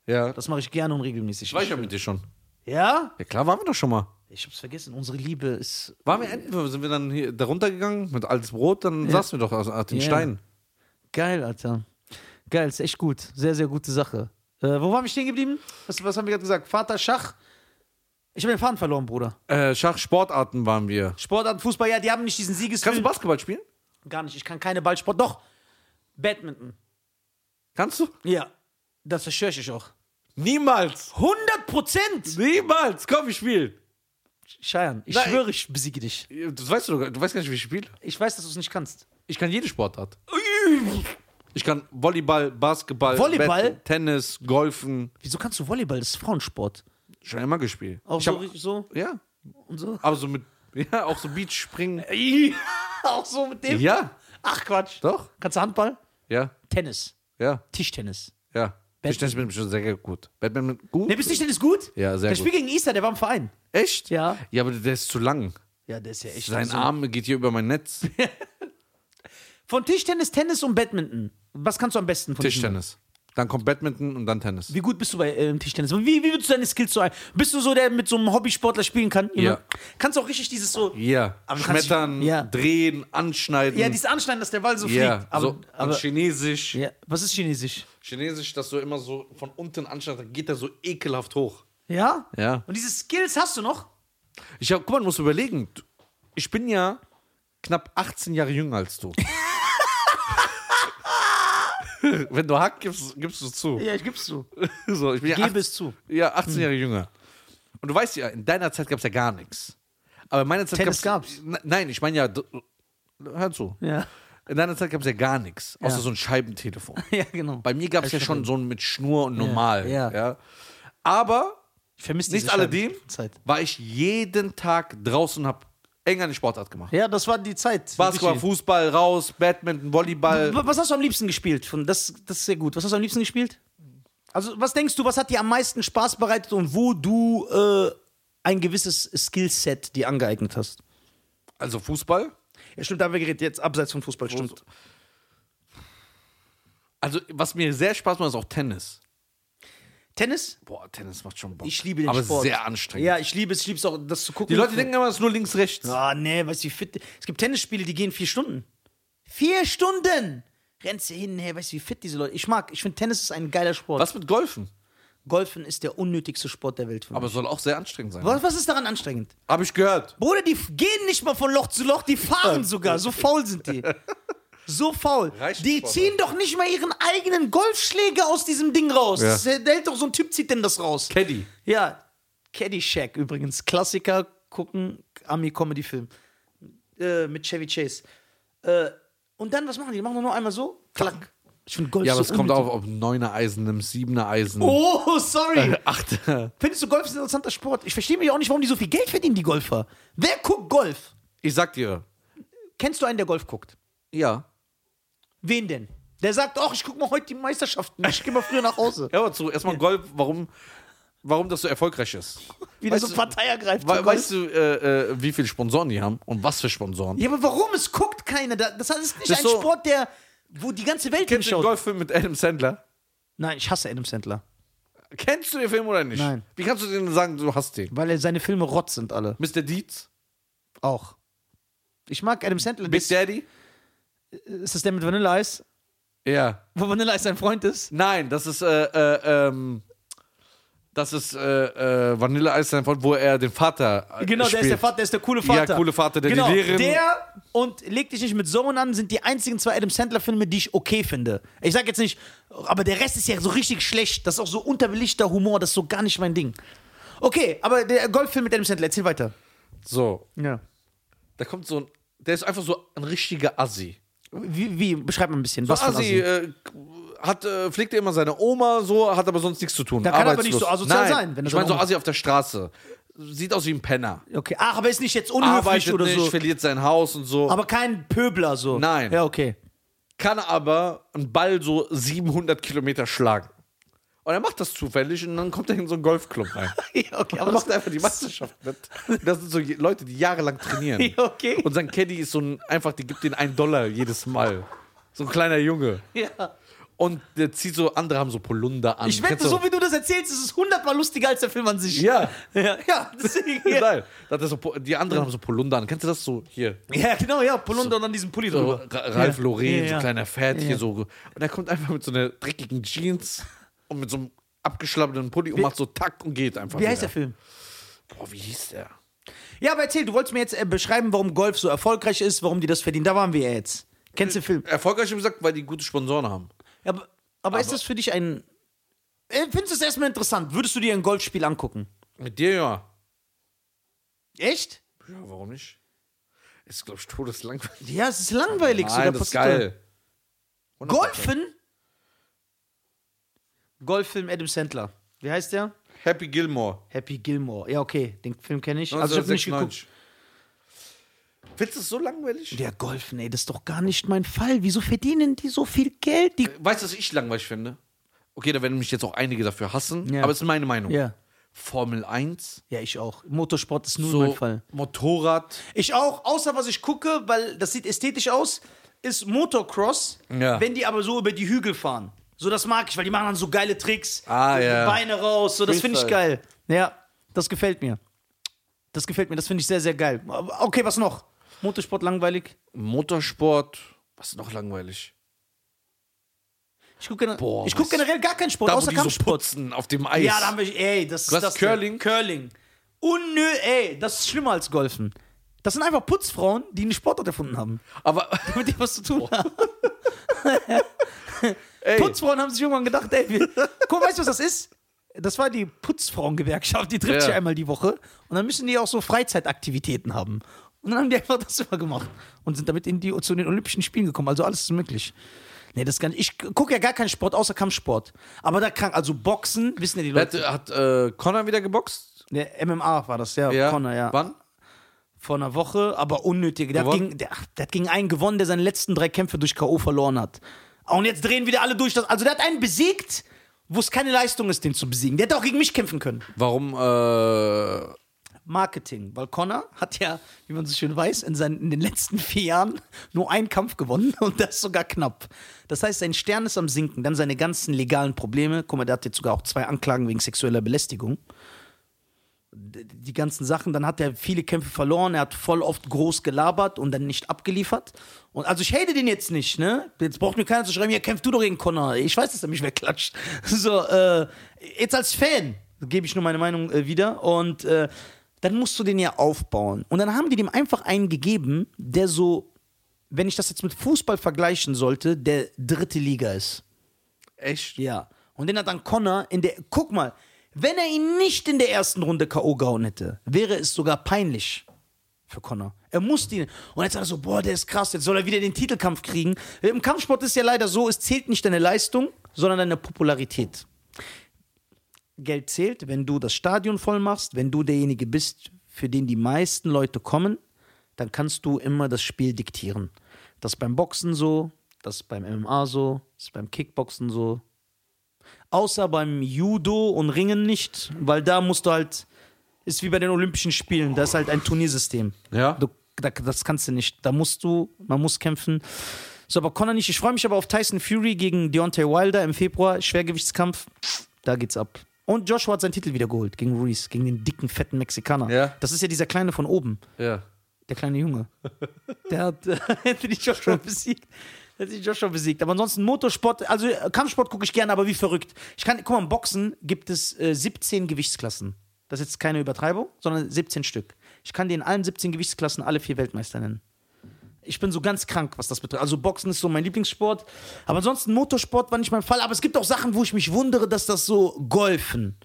Ja. Das Das mache ich gerne und regelmäßig. war Hm. ich ja mit dir schon. Ja? Ja, klar, waren wir doch schon mal. Ich hab's vergessen, unsere Liebe ist. Waren wir Entenwürmer? Sind wir dann hier da runtergegangen mit altes Brot? Dann saßen wir doch aus- auf den Ja. Steinen. Geil, Alter. Geil, ist echt gut. Sehr, sehr gute Sache. Äh, wo waren wir stehen geblieben? Was, was haben wir gerade gesagt? Vater Schach. Ich habe den Faden verloren, Bruder. Äh, Schachsportarten waren wir. Sportarten, Fußball, ja, die haben nicht diesen Kannst du Siegesfilm. Basketball spielen? Gar nicht. Ich kann keine Ballsport. Doch. Badminton. Kannst du? Ja. Das verschwöre ich euch auch. Niemals! 100 Prozent! Niemals! Komm, wir spielen! Scheiern. Ich Nein. schwöre, ich besiege dich. Das weißt du, doch, du weißt gar nicht, wie ich spiele. Ich weiß, dass du es nicht kannst. Ich kann jede Sportart. Ich kann Volleyball, Basketball, Volleyball? Badminton, Tennis, Golfen. Wieso kannst du Volleyball? Das ist Frauensport. Schon immer gespielt. Auch ich so, hab- richtig so Ja. und so. Äh, Aber so mit. Ja, auch so Beach springen. Auch so mit dem? Ja, Ach Quatsch. doch. Kannst du Handball? Ja, Tennis. ja, Tischtennis. ja. Ich bin schon sehr gut. Batman gut? Ne, bist nicht Dennis gut? Ja, sehr Der gut. Spiel gegen Easter, der war im Verein. Echt? Ja. Also- Ja, aber der ist zu lang. Ja, der ist ja echt. Sein so- Arm geht hier über mein Netz. Von Tischtennis, Tennis und Badminton. Was kannst du am besten von diesen- Tischtennis. Dann kommt Badminton und dann Tennis. Wie gut bist du bei ähm, Tischtennis? Wie, wie würdest du deine Skills so ein? Bist du so der mit so einem Hobbysportler spielen kann? Jemand- Kannst du auch richtig dieses so. Ja. Aber du kannst Schmettern, dich- ja. drehen, anschneiden. Ja, dieses Anschneiden, dass der Ball so Ja, fliegt. Aber, so aber und Chinesisch. ja. was ist Chinesisch? Chinesisch, dass du immer so von unten anschneidest, dann geht er so ekelhaft hoch. Ja? Ja. Und diese Skills hast du noch? Ich hab, guck mal, du musst überlegen. du- Ich bin ja knapp 18 Jahre jünger als du. Wenn du hack gibst, gibst du es zu. Ja, ich gib's zu. So, ich bin ja Hm. Gebe es zu. Ja, 18 Jahre jünger. Und du weißt ja, in deiner Zeit gab es ja gar nichts. Aber in meiner Zeit Tennis gab's- N- Nein, ich meine ja. d- Hör zu. Ja. In deiner Zeit gab es ja gar nichts, außer so ein Scheibentelefon. ja, genau. Bei mir gab es ja schon so ein mit Schnur und normal. ja. ja. Aber ich vermisse Nicht diese alledem Zeit. war ich jeden Tag draußen und habe eng eine Sportart gemacht. Ja, das war die Zeit. Basketball, Fußball, raus, Badminton, Volleyball. W- Was hast du am liebsten gespielt? Von- Das, das ist sehr gut. Was hast du am liebsten gespielt? Also, was denkst du, was hat dir am meisten Spaß bereitet und wo du äh, ein gewisses Skillset dir angeeignet hast? Also Fußball. Ja, stimmt, da haben wir geredet, jetzt abseits von Fußball, stimmt. Also was mir sehr Spaß macht, ist auch Tennis. Tennis? Boah, Tennis macht schon Bock. Ich liebe den Aber Sport. sehr anstrengend. Ja, ich liebe es, ich liebe es auch, das zu gucken. Die Leute denken immer, es ist nur links, rechts. Ah, nee, weißt du, wie fit. Es gibt Tennisspiele, die gehen vier Stunden. Vier Stunden! Rennst du hin, hey, weißt du, wie fit diese Leute. Ich mag, ich finde, Tennis ist ein geiler Sport. Was mit Golfen? Golfen ist der unnötigste Sport der Welt für mich. Aber es soll auch sehr anstrengend sein. was, was ist daran anstrengend? Habe ich gehört. Bruder, die f- gehen nicht mal von Loch zu Loch, die Ah, fahren sogar. So faul sind die. So faul. Reicht die Sport, ziehen doch nicht mal ihren eigenen Golfschläger aus diesem Ding raus. Ja. Das, der hält doch so ein Typ, zieht denn das raus. Caddy. ja, Caddyshack übrigens. Klassiker, gucken, Ami-Comedy-Film. Äh, mit Chevy Chase. Äh, und dann, was machen die? Die machen doch nur einmal so. Klack. Ich finde Golf Ja, so aber es kommt unnötig. auf, ob ein neuner Eisen nimmst, siebener Eisen. Oh, sorry. Achter. Findest du Golf ist ein interessanter Sport? Ich verstehe mich auch nicht, warum die so viel Geld verdienen, die Golfer. Wer guckt Golf? Ich sag dir. Kennst du einen, der Golf guckt? Ja. Wen denn? Der sagt, ach, ich guck mal heute die Meisterschaften. Ich gehe mal früher nach Hause. Ja, aber zu erstmal Golf, warum, warum das so erfolgreich ist. Wie der Weißt so du- Partei ergreift. We zum weißt du, äh, äh, wie viele Sponsoren die haben und was für Sponsoren? Golf. ja, aber warum? Es guckt keiner. Da- Das ist nicht Das ein ist so- Sport, der, wo die ganze Welt Kennst du den hinschaut. Golffilm mit Adam Sandler? Nein, ich hasse Adam Sandler. Kennst du den Film oder nicht? Nein. Wie kannst du denn sagen, du hast den? Weil er- seine Filme rot sind alle. Mr. Deeds? Auch. Ich mag Adam Sandler. Big Daddy? Ist das der mit Vanilla Ice? Ja. Wo Vanilla Ice sein Freund ist? Nein, das ist, äh, äh, ähm, das ist äh, äh, Vanilla Ice sein Freund, wo er den Vater äh, Genau, der spielt. ist der Vater, der ist der coole Vater. Ja, coole Vater, der genau, die Lehrerin. Der und Leg dich nicht mit Sohn an sind die einzigen zwei Adam Sandler-Filme, die ich okay finde. Ich sag jetzt nicht, aber der Rest ist ja so richtig schlecht. Das ist auch so unterbelichter Humor, das ist so gar nicht mein Ding. Okay, aber der Golffilm mit Adam Sandler, erzähl weiter. so, Ja. da kommt so ein, der ist einfach so ein richtiger Assi. Wie, wie beschreib mal ein bisschen. was für ein Assi, äh, hat, äh, pflegt immer seine Oma, so, hat aber sonst nichts zu tun. Da kann er aber nicht Arbeitslos. so asozial Nein, sein, wenn er Ich meine, seine so Oma- Assi auf der Straße. Sieht aus wie ein Penner. Okay, ach, aber ist nicht jetzt unhöflich arbeitet oder nicht, so. verliert sein Haus und so. Aber kein Pöbler so. Nein. Ja, okay. kann aber einen Ball so 700 Kilometer schlagen. Und er macht das zufällig und dann kommt er in so einen Golfclub rein. Ja, okay, Aber aber macht einfach die Meisterschaft mit. Das sind so je- Leute, die jahrelang trainieren. Ja, okay. Und sein Caddy ist so ein, einfach, die gibt den einen Dollar jedes Mal. So ein kleiner Junge. ja. Und der zieht so, andere haben so Polunder an. Ich wette, Kennst du- so wie du das erzählst, ist es hundertmal lustiger als der Film an sich. Ja, Ja, ja deswegen. Ja. nein. Da hat er so, Po- die anderen haben so Polunder an. Kennst du das so? Hier. ja, genau, ja. Polunder und dann diesen Pulli So, drüber. Ra- Ralf Ja. Loren, Ja, so ja. kleiner Fett Ja. hier so. Und er kommt einfach mit so einer dreckigen Jeans und mit so einem abgeschlappten Pulli und macht so Takt und geht einfach. Wie heißt der wieder. Film? Boah, wie hieß der? äh, Ja, aber erzähl, du wolltest mir jetzt äh, beschreiben, warum Golf so erfolgreich ist, warum die das verdienen. Da waren wir ja jetzt. Kennst du den Film? Erfolgreich wie gesagt, weil die gute Sponsoren haben. Ja, Aber, aber ist das für dich ein. Äh, Findest du es erstmal interessant? Würdest du dir ein Golfspiel angucken? Mit dir ja. Echt? Ja, warum nicht? Ist, glaube ich, todeslangweilig. Ja, es ist langweilig. so, da Nein, das ist passiert da- geil. Golfen? Golffilm Adam Sandler. Wie heißt der? Happy Gilmore. Happy Gilmore. Ja, okay, den Film kenne ich. Also ich habe nicht geguckt. 1996. Findest du es so langweilig? Der Golfen, ey, das ist doch gar nicht mein Fall. Wieso verdienen die so viel Geld? Die Weißt du, was ich langweilig finde? Okay, da werden mich jetzt auch einige dafür hassen, Ja. aber es ist meine Meinung. ja. Formel 1, ja, ich auch. Motorsport ist nur so mein Fall. Motorrad. Ich auch, außer was ich gucke, weil das sieht ästhetisch aus, ist Motocross, Ja. wenn die aber so über die Hügel fahren. So, das mag ich, weil die machen dann so geile Tricks. Ah, so ja. Die Beine raus, so, das finde ich Freestyle. geil. Ja, das gefällt mir. Das gefällt mir, das finde ich sehr, sehr geil. Aber Okay, was noch? Motorsport langweilig. Motorsport. Was ist noch langweilig? Ich gucke gener Boah, ich guck was- generell gar keinen Sport, Da, wo außer die so Kampfsport. putzen auf dem Eis. Ja, da haben wir. Ey, das ist Was, das Curling? Curling. Unnö, ey, das ist schlimmer als Golfen. Das sind einfach Putzfrauen, die eine Sportart erfunden haben. aber Damit die was zu tun haben. ey, Putzfrauen haben sich irgendwann gedacht, ey, wir, guck, weißt du, was das ist? Das war die Putzfrauengewerkschaft, die trifft Ja. sich einmal die Woche. Und dann müssen die auch so Freizeitaktivitäten haben. Und dann haben die einfach das immer gemacht und sind damit in die, zu den Olympischen Spielen gekommen. Also alles ist möglich. Nee, das kann ich. gucke ja gar keinen Sport außer Kampfsport. Aber da kann, also Boxen, wissen ja die Hat, Leute. hat äh, Connor wieder geboxt? Ne, MMA war das, ja, Conor, ja. Wann? Vor einer Woche, aber unnötig. Der hat, Gewonnen? gegen, der, ach, der hat gegen einen gewonnen, der seine letzten drei Kämpfe durch K.O. verloren hat. Ah, Und jetzt drehen wieder alle durch. Das, also der hat einen besiegt, wo es keine Leistung ist, den zu besiegen. Der hätte auch gegen mich kämpfen können. Warum? Äh, Marketing, weil Connor hat ja, wie man so schön weiß, in, seinen, in den letzten vier Jahren nur einen Kampf gewonnen und das sogar knapp. Das heißt, sein Stern ist am Sinken, dann seine ganzen legalen Probleme. Guck mal, der hat jetzt sogar auch zwei Anklagen wegen sexueller Belästigung. D- Die ganzen Sachen, dann hat er viele Kämpfe verloren, er hat voll oft groß gelabert und dann nicht abgeliefert. Und also ich hate den jetzt nicht, ne? Jetzt braucht mir keiner zu schreiben, ja, kämpf du doch gegen Connor. Ich weiß, dass er mich wegklatscht. So, äh, jetzt als Fan gebe ich nur meine Meinung äh, wieder und äh, dann musst du den ja aufbauen. Und dann haben die dem einfach einen gegeben, der so, wenn ich das jetzt mit Fußball vergleichen sollte, der dritte Liga ist. echt? Ja. Und den hat dann Connor in der. Guck mal, wenn er ihn nicht in der ersten Runde K.O. gehauen hätte, wäre es sogar peinlich für Connor. Er musste ihn. Und jetzt hat er so, boah, der ist krass, jetzt soll er wieder den Titelkampf kriegen. Im Kampfsport ist ja leider so, es zählt nicht deine Leistung, sondern deine Popularität. Geld zählt, wenn du das Stadion voll machst, wenn du derjenige bist, für den die meisten Leute kommen, dann kannst du immer das Spiel diktieren. Das ist beim Boxen so, das ist beim MMA so, das ist beim Kickboxen so. Außer beim Judo und Ringen nicht, weil da musst du halt, ist wie bei den Olympischen Spielen, da ist halt ein Turniersystem. Ja. Du, da, das kannst du nicht. Da musst du, man muss kämpfen. So, aber Conor nicht. Ich freue mich aber auf Tyson Fury gegen Deontay Wilder im Februar. Schwergewichtskampf. Da geht's ab. Und Joshua hat seinen Titel wieder geholt gegen Ruiz, gegen den dicken, fetten Mexikaner. Ja. Das ist ja dieser Kleine von oben, Ja. der kleine Junge. Der hat äh, Anthony Joshua besiegt. Der hat sich Joshua besiegt. Aber ansonsten Motorsport, also äh, Kampfsport gucke ich gerne, aber wie verrückt. Ich kann, guck mal, im Boxen gibt es äh, 17 Gewichtsklassen. Das ist jetzt keine Übertreibung, sondern 17 Stück. Ich kann dir in allen 17 Gewichtsklassen alle vier Weltmeister nennen. Ich bin so ganz krank, was das betrifft. Also Boxen ist so mein Lieblingssport. Aber ansonsten Motorsport war nicht mein Fall. Aber es gibt auch Sachen, wo ich mich wundere, dass das so Golfen.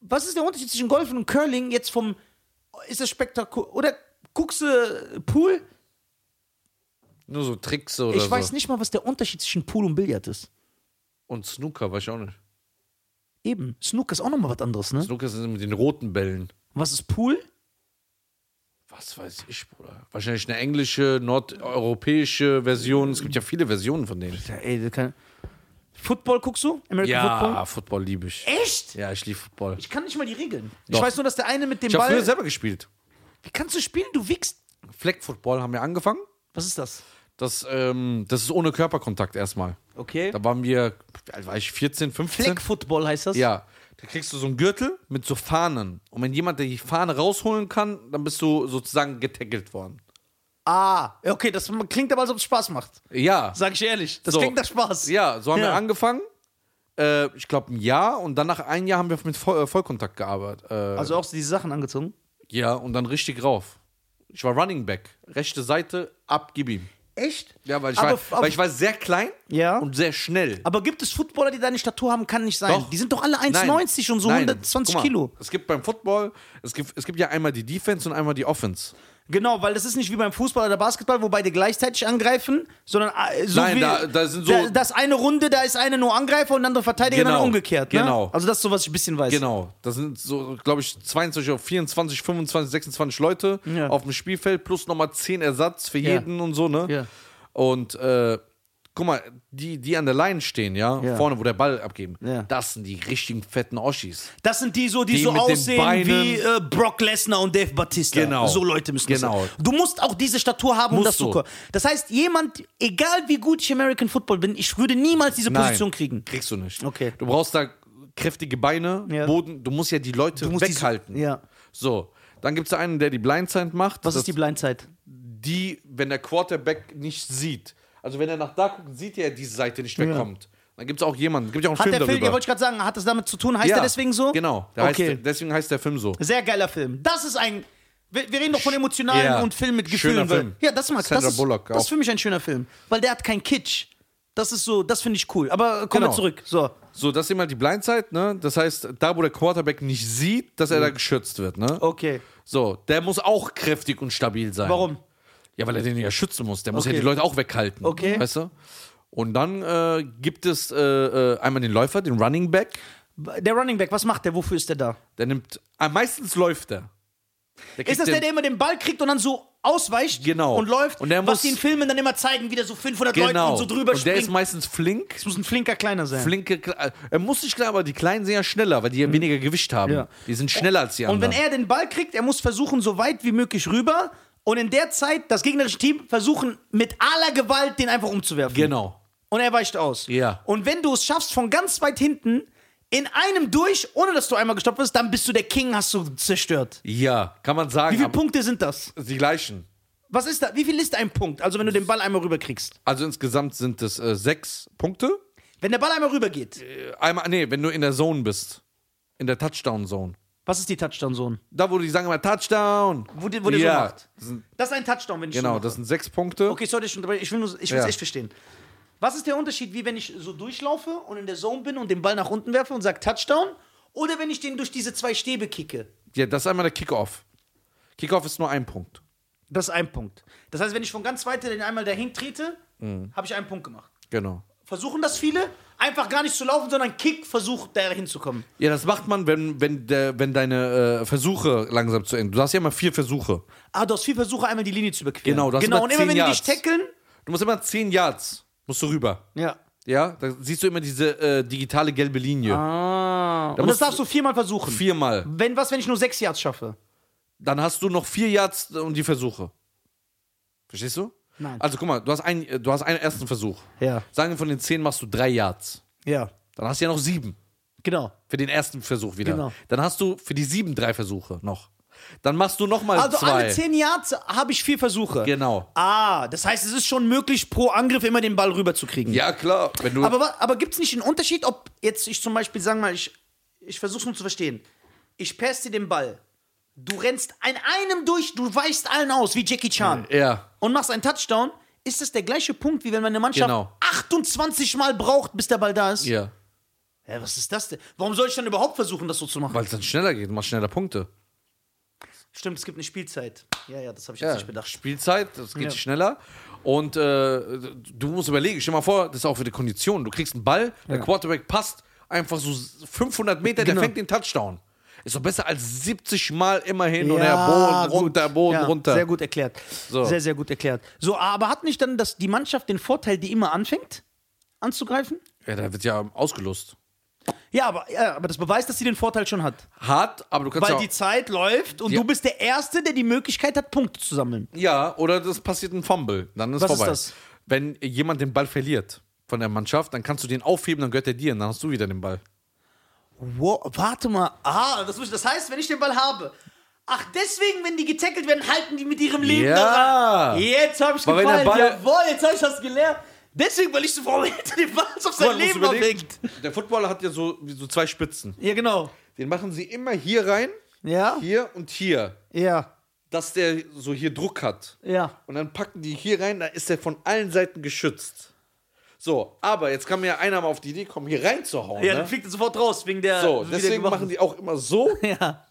Was ist der Unterschied zwischen Golfen und Curling jetzt vom... Ist das spektakulär? Oder guckst du äh, Pool? Nur so Tricks oder Ich so. weiß nicht mal, was der Unterschied zwischen Pool und Billard ist. Und Snooker, weiß ich auch nicht. Eben. Snooker ist auch nochmal was anderes, ne? Snooker sind mit den roten Bällen. Was ist Pool? Was weiß ich, Bruder. Wahrscheinlich eine englische, nordeuropäische Version. Es gibt ja viele Versionen von denen. Ja, ey, das kann... Football guckst du? American Football? Ja, Football liebe ich. Echt? Ja, ich liebe Football. Ich kann nicht mal die Regeln. Ich Doch. weiß nur, dass der eine mit dem Ich habe Ball... früher selber gespielt. Wie kannst du spielen? Du wickst. Flag Football haben wir angefangen. Was ist das? Das, ähm, das ist ohne Körperkontakt erstmal. Okay. Da waren wir, wie alt war ich 14, 15? Flag Football heißt das? Ja. Da kriegst du so einen Gürtel mit so Fahnen. Und wenn jemand die Fahne rausholen kann, dann bist du sozusagen getaggelt worden. Ah, okay, das klingt aber, als ob es Spaß macht. Ja. Sag ich ehrlich. Das So. klingt nach Spaß. Ja, so haben Ja. wir angefangen. Äh, ich glaube, ein Jahr. Und dann nach einem Jahr haben wir mit Voll äh, Vollkontakt gearbeitet. Äh, Also auch so diese Sachen angezogen. ja, und dann richtig rauf. Ich war Running Back. Rechte Seite, ab, gib ihm. Echt? Ja, weil ich, Aber- war, weil ich war sehr klein Ja. und sehr schnell. Aber gibt es Footballer, die deine Statur haben? Kann nicht sein. Doch. Die sind doch alle Nein. 1,90 und so Nein. 120 Guck mal, Kilo. Es gibt beim Football, es gibt, es gibt ja einmal die Defense und einmal die Offense. Genau, weil das ist nicht wie beim Fußball oder Basketball, wo beide gleichzeitig angreifen, sondern äh, so Nein, wie, da- da sind so- das eine Runde, da ist eine nur Angreifer und der andere Verteidiger Genau. dann umgekehrt. Ne? Genau. Also das ist so, was ich ein bisschen weiß. Genau. Das sind so, glaube ich, 22, auf 24, 25, 26 Leute Ja. auf dem Spielfeld plus nochmal 10 Ersatz für Ja. jeden und so, ne? Ja. Und äh, guck mal, die, die an der Line stehen, ja, Ja. vorne, wo der Ball abgeben, Ja. das sind die richtigen fetten Oschis. Das sind die so, die, Die so mit den aussehen Beinen. wie äh, Brock Lesnar und Dave Batista. Genau. So Leute müssen Genau. das sein. Du musst auch diese Statur haben, um Musst das zu du. können. Das heißt, jemand, egal wie gut ich American Football bin, ich würde niemals diese Position kriegen. Kriegst du nicht. Okay. Du brauchst da kräftige Beine, Ja. Boden, du musst ja die Leute musst diese- weghalten. ja. So. Dann gibt es einen, der die Blindside macht. Was Das- ist die Blindzeit? die, wenn der Quarterback nicht sieht. Also wenn er nach da guckt, sieht er diese Seite nicht wegkommt. Dann gibt es auch jemanden, gibt ja auch einen Hat Film der Film, ja, darüber. wollte ich gerade sagen, hat das damit zu tun? Heißt Ja, der deswegen so? Genau, der okay. heißt, deswegen heißt der Film so. Sehr geiler Film. Das ist ein. Wir, wir reden doch von emotionalen Ja. und Film mit Gefühlen. Schöner weil- Film. Ja, das mag Sandra das ist, Bullock Das auch. ist für mich ein schöner Film. Weil der hat keinen Kitsch. Das ist so, das finde ich cool. Aber kommen Genau. wir zurück. So. So, das ist eben halt die Blindside, ne? Das heißt, da wo der Quarterback nicht sieht, dass er Mhm. da geschützt wird, ne? Okay. So, der muss auch kräftig und stabil sein. Warum? Ja, weil er den ja schützen muss. Der muss Okay. ja die Leute auch weghalten. Okay. Weißt du? Und dann äh, gibt es äh, äh, einmal den Läufer, den Running Back. Der Running Back, was macht der? Wofür ist der da? Der nimmt. Ah, meistens läuft der. der Ist kriegt das der, den- der immer den Ball kriegt und dann so ausweicht Genau. und läuft? Und der was muss- die in Filmen dann immer zeigen, wie der so 500 Leute Genau. und so drüber und der springt. ist meistens flink. das muss ein flinker Kleiner sein. Flinke. Kle- äh, Er muss nicht klar, aber die Kleinen sind ja schneller, weil die ja weniger Gewicht haben. Mhm. Ja. Die sind schneller als die und anderen. wenn er den Ball kriegt, er muss versuchen, so weit wie möglich rüber und in der Zeit das gegnerische Team versuchen, mit aller Gewalt den einfach umzuwerfen. genau. Und er weicht aus. Ja. Und wenn du es schaffst, von ganz weit hinten in einem durch, ohne dass du einmal gestoppt wirst, dann bist du der King, hast du zerstört. Ja, kann man sagen. Wie viele aber- Punkte sind das? Die gleichen. Was ist da? Wie viel ist ein Punkt? Also wenn du den Ball einmal rüberkriegst. Also insgesamt sind es äh, sechs Punkte. Wenn der Ball einmal rübergeht, Einmal, nee, wenn du in der Zone bist. In der Touchdown-Zone. was ist die Touchdown-Zone? Da, wo die sagen immer Touchdown. Wo die- wo die so macht. Das sind, Das ist ein Touchdown, wenn ich so genau, mache. das sind sechs Punkte. Okay, sorry, ich unterbreche. ich will es ich will's Ja. echt verstehen. Was ist der Unterschied, wie wenn ich so durchlaufe und in der Zone bin und den Ball nach unten werfe und sage Touchdown? Oder wenn ich den durch diese zwei Stäbe kicke? Ja, das ist einmal der Kickoff. Kickoff ist nur ein Punkt. Das ist ein Punkt. Das heißt, wenn ich von ganz weit den einmal dahin trete, Mhm. habe ich einen Punkt gemacht. Genau. Versuchen das viele? Einfach gar nicht zu laufen, sondern Kick versucht, da hinzukommen. Ja, das macht man, wenn, wenn, der, wenn deine äh, Versuche langsam zu Ende. Du hast ja immer vier Versuche. Ah, du hast viel Versuche, einmal die Linie zu überqueren. Genau, das sind Genau, mal und immer zehn wenn die dich Yards. tackeln. Du musst immer zehn Yards. Musst du rüber. Ja. Ja, da siehst du immer diese äh, digitale gelbe Linie. Ah. und das musst darfst du viermal versuchen. Viermal. Wenn was, wenn ich nur sechs Yards schaffe? Dann hast du noch vier Yards äh, und die Versuche. Verstehst du? Nein. Also guck mal, du hast, ein, äh, du hast einen ersten Versuch. Ja. Sagen wir, von den zehn machst du drei Yards. Ja. Dann hast du ja noch sieben. Genau. Für den ersten Versuch wieder. Genau. Dann hast du für die sieben drei Versuche noch. Dann machst du nochmal Also Äh, zwei. alle 10 Yards habe ich vier Versuche. Genau. Ah, das heißt, es ist schon möglich, pro Angriff immer den Ball rüberzukriegen. Ja, klar. Wenn du, Aber, wa- aber gibt es nicht einen Unterschied, ob jetzt ich zum Beispiel, sagen wir mal, ich, ich versuche es nur zu verstehen. Ich pass dir den Ball. Du rennst an einem durch, du weichst allen aus, wie Jackie Chan. ja, Und machst einen Touchdown. Ist das der gleiche Punkt, wie wenn man eine Mannschaft Genau. 28 Mal braucht, bis der Ball da ist? ja. Hä, was ist das denn? Warum soll ich dann überhaupt versuchen, das so zu machen? Weil es dann schneller geht, du machst schneller Punkte. Stimmt, es gibt eine Spielzeit. Ja, ja, das habe Also ich Ja. jetzt nicht bedacht. Spielzeit, das geht Ja. schneller. Und äh, du musst überlegen, stell mal vor, das ist auch für die Kondition. Du kriegst einen Ball, der Quarterback passt einfach so 500 Meter, Genau. der fängt den Touchdown. Ist doch besser als 70 Mal immer hin und her, Ja, Boden gut. runter, Boden Ja, runter. Sehr gut erklärt. So. Sehr, sehr gut erklärt. So, aber hat nicht dann das, die Mannschaft den Vorteil, die immer anfängt, anzugreifen? Ja, da wird ja ausgelost. Ja, aber, ja, aber das beweist, dass sie den Vorteil schon hat. Hart, aber du kannst Weil ja auch, die Zeit läuft und Ja. du bist der Erste, der die Möglichkeit hat, Punkte zu sammeln. Ja, oder das passiert ein Fumble. Dann ist Was ist vorbei. das? Wenn jemand den Ball verliert von der Mannschaft, dann kannst du den aufheben, dann gehört er dir und dann hast du wieder den Ball. Wow, warte mal. Ah, das, muss ich, das heißt, wenn ich den Ball habe. Ach, deswegen, wenn die getackelt werden, halten die mit ihrem Leben Ja. daran. Jetzt habe ich Weil wenn der gefallen. Ball- Jawohl, jetzt habe ich das gelernt. Deswegen, weil ich so vor hinter dem Ball auf sein Man muss Leben überlegen, abhängt. Der Footballer hat ja so, wie so zwei Spitzen. Ja, genau. Den machen sie immer hier rein, Ja? hier und hier, Ja. dass der so hier Druck hat. Ja. Und dann packen die hier rein, da ist er von allen Seiten geschützt. So, aber jetzt kann mir ja einer mal auf die Idee kommen, hier reinzuhauen. Ja, dann ne? fliegt er sofort raus wegen der. So, wie der deswegen gemacht machen die auch immer so. ist. Ja.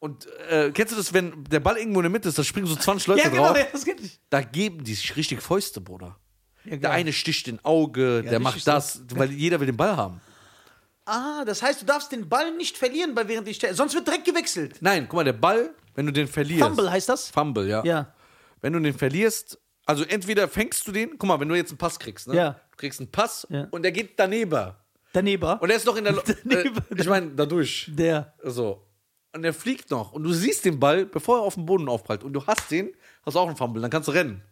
Und äh, kennst du das, wenn der Ball irgendwo in der Mitte ist, da springen so 20 Leute Ja, genau, drauf. ja, das geht nicht. da geben die sich richtig Fäuste, Bruder. Der klar. eine sticht in Auge, der richtig macht das, weil jeder will den Ball haben. Ah, das heißt, du darfst den Ball nicht verlieren, weil während ich. Sonst wird direkt gewechselt. Nein, guck mal, der Ball, wenn du den verlierst. Fumble heißt das? Fumble, ja. Ja. Wenn du den verlierst, also entweder fängst du den, guck mal, wenn du jetzt einen Pass kriegst, ne? Ja. Du kriegst einen Pass Ja. und der geht daneben. Daneben. Und er ist noch in der. Lo- äh, Daneben. ich meine, dadurch. der. So. Und er fliegt noch. Und du siehst den Ball, bevor er auf den Boden aufprallt. Und du hast den, hast auch einen Fumble. Dann kannst du rennen.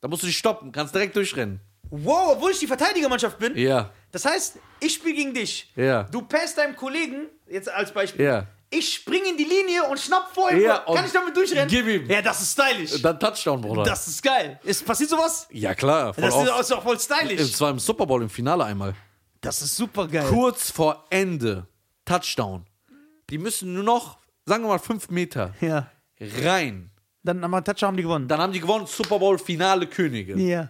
Dann musst du dich stoppen, kannst direkt durchrennen. Wow, obwohl ich die Verteidigermannschaft bin. Ja. Das heißt, ich spiele gegen dich. Ja. Du passt deinem Kollegen, jetzt als Beispiel. Ja. Ich springe in die Linie und schnapp vor ihm. Ja, Kann und ich damit durchrennen? gib ihm. Ja, das ist stylisch. Dann Touchdown, Bruder. Das ist geil. Ist passiert sowas? ja, klar. Voll Das oft. ist, auch- ist auch voll stylisch. Es war im Super Bowl im Finale einmal. Das ist super geil. Kurz vor Ende. Touchdown. Die müssen nur noch, sagen wir mal, fünf Meter Ja. rein. Dann am Touch haben die gewonnen. Dann haben die gewonnen, Super Bowl Finale Könige. Ja.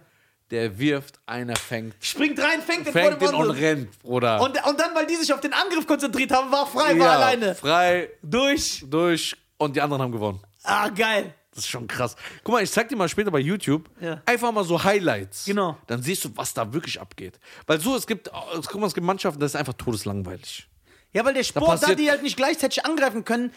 der wirft, einer fängt. Springt rein, fängt den Fängt den Volleyball und rennt, Bruder. und, und dann, weil die sich auf den Angriff konzentriert haben, war frei, war Ja, alleine. Frei, Durch. durch und die anderen haben gewonnen. Ah, geil. Das ist schon krass. Guck mal, ich zeig dir mal später bei YouTube Ja. einfach mal so Highlights. Genau. Dann siehst du, was da wirklich abgeht. Weil so, es gibt, guck mal, es gibt Mannschaften, das ist einfach todeslangweilig. Ja, weil der Sport, da, passiert- die halt nicht gleichzeitig angreifen können,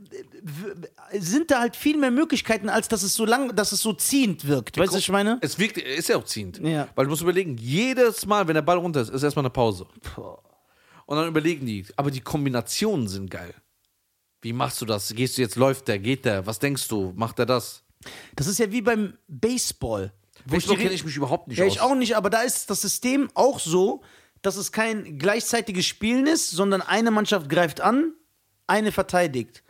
w- w- sind da halt viel mehr Möglichkeiten, als dass es so lang, dass es so ziehend wirkt. Weißt du, was ich meine? Es wirkt, ist ja auch ziehend. Ja. Weil du musst überlegen, jedes Mal, wenn der Ball runter ist, ist erstmal eine Pause. Und dann überlegen die, aber die Kombinationen sind geil. Wie machst du das? Gehst du jetzt, läuft der, geht der? Was denkst du? Macht er das? Das ist ja wie beim Baseball. Wo Baseball die- kenne ich mich überhaupt nicht ja, aus. ich auch nicht, aber da ist das System auch so, dass es kein gleichzeitiges Spielen ist, sondern eine Mannschaft greift an, eine verteidigt.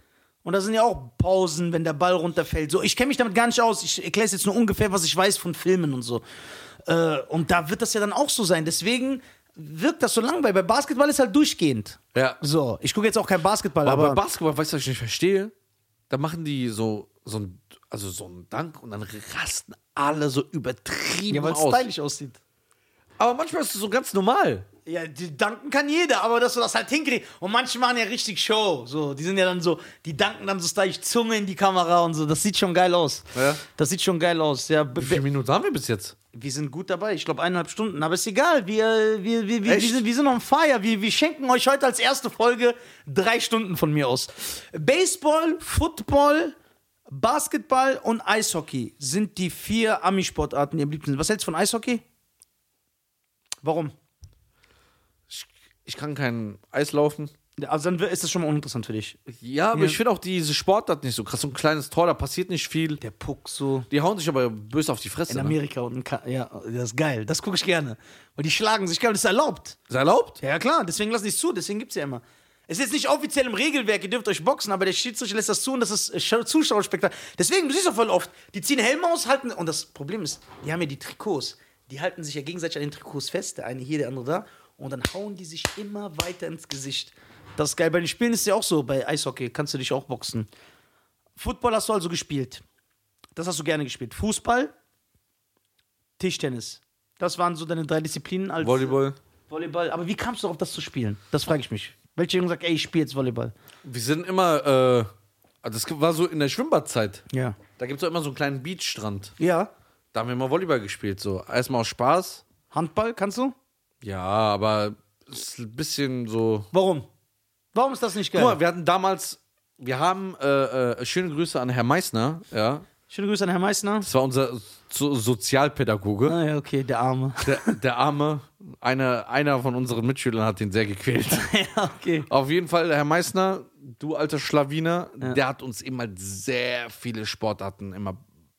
Und da sind ja auch Pausen, wenn der Ball runterfällt. So, ich kenne mich damit gar nicht aus. Ich erkläre es jetzt nur ungefähr, was ich weiß von Filmen und so. Äh, und da wird das ja dann auch so sein. Deswegen wirkt das so langweilig. Bei Basketball ist halt durchgehend. Ja. So, ich gucke jetzt auch kein Basketball, aber, Aber, bei Basketball, weißt du, was ich nicht verstehe? Da machen die so, so ein, also so einen Dank und dann rasten alle so übertrieben ja, weil es aus. stylisch aussieht. Aber manchmal ist es so ganz normal. Ja, die danken kann jeder, aber dass du das halt hinkriegst. Und manche machen ja richtig Show. So, die sind ja dann so, die danken dann so stylisch Zunge in die Kamera und so. Das sieht schon geil aus. Ja. Das sieht schon geil aus. Ja, b- Wie viele b- Minuten haben wir bis jetzt? wir sind gut dabei. Ich glaube eineinhalb Stunden. Aber ist egal. Wir, wir, wir, wir, wir, Echt? sind, wir sind on fire. Wir, wir schenken euch heute als erste Folge drei Stunden von mir aus. Baseball, Football, Basketball und Eishockey sind die vier Ami-Sportarten, die am liebsten sind. Was hältst du von Eishockey? Warum? Ich, ich kann kein Eis laufen. Also dann ist das schon mal uninteressant für dich. Ja, aber ich finde auch diese Sportart nicht so krass. So ein kleines Tor, da passiert nicht viel. Der Puck so. Die hauen sich aber böse auf die Fresse. In Ne? Amerika und Ka ja, das ist geil. Das gucke ich gerne. Weil die schlagen sich, glaube das ist erlaubt. Ist erlaubt? Ja, ja, klar, deswegen lassen die es zu, deswegen gibt es ja immer. Es ist jetzt nicht offiziell im Regelwerk, ihr dürft euch boxen, aber der Schiedsrichter lässt das zu und das ist äh, Schau- Zuschauerspektakel. Deswegen, du siehst doch voll oft, die ziehen Helme aus, halten. Und das Problem ist, die haben ja die Trikots. Die halten sich ja gegenseitig an den Trikots fest, der eine hier, der andere da. Und dann hauen die sich immer weiter ins Gesicht. Das ist geil. Bei den Spielen ist es ja auch so, bei Eishockey kannst du dich auch boxen. Football hast du also gespielt. Das hast du gerne gespielt. Fußball, Tischtennis. Das waren so deine drei Disziplinen als. Volleyball. Volleyball, aber wie kamst du darauf, das zu spielen? Das frage ich mich. Welcher Junge sagt, ey, ich spiele jetzt Volleyball? Wir sind immer, äh, also das war so in der Schwimmbadzeit. Ja. Da gibt es immer so einen kleinen Beachstrand. Ja. Da haben wir immer Volleyball gespielt. So erstmal aus Spaß. Handball, kannst du? Ja, aber ist ein bisschen so. Warum? Warum ist das nicht geil? Guck mal, wir hatten damals, wir haben äh, äh, schöne Grüße an Herrn Meissner, ja. Schöne Grüße an Herrn Meissner. Das war unser so Sozialpädagoge. Ah ja, okay, der Arme. Der, der Arme, einer, einer von unseren Mitschülern hat ihn sehr gequält. ja, okay. Auf jeden Fall, Herr Meissner, du alter Schlawiner, der hat uns eben halt sehr viele Sportarten immer.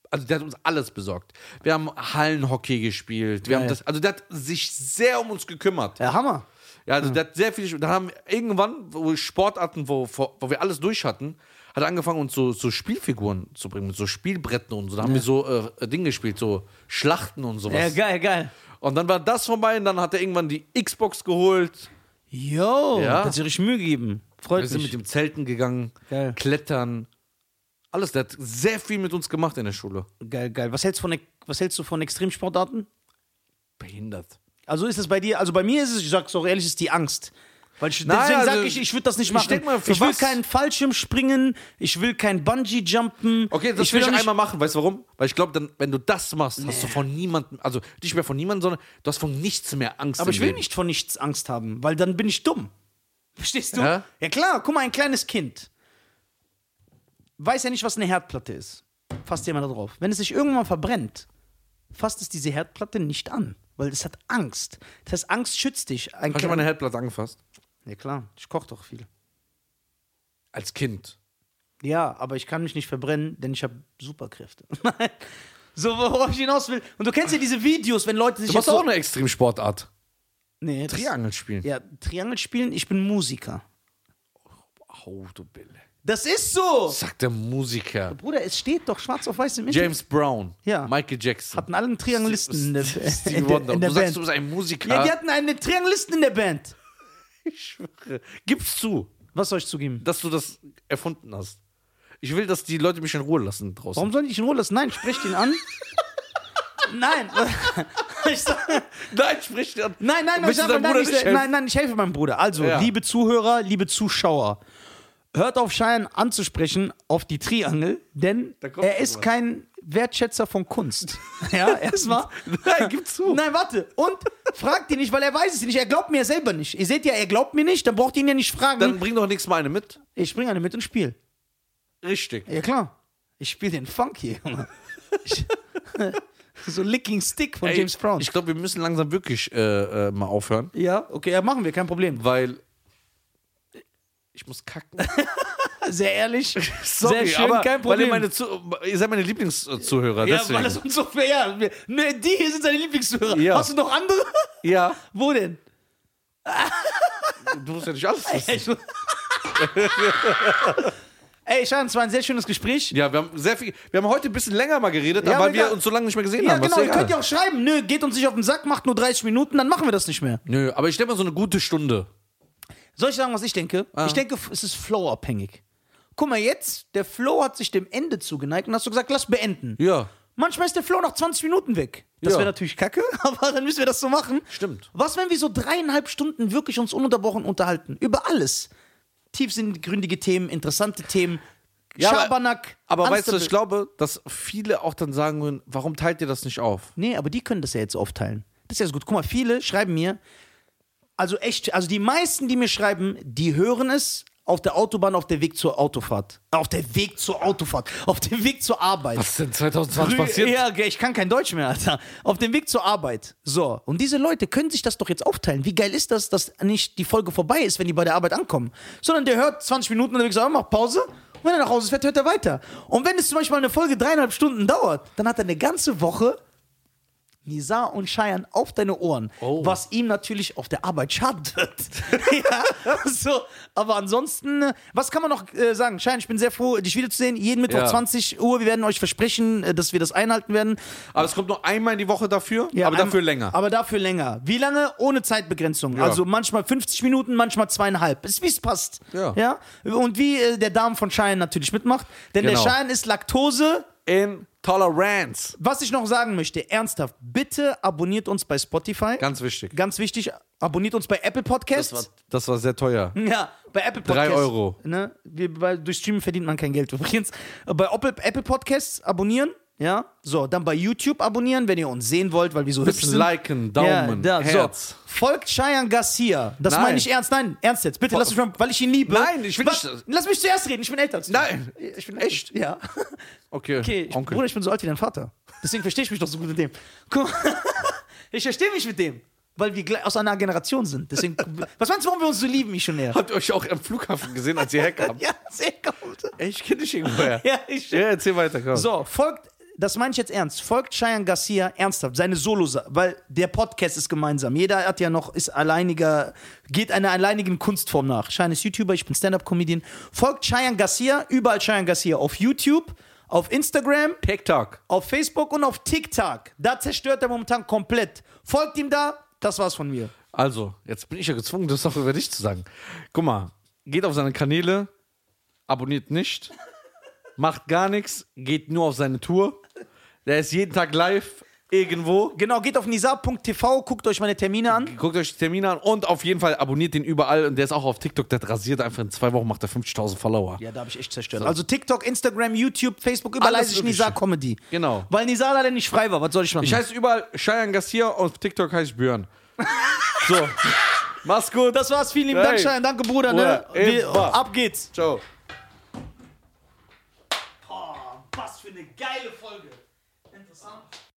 Also der hat uns alles besorgt. Wir haben Hallenhockey gespielt. Wir haben Geil. das, also der hat sich sehr um uns gekümmert. Ja, Hammer. Ja, also der hat sehr viele. Da haben wir irgendwann wo Sportarten, wo, wo wo wir alles durch hatten, hat er angefangen, uns so, so Spielfiguren zu bringen, mit so Spielbretten und so. Da haben wir so äh, Dinge gespielt, so Schlachten und Ja, sowas. geil, geil. und dann war das vorbei und dann hat er irgendwann die Xbox geholt. Yo, Ja. hat sich richtig Mühe gegeben. Wir Freut sind mich. mit dem Zelten gegangen, Geil. Klettern. Alles, der hat sehr viel mit uns gemacht in der Schule. Geil, geil. Was hältst, du von, was hältst du von Extremsportarten? Behindert. Also ist es bei dir, also bei mir ist es, ich sag's auch ehrlich, ist die Angst. Weil ich, deswegen also, sag ich, ich würde das nicht ich machen. denk mal, für will was- keinen Fallschirm springen, ich will keinen Bungee-Jumpen. Okay, das ich will ich auch nicht- einmal machen. Weißt du warum? Weil ich glaube, dann, wenn du das machst, hast du von niemandem, also nicht mehr von niemandem, sondern du hast von nichts mehr Angst. Aber im ich will Leben. nicht vor nichts Angst haben, weil dann bin ich dumm. Verstehst du? Ja. Ja, klar, guck mal, ein kleines Kind weiß ja nicht, was eine Herdplatte ist. Fasst jemand da drauf. Wenn es sich irgendwann verbrennt, fasst es diese Herdplatte nicht an, weil es hat Angst. Das heißt, Angst schützt dich. Ein Hast du klein- mal eine Herdplatte angefasst? ja klar, ich koche doch viel. Als Kind. Ja, aber ich kann mich nicht verbrennen, denn ich habe Superkräfte. Nein. so, worauf ich hinaus will. Und du kennst ja diese Videos, wenn Leute sich Du machst jetzt auch so, eine Extremsportart. nee, das- Triangel spielen. Ja, Triangel spielen, ich bin Musiker. Au, du Bille. Das ist so. Sagt der Musiker. Bruder, es steht doch schwarz auf weiß im Internet. James Brown. Ja. Michael Jackson. Hatten alle einen Triangelisten in der, Stevie in der, Wonder. in der du Band. sagst, du bist ein Musiker. ja, die hatten einen Triangelisten in der Band. ich schwöre. Gib's zu, Was soll ich zugeben? dass du das erfunden hast. Ich will, dass die Leute mich in Ruhe lassen draußen. Warum soll ich ihn holen lassen? Nein, sprecht ihn an. Nein. ich sag, Nein, sprich dann. Nein, nein, nein, Willst ich, du aber, deinem nein, Bruder ich, nicht helfen? nein, nein, ich helfe meinem Bruder. Also, Ja. liebe Zuhörer, liebe Zuschauer, hört auf Schein anzusprechen auf die Triangel, denn Da kommt er ist noch was. kein Wertschätzer von Kunst. ja, erstmal. Nein, gib zu. Nein, warte. Und fragt ihn nicht, weil er weiß es nicht. Er glaubt mir ja selber nicht. Ihr seht ja, er glaubt mir nicht, dann braucht ihr ihn ja nicht fragen. Dann bring doch nichts meine mit. ich bringe eine mit ins Spiel. Richtig. Ja, klar. Ich spiele den Funky, Junge. Ich, so Licking Stick von Ey, James Brown. Ich glaube, wir müssen langsam wirklich äh, äh, mal aufhören, ja, okay, ja, machen wir, kein Problem. weil ich muss kacken. Sehr ehrlich. sehr Sorry, schön, aber kein Weil Problem. ihr, meine Zu ihr seid meine Lieblingszuhörer, ja, deswegen. weil das uns so fair. Ja, wir, ne, die hier sind seine Lieblingszuhörer. Ja. Hast du noch andere? ja, Wo denn? du musst ja nicht alles wissen. Ich- Ey, Schein, es war ein sehr schönes Gespräch. Ja, wir haben sehr viel. Wir haben heute ein bisschen länger mal geredet, Ja, weil aber wir egal. uns so lange nicht mehr gesehen Ja, haben. was genau, ist ihr egal. könnt ja auch schreiben, nö, geht uns nicht auf den Sack, macht nur 30 Minuten, dann machen wir das nicht mehr. Nö, aber ich denke mal so eine gute Stunde. Soll ich sagen, was ich denke? Ah. Ich denke, es ist flow-abhängig. Guck mal, jetzt, der Flow hat sich dem Ende zugeneigt und hast du gesagt, lass beenden. Ja. Manchmal ist der Flow nach 20 Minuten weg. Das Ja. wäre natürlich kacke, aber dann müssen wir das so machen. Stimmt. Was, wenn wir so dreieinhalb Stunden wirklich uns ununterbrochen unterhalten? Über alles. Tiefsinnig-gründige Themen, interessante Themen, Ja, aber- Schabernack. Aber weißt du, ich glaube. glaube, dass viele auch dann sagen würden, warum teilt ihr das nicht auf? Nee, aber die können das ja jetzt aufteilen. Das ist ja so gut. Guck mal, viele schreiben mir, also echt, also die meisten, die mir schreiben, die hören es auf der Autobahn auf der Weg zur Autofahrt. Äh, Auf der Weg zur Autofahrt. Auf dem Weg zur Arbeit. Was ist denn 2020 Früh- passiert? Ja, ich kann kein Deutsch mehr, Alter. Auf dem Weg zur Arbeit. So, und diese Leute können sich das doch jetzt aufteilen. Wie geil ist das, dass nicht die Folge vorbei ist, wenn die bei der Arbeit ankommen, sondern der hört 20 Minuten unterwegs, sagt, macht "Oh, Pause. Und wenn er nach Hause fährt, hört er weiter. Und wenn es zum Beispiel mal eine Folge dreieinhalb Stunden dauert, dann hat er eine ganze Woche Nizar und Cheyenne auf deine Ohren, Oh. was ihm natürlich auf der Arbeit schadet. ja, so, aber ansonsten, äh, was kann man noch äh, sagen? Cheyenne, ich bin sehr froh, dich wiederzusehen. Jeden Mittwoch Ja. 20 Uhr, wir werden euch versprechen, äh, dass wir das einhalten werden. Aber es kommt nur einmal in die Woche dafür, Ja, aber ein- dafür länger. Aber dafür länger. Wie lange? Ohne Zeitbegrenzung. Ja. Also manchmal 50 Minuten, manchmal zweieinhalb. Ist wie es passt. Ja. ja. Und wie äh, der Darm von Cheyenne natürlich mitmacht. Denn Genau. der Cheyenne ist Laktose In Tolerance. was ich noch sagen möchte, ernsthaft, bitte abonniert uns bei Spotify. Ganz wichtig. Ganz wichtig, abonniert uns bei Apple Podcasts. Das war, das war sehr teuer. ja, bei Apple Drei Podcasts. Euro. Ne? Wir, bei, durch Streamen verdient man kein Geld übrigens. Bei Apple, Apple Podcasts abonnieren. Ja, so, dann bei YouTube abonnieren, wenn ihr uns sehen wollt, weil wir so hübsch Bisschen sind. liken, Daumen, ja, da, Herz. So. Folgt Cheyenne Garcia. Das Nein. meine ich ernst. Nein, ernst jetzt. Bitte lass mich, mal- weil ich ihn liebe. Nein, ich will Wa- nicht- Lass mich zuerst reden. Ich bin älter. als du. Nein. ich bin echt. Ja. Okay, Okay, ich, Onkel. Bruder, ich bin so alt wie dein Vater. Deswegen verstehe ich mich doch so gut mit dem. Guck mal. Ich verstehe mich mit dem, weil wir gleich aus einer Generation sind. Deswegen, was meinst du, warum wir uns so lieben, ich schon näher? Habt ihr euch auch am Flughafen gesehen, als ihr herkamt? Ja, sehr gut. Ey, Ich kenne dich irgendwoher. Ja, ich Ja, erzähl weiter, komm. So, folgt, das meine ich jetzt ernst, folgt Cheyenne Garcia ernsthaft, seine solo weil der Podcast ist gemeinsam. Jeder hat ja noch, ist alleiniger, geht einer alleinigen Kunstform nach. Cheyenne ist YouTuber, ich bin Stand-Up-Comedian. Folgt Cheyenne Garcia, überall Cheyenne Garcia, auf YouTube, auf Instagram, TikTok. auf Facebook und auf TikTok. Da zerstört er momentan komplett. Folgt ihm da, das war's von mir. Also, jetzt bin ich ja gezwungen, das auch über dich zu sagen. Guck mal, geht auf seine Kanäle, abonniert nicht, macht gar nichts, geht nur auf seine Tour. Der ist jeden Tag live irgendwo. Genau, geht auf nisa.tv, guckt euch meine Termine an. Guckt euch die Termine an und auf jeden Fall abonniert den überall. Und der ist auch auf TikTok, der rasiert einfach in zwei Wochen, macht er 50.000 Follower. Ja, da habe ich echt zerstört. Also TikTok, Instagram, YouTube, Facebook, überall Alles heiße ich Mögliche. Nisa Comedy. Genau. Weil Nisa leider nicht frei war, was soll ich machen? Ich heiße überall Cheyenne Garcia und auf TikTok heiße ich Björn. So, mach's gut. das war's, vielen lieben Hey. Dank, Schein. Danke, Bruder. Ne? Bruder, Wir, immer. ab geht's. Ciao. was für eine geile Folge. Interessant.